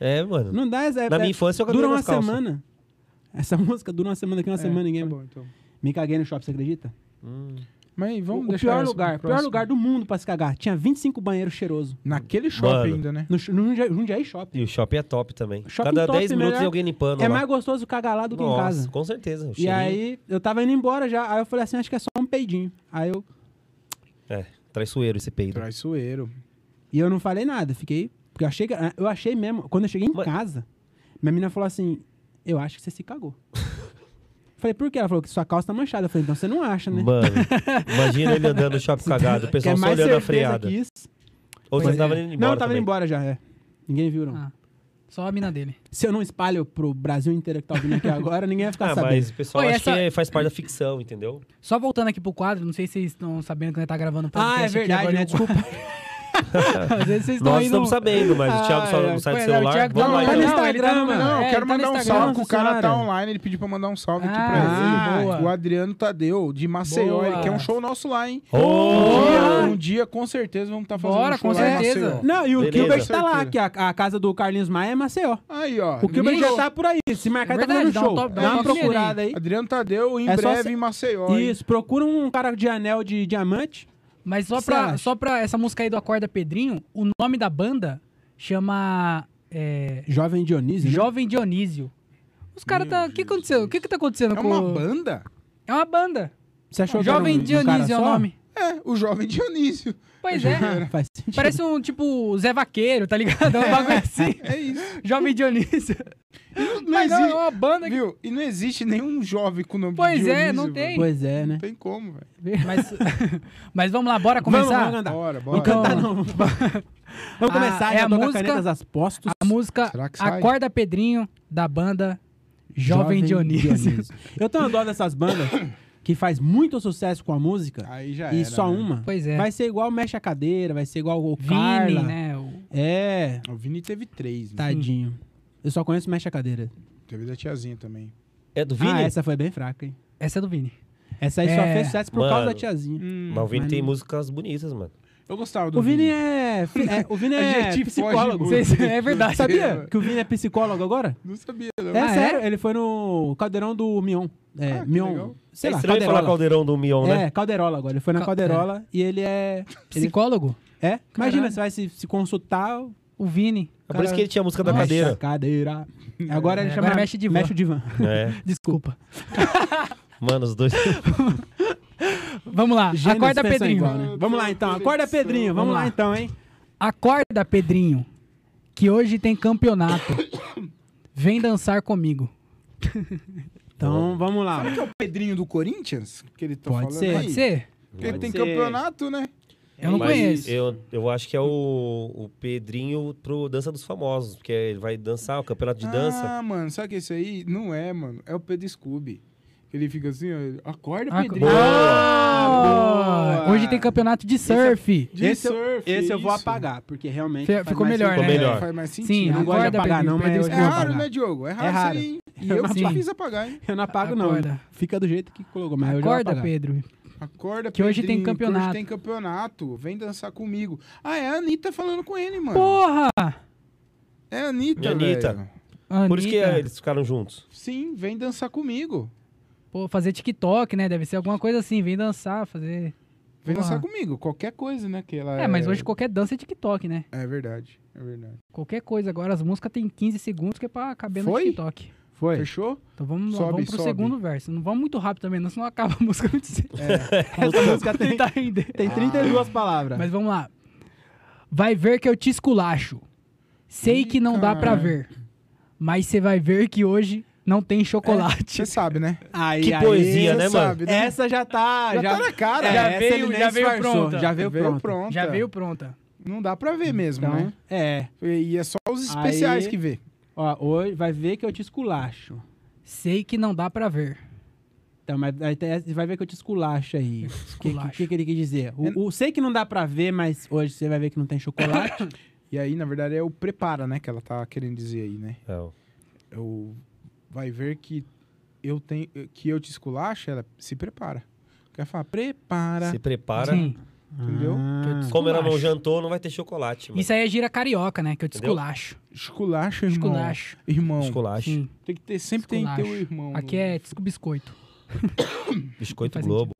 É, mano.
Não dá, essa,
Na
é-
minha infância eu caguei
dura uma
nas calças.
semana. Essa *laughs* música dura uma semana aqui, uma
É,
semana ninguém.
Tá bom, então.
Me caguei no shopping, você acredita?
Hum.
Mas vamos
o o
deixar
pior
essa pro
lugar, o pior
próximo.
lugar do mundo pra se cagar. Tinha 25 banheiros cheirosos.
Naquele shopping
Mano.
ainda, né?
No, sh- no Jundiaí- Jundiaí Shopping.
E o shopping é top também.
Shopping
Cada
top,
10 minutos
melhor.
tem alguém limpando.
É
lá.
mais gostoso cagar lá do que em
Nossa,
casa.
Com certeza. o
E
cheirinho.
aí, eu tava indo embora já. Aí eu falei assim, acho que é só um peidinho. Aí eu...
É, traiçoeiro esse peido.
Traiçoeiro.
E eu não falei nada, fiquei... Porque eu achei, que- eu achei mesmo... Quando eu cheguei em
Mas-
casa, minha menina falou assim, eu acho que você se cagou. *laughs* falei, por quê? Ela falou que sua calça tá manchada. Eu falei, então você não acha, *laughs* né?
Mano, imagina ele andando no shopping cagado, o
Quer
pessoal só
mais
olhando a
certeza
freada.
que isso?
Ou
Pois
você
é.
tava indo embora
Não, eu tava
também.
indo embora já, é. Ninguém viu, não.
Ah, só a mina dele.
Se eu não espalho pro Brasil inteiro que tá ouvindo aqui agora, ninguém vai ficar
Ah,
sabendo.
mas o pessoal
Oi,
acha
essa-
que é- faz parte da ficção, entendeu?
Só voltando aqui pro quadro, não sei se vocês estão sabendo que a gente tá gravando o podcast
Ah, é
aqui
verdade,
agora.
né? Desculpa.
Às vezes
*laughs*
vocês estão
Nós
aí no...
estamos sabendo, mas o Thiago só
Ah, é.
não sai
Pois
do
é, o
celular.
Thiago tá
Vamos lá,
lá no
então.
Instagram, mano.
Não, eu quero
É, ele tá no
mandar um
Instagram.
salve, que o cara tá
Senhora.
online, ele pediu pra mandar um salve aqui
Ah,
pra ele.
boa.
O Adriano Tadeu, de Maceió,
Boa.
ele quer um show nosso lá, hein?
Ô,
Um dia, um dia, com certeza, vamos estar fazendo
Bora,
um show
com
lá em
certeza.
Maceió.
Não, e o
Beleza.
Gilbert tá lá,
Certeza.
que a, a casa do Carlinhos Maia é Maceió.
Aí, ó.
O Gilbert já
Ninguém-
tá por aí. Se marcar, ele
Verdade, dá
tá
um
fazendo show.
top- dá
Dá,
um
uma
top nele
procurada aí.
Adriano Tadeu, em
É só
breve,
cê-
em Maceió, hein?
Isso, procura um cara de anel de diamante.
Mas só
que você
pra,
acha?
só pra essa música aí do Acorda Pedrinho, o nome da banda chama é,
Jovem Dionísio. né?
Jovem Dionísio. Os caras tá. O que aconteceu? O que que tá acontecendo
É
com
uma
o-
banda?
É uma banda.
Você achou que era
Jovem
um- um cara
Dionísio é o
só?
nome.
É, o Jovem *laughs* Dionísio.
Pois é.
Ah, *laughs* Faz sentido.
Parece um tipo Zé Vaqueiro, tá ligado? É um bagulho assim.
É isso.
Jovem Dionísio. Mas não,
existe-
é uma banda que.
Viu? E não existe nenhum jovem com o nome de
Pois é,
Dionísio,
não
mano.
tem.
Pois é, né?
Não tem como, velho.
Mas, *laughs* mas vamos lá, bora
Vamos,
começar.
vamos andar.
Bora, bora.
Vamos cantar, não. *laughs* Vamos
Ah,
começar.
é
já
a
toca
música-
Canetas às postos.
a música
Será que sai?
Acorda Pedrinho, da banda Jovem, Dionísio.
Eu tenho dó dessas bandas que faz muito sucesso com a música
Aí já
e
era,
só
né?
uma.
Pois é.
Vai ser igual Mexe a Cadeira, vai ser igual o
Vini,
Carla.
né? o-
É,
O Vini teve três,
Tá
né?
tadinho. Eu só conheço Mexe a Cadeira.
Teve da tiazinha também.
É do Vini?
Ah, essa foi bem fraca, hein?
Essa é do Vini.
Essa aí só
É.
fez sucesso por causa
Mano.
da tiazinha.
Mas o Vini
mas
tem
não-
músicas bonitas, mano.
Eu gostava do
O Vini é, fi- é- *laughs* o Vini
A
é
gente foge
psicólogo.
muito.
Vocês- É verdade. Sabia
mano.
que o Vini é psicólogo agora?
Não sabia, não.
É
Ah, é?
sério, ele foi no caldeirão do Mion. É,
Ah, que
Mion.
legal.
Sei
é
lá,
estranho
calderola.
falar caldeirão do Mion, né?
É, calderola agora. Ele foi na
Cal-
calderola e ele é. ele-
Psicólogo?
É? Imagina,
Caralho.
você vai se, se consultar. o
O Vini.
É por isso que ele tinha a música da
cara-
cadeira.
Cadeira. Agora ele
É,
chama.
agora mexe o divã.
Mexe o divã.
É.
*laughs* Desculpa.
Mano, os dois.
Vamos lá.
Gênios
Acorda
pensam
Pedrinho.
igual, né? Vamos lá então, acorda Pedrinho. Vamos lá então, hein?
Acorda Pedrinho, que hoje tem campeonato. Vem dançar comigo.
Então vamos lá.
Será que é o Pedrinho do Corinthians? Que ele tá
Pode
falando
ser.
aí?
Pode ser?
Porque ele tem
ser.
campeonato, né?
Eu *laughs* não
Mas
conheço.
Eu, eu acho que é o, o Pedrinho pro Dança dos Famosos, porque ele vai dançar o campeonato de dança.
Ah, mano, sabe que esse aí? Não é, mano. É o Pedro Scooby. Ele fica assim, ó. Acorda,
Ah,
Pedrinho.
boa!
boa!
Ah! Hoje tem campeonato de
é
surf.
De
esse, eu-
surf,
esse eu vou
isso.
apagar, porque realmente.
Fe-
faz
ficou
mais
melhor, né?
Ficou
sentido.
É,
melhor.
faz mais sentido.
Sim,
Eu não gosto de
Acorda,
apagar, não,
Pedrinho, ah,
mas
Pedro
eu
É
vou
raro,
apagar.
né, Diogo? É raro,
raro.
isso aí. hein? E
Eu
eu
não
que
apago.
fiz apagar, hein?
Eu não apago,
Acorda.
não. Fica do jeito que colocou, mas eu já vou
Acorda,
apagar. Hum.
Pedro.
Acorda,
Que hoje tem
Pedrinho, que
campeonato.
Hoje tem campeonato. Vem dançar comigo. Ah, é a Anitta falando com ele, mano.
Porra!
É a Anitta,
É a Anitta.
velho.
Por isso que
Anitta.
é, eles ficaram juntos.
Sim, vem dançar comigo.
Pô, fazer TikTok, né? Deve ser alguma coisa assim. Vem dançar, fazer.
Vem
Porra.
dançar comigo. Qualquer coisa, né? Que ela
É, mas hoje qualquer dança é TikTok, né?
É verdade, é verdade.
Qualquer coisa agora. As músicas tem 15 segundos que é pra caber no
Foi?
TikTok.
Foi.
Fechou?
Então vamos,
Sobe,
vamos pro
sobe. É,
segundo verso. Não vamos muito rápido também, não, senão acaba a música muito cedo.
Essa
*laughs*
música tem,
Tentar render.
tem 32 palavras.
Mas vamos lá. Vai ver que eu te esculacho. Sei que não dá pra
cara.
ver. Mas você vai ver que hoje não tem chocolate.
Você sabe,
*laughs*
né?
Aí,
Que
aí,
poesia, né,
Você
mano?
sabe, né?
Essa já tá.
Já tá na cara.
É,
Já
essa
veio-
ele nem
já veio
disfarçou,
pronta.
Já veio, pronto.
pronta.
Já veio pronta.
Não dá pra ver mesmo,
Então,
né?
é.
E é só os especiais
Aí-
que vê.
Ó, hoje vai ver que eu te esculacho.
Sei que não dá pra ver.
Então, mas aí tem essa- vai ver que eu te esculacho aí. O que,
Esculacho.
que- que ele quis dizer? O, o- sei que não dá pra ver, mas hoje você vai ver que não
*coughs*
tem chocolate.
E aí, na verdade, é o prepara, né? Que ela tá querendo dizer aí, né?
É, ó.
É o vai ver que eu tenho que eu te esculacho, ela se prepara. Quer falar, prepara.
se prepara.
Sim.
Entendeu?
Ah,
Como ela não
Esculacho.
jantou, não vai ter chocolate, mano.
Isso aí é gira carioca, né? Que eu te
Entendeu?
esculacho.
Esculacho, irmão.
Esculacho.
Irmão.
Esculacho.
é Sim.
Tem que ter, sempre tem que ter o
Esculacho.
irmão.
Aqui é desco biscoito.
Biscoito
Não faz
Globo.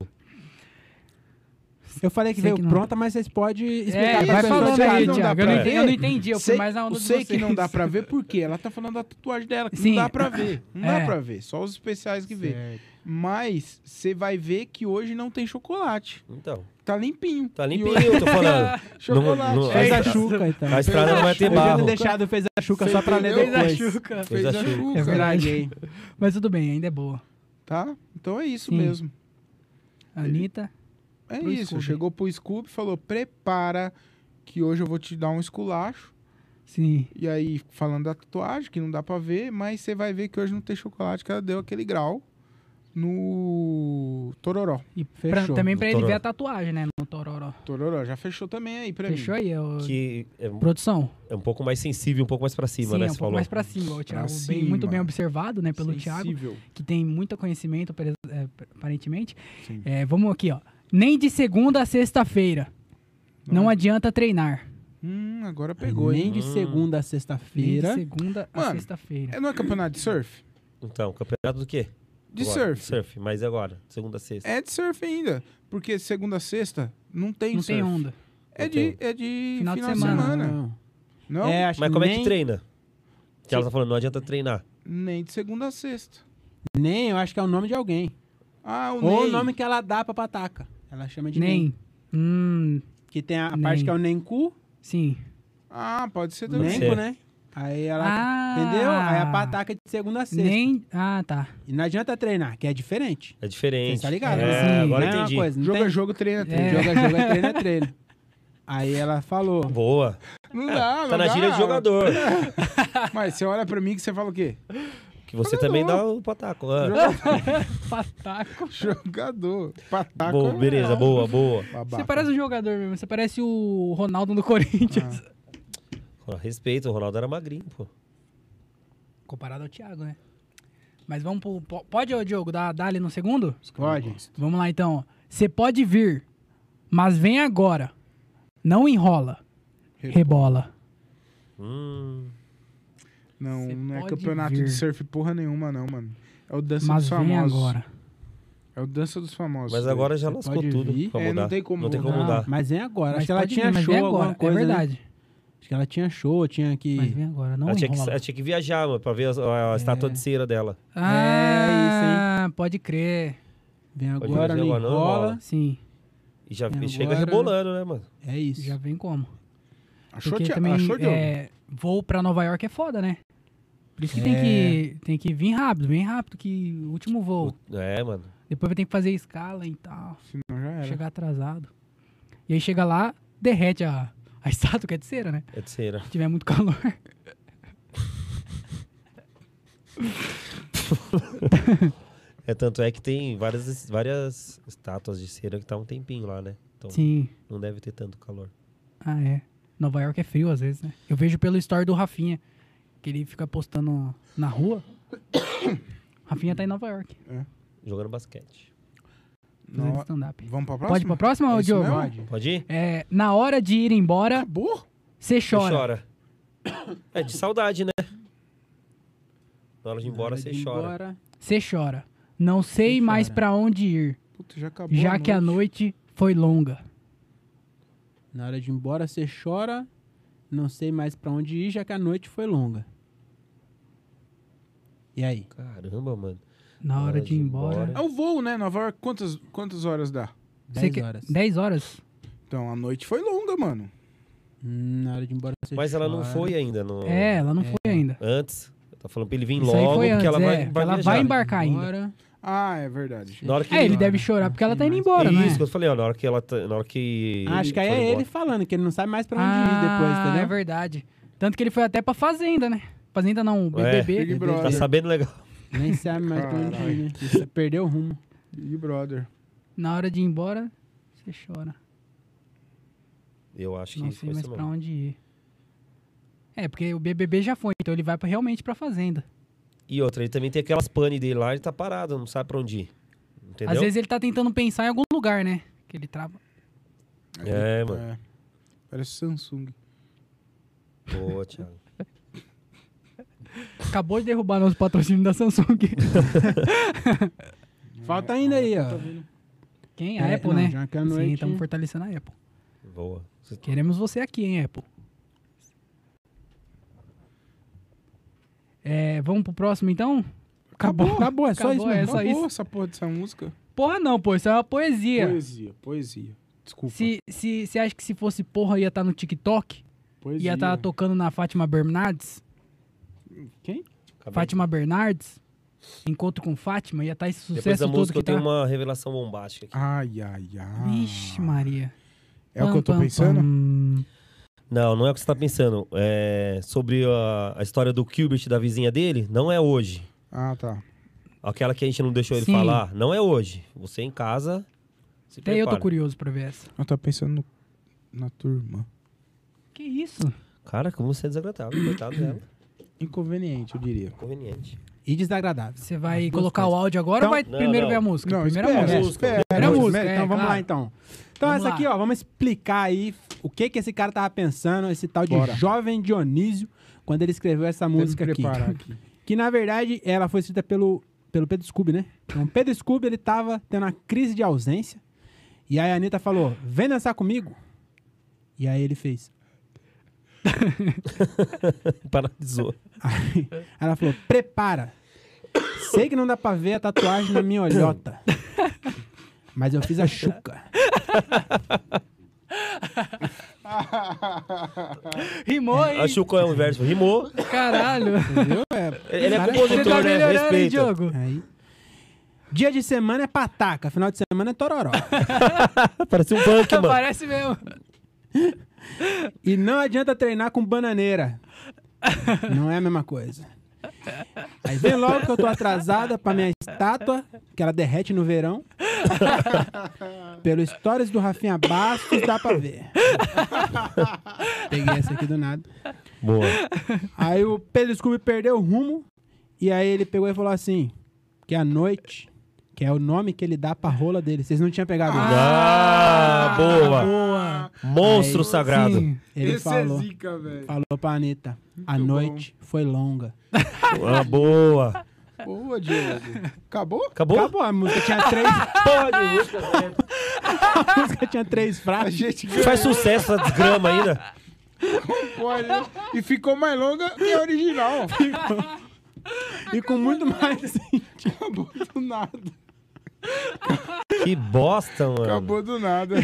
eu falei que
Sei
veio
que não.
pronta, mas vocês podem explicar.
É,
isso,
pra
vai
eu
pessoa
falando
que
sei
aí,
que não dá
Thiago. Eu,
pra
não entendi,
ver.
eu não entendi, eu fui
sei,
mais na onda de
sei que
vocês.
não dá pra ver, por quê? Ela tá falando da tatuagem dela, que
Sim.
não dá pra ver. Não
É.
dá pra ver, só os especiais que vê.
Certo.
Mas você vai ver que hoje não tem chocolate.
Então,
Tá limpinho.
tá
E hoje-
limpinho, eu tô falando.
*laughs*
Chocolate.
não-
Fez
Aí-
a chuca, então.
A estrada não vai ter
Eu já
barro.
tinha deixado fez a chuca só pra ler
Fez a
depois.
chuca.
Fez
Fez
a
a
chuca.
É verdade.
Mas tudo bem, ainda é boa.
Tá? Então é isso
Sim.
mesmo.
Anitta,
É
Pro
isso.
Scooby.
Chegou pro Scooby, falou: prepara que hoje eu vou te dar um esculacho.
sim.
E aí, falando da tatuagem, que não dá pra ver, mas você vai ver que hoje não tem chocolate, que ela deu aquele grau no Tororó.
E pra-
Fechou.
também pra
No
ele ver
Tororó.
a tatuagem, né? No Tororó.
Tororó já fechou também aí pra
Fechou
mim.
aí, ô,
Que é um,
produção.
é um pouco mais sensível, um pouco mais pra cima,
sim,
né?
é um pouco
você falou.
mais pra cima, ó, o Thiago.
Pra
Bem- muito bem
cima.
observado, né, pelo Thiago,
Sensível.
que tem muito conhecimento, apare- é, aparentemente.
Sim.
É, vamos aqui, ó. Nem de segunda a sexta-feira. Não.
Não.
adianta treinar.
Hum, agora pegou, hein?
Nem
Hum.
de segunda a
Nem de
sexta-feira.
segunda a
Mano,
sexta-feira.
É, não é campeonato de surf?
Então, campeonato do quê?
De
Agora,
surf.
Surf, mas agora, segunda, sexta.
É de surf ainda. Porque segunda a sexta não tem
Não
é surf.
tem onda.
É de, é de final, de semana.
Não.
Não?
É, acho
Mas
que
como é
nem-
que treina? Que ela tá falando, não adianta treinar.
Nem de segunda a sexta.
Nem, eu acho que é o nome de alguém.
Ah, o
Ou
Ney.
o nome que ela dá pra pataca. Ela chama de nem.
Nem. Hum,
Que tem a, a
Nem.
parte que é o Nenku.
sim.
Ah, pode ser também.
Nenku,
ser.
né? Aí ela.
Ah,
entendeu? Aí a pataca é de segunda a sexta.
Nem. Ah, tá.
*laughs* E não adianta treinar, que é diferente.
É diferente.
Você tá ligado?
É,
né?
agora
não é
entendi.
uma coisa. Não
Jogo
tem...
é jogo, treino é treino.
É.
Joga, joga, é treino, é treino. Aí ela falou.
Boa.
Não dá,
Ah,
não
Tá na
dá.
gíria
*laughs*
de jogador.
Mas você olha pra mim que você fala o
*laughs*
quê?
Que você também dá o pataco. Ah,
Pataco.
Jogador. Pataco.
boa,
é
beleza, boa, boa.
babaca.
Você parece um jogador mesmo. Você parece o Ronaldo do Corinthians.
Ah.
Ó, Respeito, o Ronaldo era magrinho, pô.
*laughs* Comparado ao Thiago, né? Mas vamos pro. po- Pode, ô, Diogo, dar, dar ali no segundo?
Pode.
Vamos lá então. Você pode vir, mas vem agora. Não enrola. Rebola.
Hum,
Não,
Você
não é
pode
campeonato
vir.
de surf porra nenhuma, não, mano. É o Dança
Mas
dos
vem
Famosos.
agora.
É o Dança dos Famosos.
mas agora já
Você
lascou
pode
tudo.
vir.
pra
É, não
mudar.
tem como
Não tem como
mudar.
mudar.
Mas vem agora.
Mas
acho que ela
pode
tinha
vir, mas
show,
vem
alguma
agora.
coisa.
É
né?
verdade.
Acho que ela tinha show, tinha que.
Mas vem agora. Não
Ela tinha, que,
enrola.
ela tinha que viajar, mano, pra ver a, a- a
É.
estátua de cera dela.
Ah, pode crer.
Vem
Pode
agora,
fazer
não
agora, não
enrola.
enrola.
Sim.
E já
E
chega
agora-
rebolando, né, mano?
É isso.
Já vem como.
Achou,
Porque
tia,
também
achou Diogo?
é, voo pra Nova York é foda, né? Por isso que tem
É.
que tem que vir rápido, vem rápido que o último voo.
É, mano.
Depois vai ter que fazer escala e tal,
Senão já era.
chegar atrasado. E aí chega lá, derrete a a *laughs* estátua que é de cera, né?
É de cera.
Se tiver muito calor.
Então.
É, tanto é que tem várias, várias estátuas de cera que tá um tempinho lá, né? Então
Sim.
não deve ter tanto calor.
Ah, é. Nova York é frio às vezes, né? Eu vejo pelo story do Rafinha, que ele fica postando na rua. *coughs* Rafinha tá em Nova York,
Jogando basquete.
Não,
fazendo stand-up.
Vamos pra próxima?
então. Pode ir pra próxima, ô,
É isso
Diogo?
mesmo?
Pode ir?
É, na hora de ir embora,
Acabou?
você
Você
chora.
É de saudade, né? Na hora de ir embora,
Hora
você
de ir
chora.
embora.
Você chora. Não sei
Cê
mais
chora.
pra onde ir,
Puta, já acabou.
já que é a noite foi longa.
Na hora de ir embora, você chora. Não sei mais pra onde ir, já que a noite foi longa. E aí?
Caramba, mano.
Na hora de ir embora.
É o voo, né? Nova York, quantas, quantas horas dá?
10
que-
horas.
10 horas?
Então, a noite foi longa, mano.
Hum, na hora de ir embora, você
Mas ela não
chora.
foi ainda. No...
É, ela não foi ainda.
Antes. Tá falando pra ele vir
Isso aí
logo,
foi
porque
antes,
ela vai,
é.
vai
Ela
viajar.
vai embarcar ainda.
Embora.
Ah, é verdade.
Na hora que
É, ele
Chora.
deve chorar porque ela tá indo
Mas-
embora,
Isso,
né?
que eu falei, ó, na hora que ela tá- na hora que
Acho que aí
foi
é
embora.
ele falando, que ele não sabe mais pra onde ir depois,
Ah,
entendeu?
é verdade. Tanto que ele foi até pra Fazenda, né? Fazenda não,
Ué,
BBB.
Big
Tá
Brother.
sabendo legal.
é
Nem sabe mais pra onde
Caralho.
ir, né? Você perdeu o rumo.
Big Brother.
Na hora de ir embora, você chora.
Eu acho
não
que
sei
foi
mais
isso
pra
mesmo.
onde ir. É, porque o BBB já foi, então ele vai pra- realmente pra Fazenda.
E outra, ele também tem aquelas pane dele lá, ele tá parado, não sabe pra onde ir. Entendeu?
Às vezes ele tá tentando pensar em algum lugar, né? Que ele trava.
É, mano.
É. Parece Samsung.
Boa, Thiago.
Acabou de derrubar nosso patrocínio da Samsung.
Falta ainda aí, ó.
Quem? A
É,
É, Apple,
não,
né?
já que a
Sim,
noite-
estamos fortalecendo a Apple.
Boa. Você-
Queremos você aqui, hein, Apple. É, vamos pro próximo, então?
Acabou, acabou, é só
Acabou,
isso mesmo.
é só
Acabou
isso.
essa porra dessa música?
Porra não, pô. Isso é uma poesia.
Poesia, poesia. Desculpa.
Se você acha que se fosse porra ia estar no TikTok,
Poesia.
ia estar tocando na Fátima
Tá
Bernardes,
Quem?
acabei.
Fátima Bernardes, Encontro com Fátima, ia estar esse
Depois da
sucesso todo
música
que
eu
tá.
tenho uma revelação bombástica aqui.
Ai, ai, ai.
Vixe, Maria.
É o que eu tô
Pam, pam,
pensando?
pam.
Não, não é o que você tá pensando. É sobre a, a história do Gilbert da vizinha dele, não é hoje.
Ah, tá.
Aquela que a gente não deixou ele
Sim.
falar, não é hoje. Você em casa. Se
Até eu tô
prepara.
curioso pra ver essa.
Eu tava pensando no- na turma.
Que isso?
Cara, como você é desagradável, coitado dela.
Inconveniente, eu diria.
Conveniente.
E desagradável.
Você vai
As duas
colocar
coisas.
o áudio agora
Então-
ou vai
Não,
primeiro
não.
ver a música? Primeiro a
espera,
música.
espera.
Primeira
Vamos,
música,
né?
é,
Então vamos
claro.
lá, então. Então
Vamos
essa aqui,
lá.
ó, vamos explicar aí o que que esse cara tava pensando, esse tal de
Bora.
Jovem Dionísio, quando ele escreveu essa
Tem que
música aqui.
preparar aqui.
*laughs* Que, na verdade, ela foi escrita pelo, pelo Pedro Scooby, né? Então, o Pedro Scooby, ele tava tendo uma crise de ausência, e aí a Anitta falou, vem dançar comigo. E aí ele fez...
*laughs* Paralisou.
*laughs* Aí ela falou: prepara. Sei que não dá pra ver a tatuagem na minha
*laughs*
olhota. Mas eu fiz a chuca.
Rimou, hein?
Acho que é o inverso. Rimou. *laughs*
Caralho.
Entendeu? É,
Ele é
Cara,
Você tá
compositor, né?
melhorando, hein,
Respeita.
Diogo?
aí. Dia de semana é pataca, final de semana é tororó.
Parece um punk,
*laughs*
mano.
Parece mesmo.
E não adianta treinar com bananeira. Não é a mesma coisa. Aí vem logo que eu tô atrasada pra minha estátua, que ela derrete no verão. Pelo stories do Rafinha Bastos, dá pra ver. Peguei essa aqui do nada.
Boa.
Aí o Pedro Scooby perdeu o rumo. E aí ele pegou e falou assim: que a noite, que é o nome que ele dá pra rola dele. Vocês não tinham pegado isso.
Ah, boa. Ah, Monstro sagrado.
Ah, Sim.
Ele
Esse
falou.
é zica, velho.
Falou pra Anitta, a noite foi longa.
Ah, boa.
Ah, Boa, Diogo. Acabou?
Acabou?
Acabou, a música tinha
*laughs*
três. a música tinha três
A
frases.
gente ganhou,
Faz sucesso essa desgrama ainda.
olha. E ficou mais longa que a original.
E com muito mais. assim.
*laughs* Acabou do nada.
Que bosta, mano.
Acabou do nada.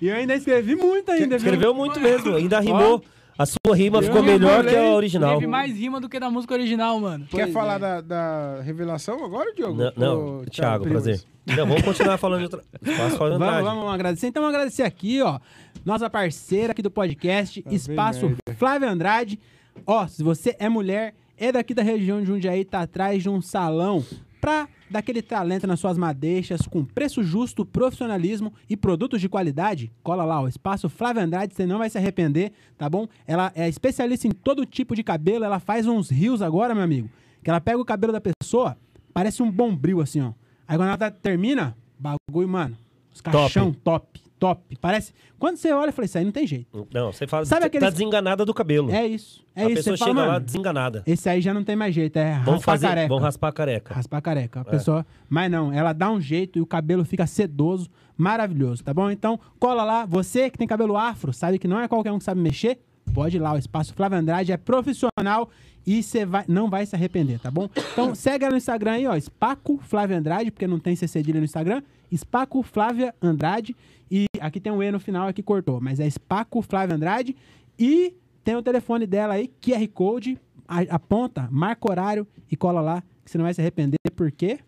E eu ainda escrevi muito ainda, viu?
Escreveu muito mesmo. Ainda rimou. A sua rima ficou melhor que é a original.
Teve mais rima do que da música original, mano.
Quer falar da, da revelação agora, Diogo?
Não, não
Ô,
Thiago,
Primas.
prazer. Não, vamos continuar falando de outra. Espaço Fábio
Vamos,
Andrade.
vamos agradecer. Então, vamos agradecer aqui, ó. Nossa parceira aqui do podcast, Espaço Flávio Andrade. Ó, se você é mulher, é daqui da região de Jundiaí, tá atrás de um salão pra dar aquele talento nas suas madeixas, com preço justo, profissionalismo e produtos de qualidade, cola lá, ó, Espaço Flávio Andrade, você não vai se arrepender, tá bom? Ela é especialista em todo tipo de cabelo, ela faz uns rios agora, meu amigo, que ela pega o cabelo da pessoa, parece um bombril, assim, ó. Aí quando ela tá- termina, bagulho, mano, os
Top.
caixão top, top, Parece, quando você olha, eu falei, isso aí não tem jeito.
Não, você fala.
Sabe
Sabe
aqueles-
Tá desenganada do cabelo.
É isso, é
a
isso,
pessoa
você fala,
chega lá
mano,
desenganada.
esse aí já não tem mais jeito, é
Vamos
raspar
fazer.
careca.
Vamos raspar a careca.
Raspar a careca. A pessoa. Mas não, ela dá um jeito e o cabelo fica sedoso, maravilhoso, tá bom? Então, cola lá. Você que tem cabelo afro, sabe que não é qualquer um que sabe mexer? Pode ir lá, o Espaço Flávio Andrade é profissional e você vai, não vai se arrepender, tá bom? Então segue ela no Instagram aí, ó, Espaco Flávio Andrade, porque não tem CCD no Instagram, Espaco Flávia Andrade, e aqui tem um E no final, aqui cortou, mas é Espaco Flávio Andrade, e tem o telefone dela aí, QR Code, a- aponta, marca horário e cola lá, que você não vai se arrepender, porque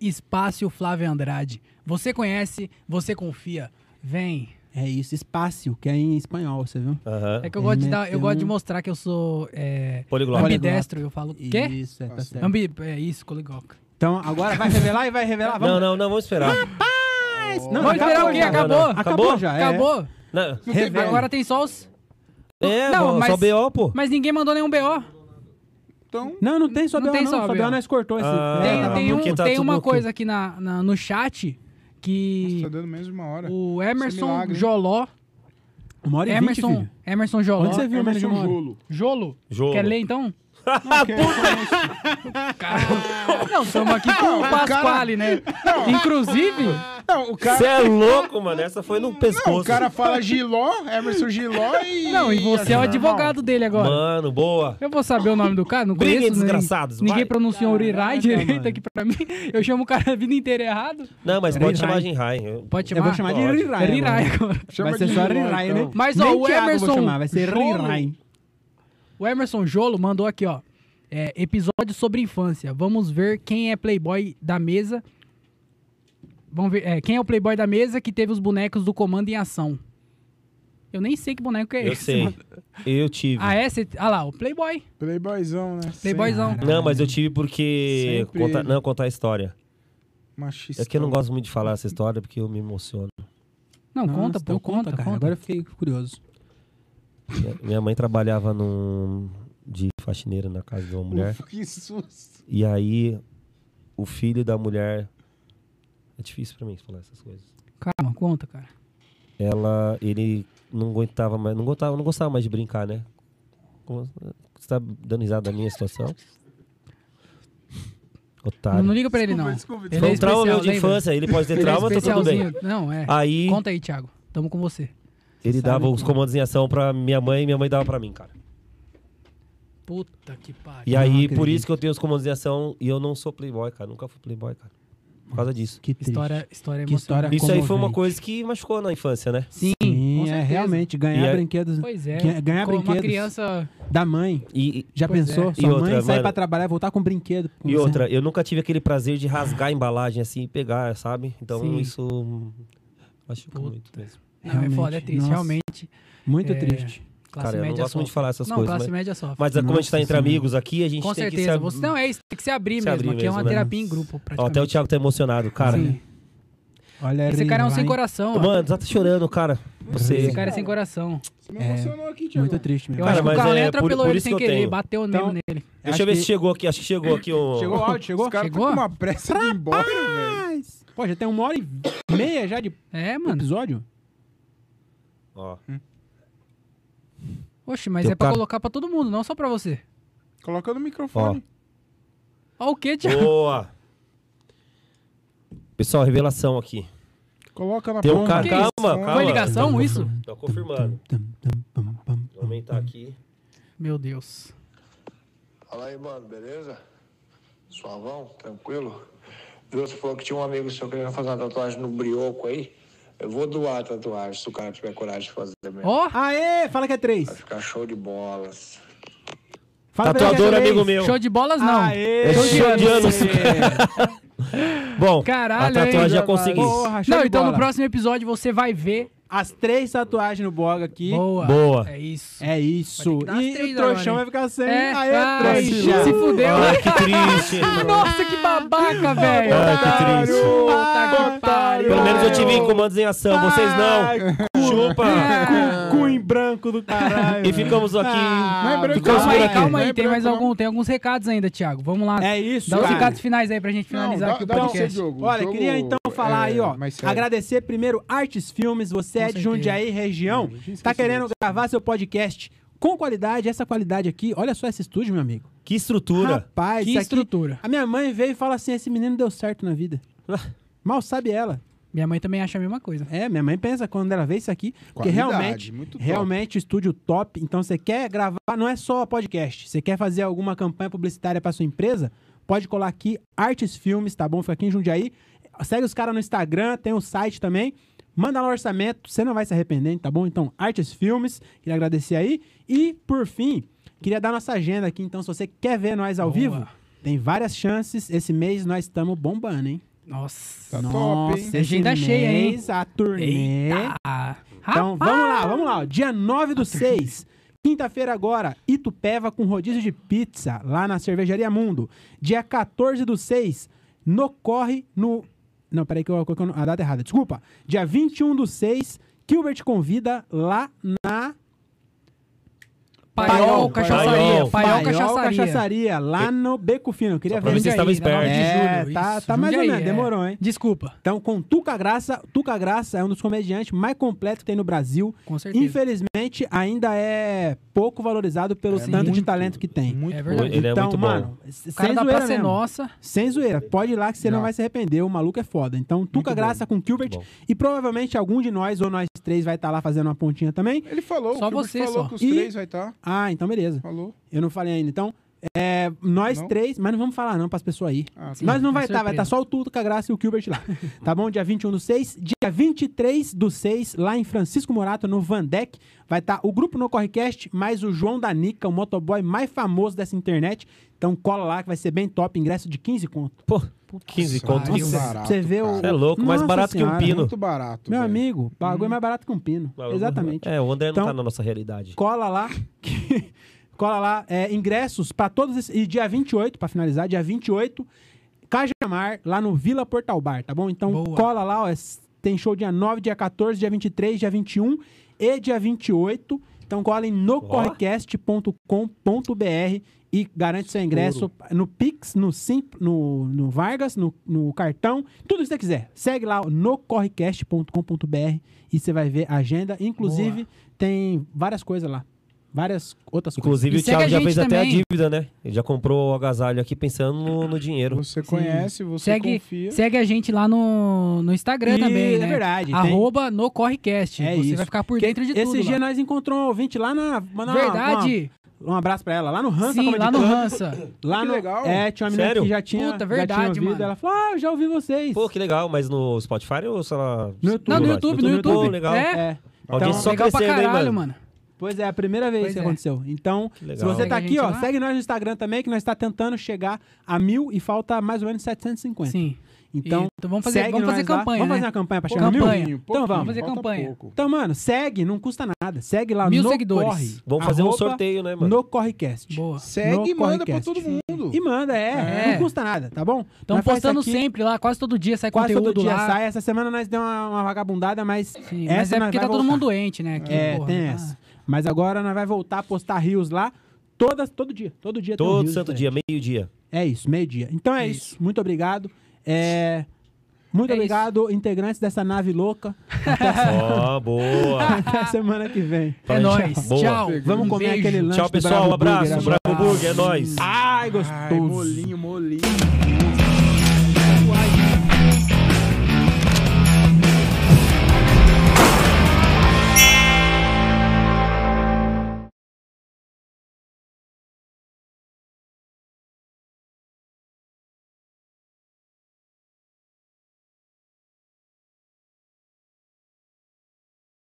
Espaço Flávio Andrade. Você conhece, você confia. Vem.
é isso, espaço, que é em espanhol, você viu?
Aham.
É que eu gosto de, dar- eu
Meteu
gosto de
um-
mostrar que eu sou é,
Poliglota.
ambidestro. Eu falo. Quê?
Isso, é, tá certo.
Ambi... É isso, coligloca.
Então, agora vai revelar e vai revelar,
Não,
vamos.
não, não, vamos esperar.
Não,
Vamos esperar o quê?
já.
Acabou?
Não, não.
Acabou
Acabou?
já, é.
Acabou?
Não,
Revela.
Agora tem só os.
É,
Não,
não,
mas-
só BO, pô.
Mas ninguém mandou nenhum BO.
Então,
Não, não tem só
Não
BO,
tem
não.
só
Só
BO.
BO nós cortou esse.
Ah,
É,
Tem,
tá
tem
bom.
um,
porque tá
tem
tudo
uma
aqui.
coisa aqui na, na- no chat que
tá dando menos de uma hora.
o
Isso é
Emerson
milagre, hein?
Joló.
Uma hora e vinte,
um Emerson,
filho.
Emerson Joló.
Onde você viu menos de uma
Emerson
hora?
Jolo.
Jolo.
Jolo.
Quer ler então? Não, estamos aqui
Não,
com
o
o
cara-
Pasquale, né? Inclusive,
Não, o
Você
cara...
é louco, mano. Essa foi no pescoço.
Não, o cara fala Giló, Emerson Giló
*laughs*
e...
não, e você é
Irmão,
o advogado dele agora.
Mano, boa.
Eu vou saber o nome do cara, não
Briguem,
conheço. né?
desgraçados, vai.
Ninguém pronuncia Urirai
Caraca,
direito
mano.
aqui pra mim. Eu chamo o cara a vida inteira errado.
Não, mas pode
Rinhai.
chamar de Rinhai. Eu-
É. Pode chamar?
Eu vou chamar de
Pode.
Rirai.
Rirai
agora.
agora.
Chama
Vai ser
de
só
Giló,
Rirai,
então.
né?
Mas, ó,
Nem
o
Thiago eu
Emerson
vou chamar, vai ser
Jolo-
Rirai.
O Emerson Jolo mandou aqui, ó. é, episódio sobre infância. Vamos ver quem é playboy da mesa. Vamos ver é, quem é o playboy da mesa que teve os bonecos do comando em ação. Eu nem sei que boneco é
Eu
esse.
sei.
mano.
Eu tive.
Ah, é? Cê- ah lá, o playboy.
Playboyzão, né?
Playboyzão.
Sem-
Não, mas eu tive porque.
Sempre
Conta...
ele.
Não, contar a história.
né? Machista.
É que eu não gosto muito de falar essa história porque eu me emociono.
Não, conta,
Nossa, então
pô, conta,
cara.
conta.
Agora eu fiquei curioso.
Minha- Minha mãe trabalhava num. de faxineira na casa de uma mulher.
Ufa, que susto.
E aí, o filho da mulher. É difícil pra mim falar essas coisas.
Calma, conta, cara.
Ela. Ele não aguentava mais. Não gostava, não gostava mais de brincar, né? Como- Você tá dando risada da minha situação? Otário.
Não liga pra ele,
Desculpa,
não.
desculpa,
Ele
Foi
é
um trauma
especial,
meu de
lembra?
infância. Ele pode ter
Ele é
trauma, tá tudo bem.
especialzinho. Não, é.
Aí.
Conta aí, Thiago. Tamo com você.
Ele
sabe
dava os
que-
comandos em ação pra minha mãe e minha mãe dava pra mim, cara.
Puta que pariu.
E aí,
acredito.
por isso que eu tenho os comandos em ação e eu não sou playboy, cara. Nunca fui playboy, cara. Por causa disso.
Que triste.
História, história
Que história
emocionante.
Isso aí foi uma
comovente.
coisa que machucou na infância, né?
Sim, assim, com
Sim, é
certeza.
realmente ganhar
E é-
brinquedos
Pois é.
Ganha- ganhar
com uma
brinquedos.
criança
da mãe.
E,
Já
Pois
pensou?
é.
Sua
E outra,
mãe sair
mano-
pra trabalhar e voltar com brinquedo. com
e
você.
outra, eu nunca tive aquele prazer de rasgar a embalagem assim e pegar, sabe? Então
Sim.
isso hum, machucou
Puta.
muito mesmo.
Não, é
Realmente,
foda, é triste,
nossa.
realmente.
Muito
É,
triste.
Classe
cara, eu não
média
gosto muito de
sofre.
falar essas
Não,
coisas.
classe
Mas,
média sofre.
mas como a gente tá
Nossa
entre
senhora.
amigos aqui, a gente
Com
tem
certeza.
que se
Você, não, é isso, tem que se abrir
Se
mesmo,
abrir
que é uma
mesmo, né?
terapia em grupo,
Ó,
praticamente.
até o Thiabo tá emocionado, cara.
Sim. Olha,
Esse cara é um
vai.
sem coração, ó.
Mano, tá chorando, cara. Você.
Esse cara é sem coração.
Você me emocionou aqui, Thiago.
Muito triste mesmo.
Eu
Cara,
acho que o
mas
Carlão
é, por-
atropelou
por
ele
isso
sem
que eu
querer,
tenho.
bateu
Então-
mesmo nele.
Deixa
Acho
eu ver
que-
se chegou aqui. Acho que chegou aqui o.
Chegou o áudio, chegou?
Os caras
Chegou?
tão com
com
uma
uma pressa de ir embora, velho.
Mas, Pô, já tem uma hora e meia já de
É, mano.
episódio?
Ó.
Oxe, mas
Teu
é pra
cara-
colocar pra todo mundo, não só pra você.
Coloca no microfone.
Ó o quê, Thiago?
Boa! Pessoal, revelação aqui.
Coloca na é
Tem um
ponta.
cara-
do
calma,
microfone.
calma.
Foi ligação isso?
Tô confirmando. Vou aumentar aqui.
Meu Deus.
Fala aí, mano, beleza? Suavão, tranquilo? Viu, Você falou que tinha um amigo seu querendo fazer uma tatuagem no brioco aí. Eu vou doar a tatuagem se o cara tiver coragem de fazer mesmo.
Ó,
Aê, fala que é três.
Vai ficar show de bolas.
Fala pra ele que é
Tatuador,
três.
amigo meu.
show de bolas não. É
Aê!
Show de anos. Bom,
Caralho,
a tatuagem é
hein,
já consegui.
Porra, show
Não,
de
então
bola.
no próximo episódio você vai ver.
As três tatuagens no blog aqui.
Boa.
Boa.
É isso.
É isso.
Vai ter que dar as
E
três
o trouxão
agora,
vai
hein?
ficar sem.
É,
Aê,
ah,
três.
vacilou. Se fudeu.
Ai, Ah, que triste.
Ah, nossa, que babaca, velho.
Ai, que triste.
Puta que pariu.
Pelo menos eu tive comandos em ação, vocês não. Chupa.
Cu, cu em branco
*laughs* É.
do caralho.
E ficamos aqui.
Ah,
Não é branco,
ficamos
Calma
por
aí,
aqui.
calma aí.
Não é
Tem mais
branco, não.
algum, tem alguns recados ainda, Thiago. Vamos lá.
É
um
isso,
Dá os
cara.
recados finais aí pra gente finalizar
dá-
aqui o
dá o seu
podcast.
jogo. O
Olha,
jogo
queria então falar
é
aí, ó.
mais sério.
Agradecer primeiro Artes Filmes, você é de
certeza.
Jundiaí,
Não,
região.
eu tinha
Tá
esquecido
querendo
disso.
gravar seu podcast com qualidade, essa qualidade aqui. Olha só esse estúdio, meu amigo.
Que estrutura.
Rapaz,
Que
isso aqui-
estrutura.
A minha mãe veio e fala assim: esse menino deu certo
*laughs*
na vida. Mal sabe ela.
Minha mãe também acha a mesma coisa.
É, minha mãe pensa quando ela vê isso aqui. Porque
Qualidade,
realmente,
muito top.
realmente estúdio top. Então você quer gravar, não é só podcast. Você quer fazer alguma campanha publicitária pra sua empresa? Pode colar aqui, Artes Filmes, tá bom? Fica aqui em Jundiaí. Segue os caras no Instagram, tem o site também. Manda lá o orçamento, você não vai se arrepender, tá bom? Então, Artes Filmes, queria agradecer aí. E, por fim, queria dar nossa agenda aqui. Então, se você quer ver nós ao
Boa.
vivo, tem várias chances. Esse mês nós estamos bombando, hein?
Nossa.
Tá
Nossa,
top, hein?
esse
Agenda cheia, hein?
mês, A turnê.
Eita.
Então vamos lá, vamos lá. ó. Dia 9 do 6. Quinta-feira agora, Itupeva com rodízio de pizza, lá na Cervejaria Mundo. Dia 14 do 6, no Corre, no... Não, peraí que eu coloquei a data errada, desculpa. Dia 21 do 6, Gilbert convida lá na...
Paiol,
Paiol,
cachaçaria.
Paiol.
Paiol, cachaçaria.
Cachaçaria,
É.
lá no Beco Fino. Eu queria
Só pra
ver.
ver se
Jundiaí, na
estava esperto.
nove de
É,
julho,
tá-
isso.
tá mais ou
Jundiaí,
menos,
é.
demorou, hein?
Desculpa,
Então, com Tuca Graça, Tuca Graça é um dos comediantes mais completos que tem no Brasil.
com certeza.
Infelizmente, ainda é pouco valorizado pelo
É
tanto de
muito,
talento que tem.
Muito
É
é
verdade.
verdade.
Ele é
então,
muito bom.
mano, sem
O cara da
zoeira
Praça é
mesmo.
Nossa.
Sem zoeira. Pode ir lá que você não
Já.
vai se arrepender. O maluco é foda. Então, Tuca
bom.
Graça com Gilbert.
Muito bom.
E provavelmente algum de nós, ou nós três, vai estar lá fazendo uma pontinha também.
Ele falou, o
Só
Gilbert
você,
falou
só.
que os
E-
três vai estar.
Ah, então beleza.
Falou.
Eu não falei ainda. Então, é, nós
Não?
três, mas não vamos falar não pras pessoas aí.
Ah,
Sim.
tá.
Mas não
é
vai estar, vai estar
surpresa.
só o Tuca Graça e o Gilbert
*laughs*
lá. tá bom? Dia 21 do 6. Dia 23 do 6, lá em Francisco Morato, no Vandec, vai estar o grupo no Correcast, mais o João da Nica, o motoboy mais famoso dessa internet. Então cola lá que vai ser bem top, ingresso de 15 conto.
Pô, 15
Nossa,
conto.
muito
Nossa,
barato,
você vê o-
cara.
Cê É louco, mais
Nossa
barato que um
Senhora,
pino.
Muito barato.
Meu
velho.
amigo, o
Hum.
bagulho é mais barato que um pino. Exatamente.
É, o André não
Então-
tá na nossa realidade.
Cola lá. que- *laughs* cola lá. é, ingressos para todos esses. E dia 28, para finalizar, dia 28, Cajamar, lá no Vila Portal Bar, tá bom? Então
Boa.
cola lá, ó. es- Tem show dia 9, dia 14, dia 23, dia 21 e um, dia 28. Então cola em nocorrecast.com.br e garante seu ingresso no Pix, no Sim, no, no Vargas, no, no cartão, tudo que você quiser. Segue lá o nocorrecast.com.br e você vai ver a agenda. Inclusive, tem várias coisas lá. várias outras
Inclusive,
E
o
segue a
Thiago já
gente
fez até a
também.
dívida, né? Ele já comprou o agasalho aqui pensando no, no dinheiro.
Você conhece, você
Segue,
confia.
segue a gente lá no, no Instagram
E
também,
é
né?
verdade, tem-
Arroba no Correcast.
É
Você
isso.
vai ficar por
Porque
dentro de tudo
Esse dia
lá.
nós encontramos um ouvinte lá na. mandar uma-
Verdade.
uma- um abraço pra ela, lá no Hansa
Sim,
Comedy
lá no
Club.
Hansa.
Lá
Que
no,
legal.
É, tinha uma menina
Sério?
que já tinha.
Puta,
já tinha
verdade,
ouvido,
mano.
Ela falou, ah, eu já ouvi vocês.
Pô, que legal, mas no Spotify ou sei lá.
No YouTube.
Não, no
Nós?
YouTube, no YouTube.
Pô, legal.
É.
É.
Alguém
Então,
só
Legal pra
crescendo, hein,
caralho,
mano?
mano.
Pois é, a primeira vez
Pois
que
é.
aconteceu. Então,
legal.
se você
Segue
tá
a
aqui,
gente
ó,
lá.
segue nós no Instagram também, que nós tá tentando chegar a mil e falta mais ou menos 750.
Sim.
Então,
E- então vamos fazer,
segue
vamos fazer
nós lá.
campanha,
Vamos
né?
fazer uma campanha pra
Pô,
chegar a mil?
campanha.
Então vamos.
fazer
falta
campanha.
pouco.
Então, mano, segue, não custa nada. Segue lá
Mil
no
seguidores.
Corre.
Vamos fazer um
arroba
sorteio, né, mano?
No Correcast.
Boa.
No
Segue e manda pra
Correcast.
todo mundo.
E manda, é,
É.
Não custa nada, tá bom?
Estamos
Nós faz
postando
isso aqui,
sempre lá, quase todo dia sai
Quase
conteúdo
todo dia
lá.
sai. Essa semana nós deu uma, uma vagabundada, mas.
Sim,
essa
mas é
nós
porque
vai
tá todo
voltar.
mundo doente, né? aqui,
É,
porra,
tem
tá-
essa. Mas agora nós vai voltar a postar rios lá todas, todo dia. Todo dia tem um
Todo
reels
santo
diferente.
dia, meio-dia.
É isso, meio-dia. Então é isso. Muito obrigado. É, Muito
É
obrigado, integrantes dessa
*laughs*
nave louca.
Ó, boa.
Até semana que vem.
É
Então,
nóis.
boa.
Tchau. Um
Vamos comer
Beijo.
aquele lanche.
Tchau,
do Bravo
pessoal.
Burger
abraço.
agora.
Bravo Burger, é nóis.
Ai,
Ai,
gostoso.
molinho, molinho.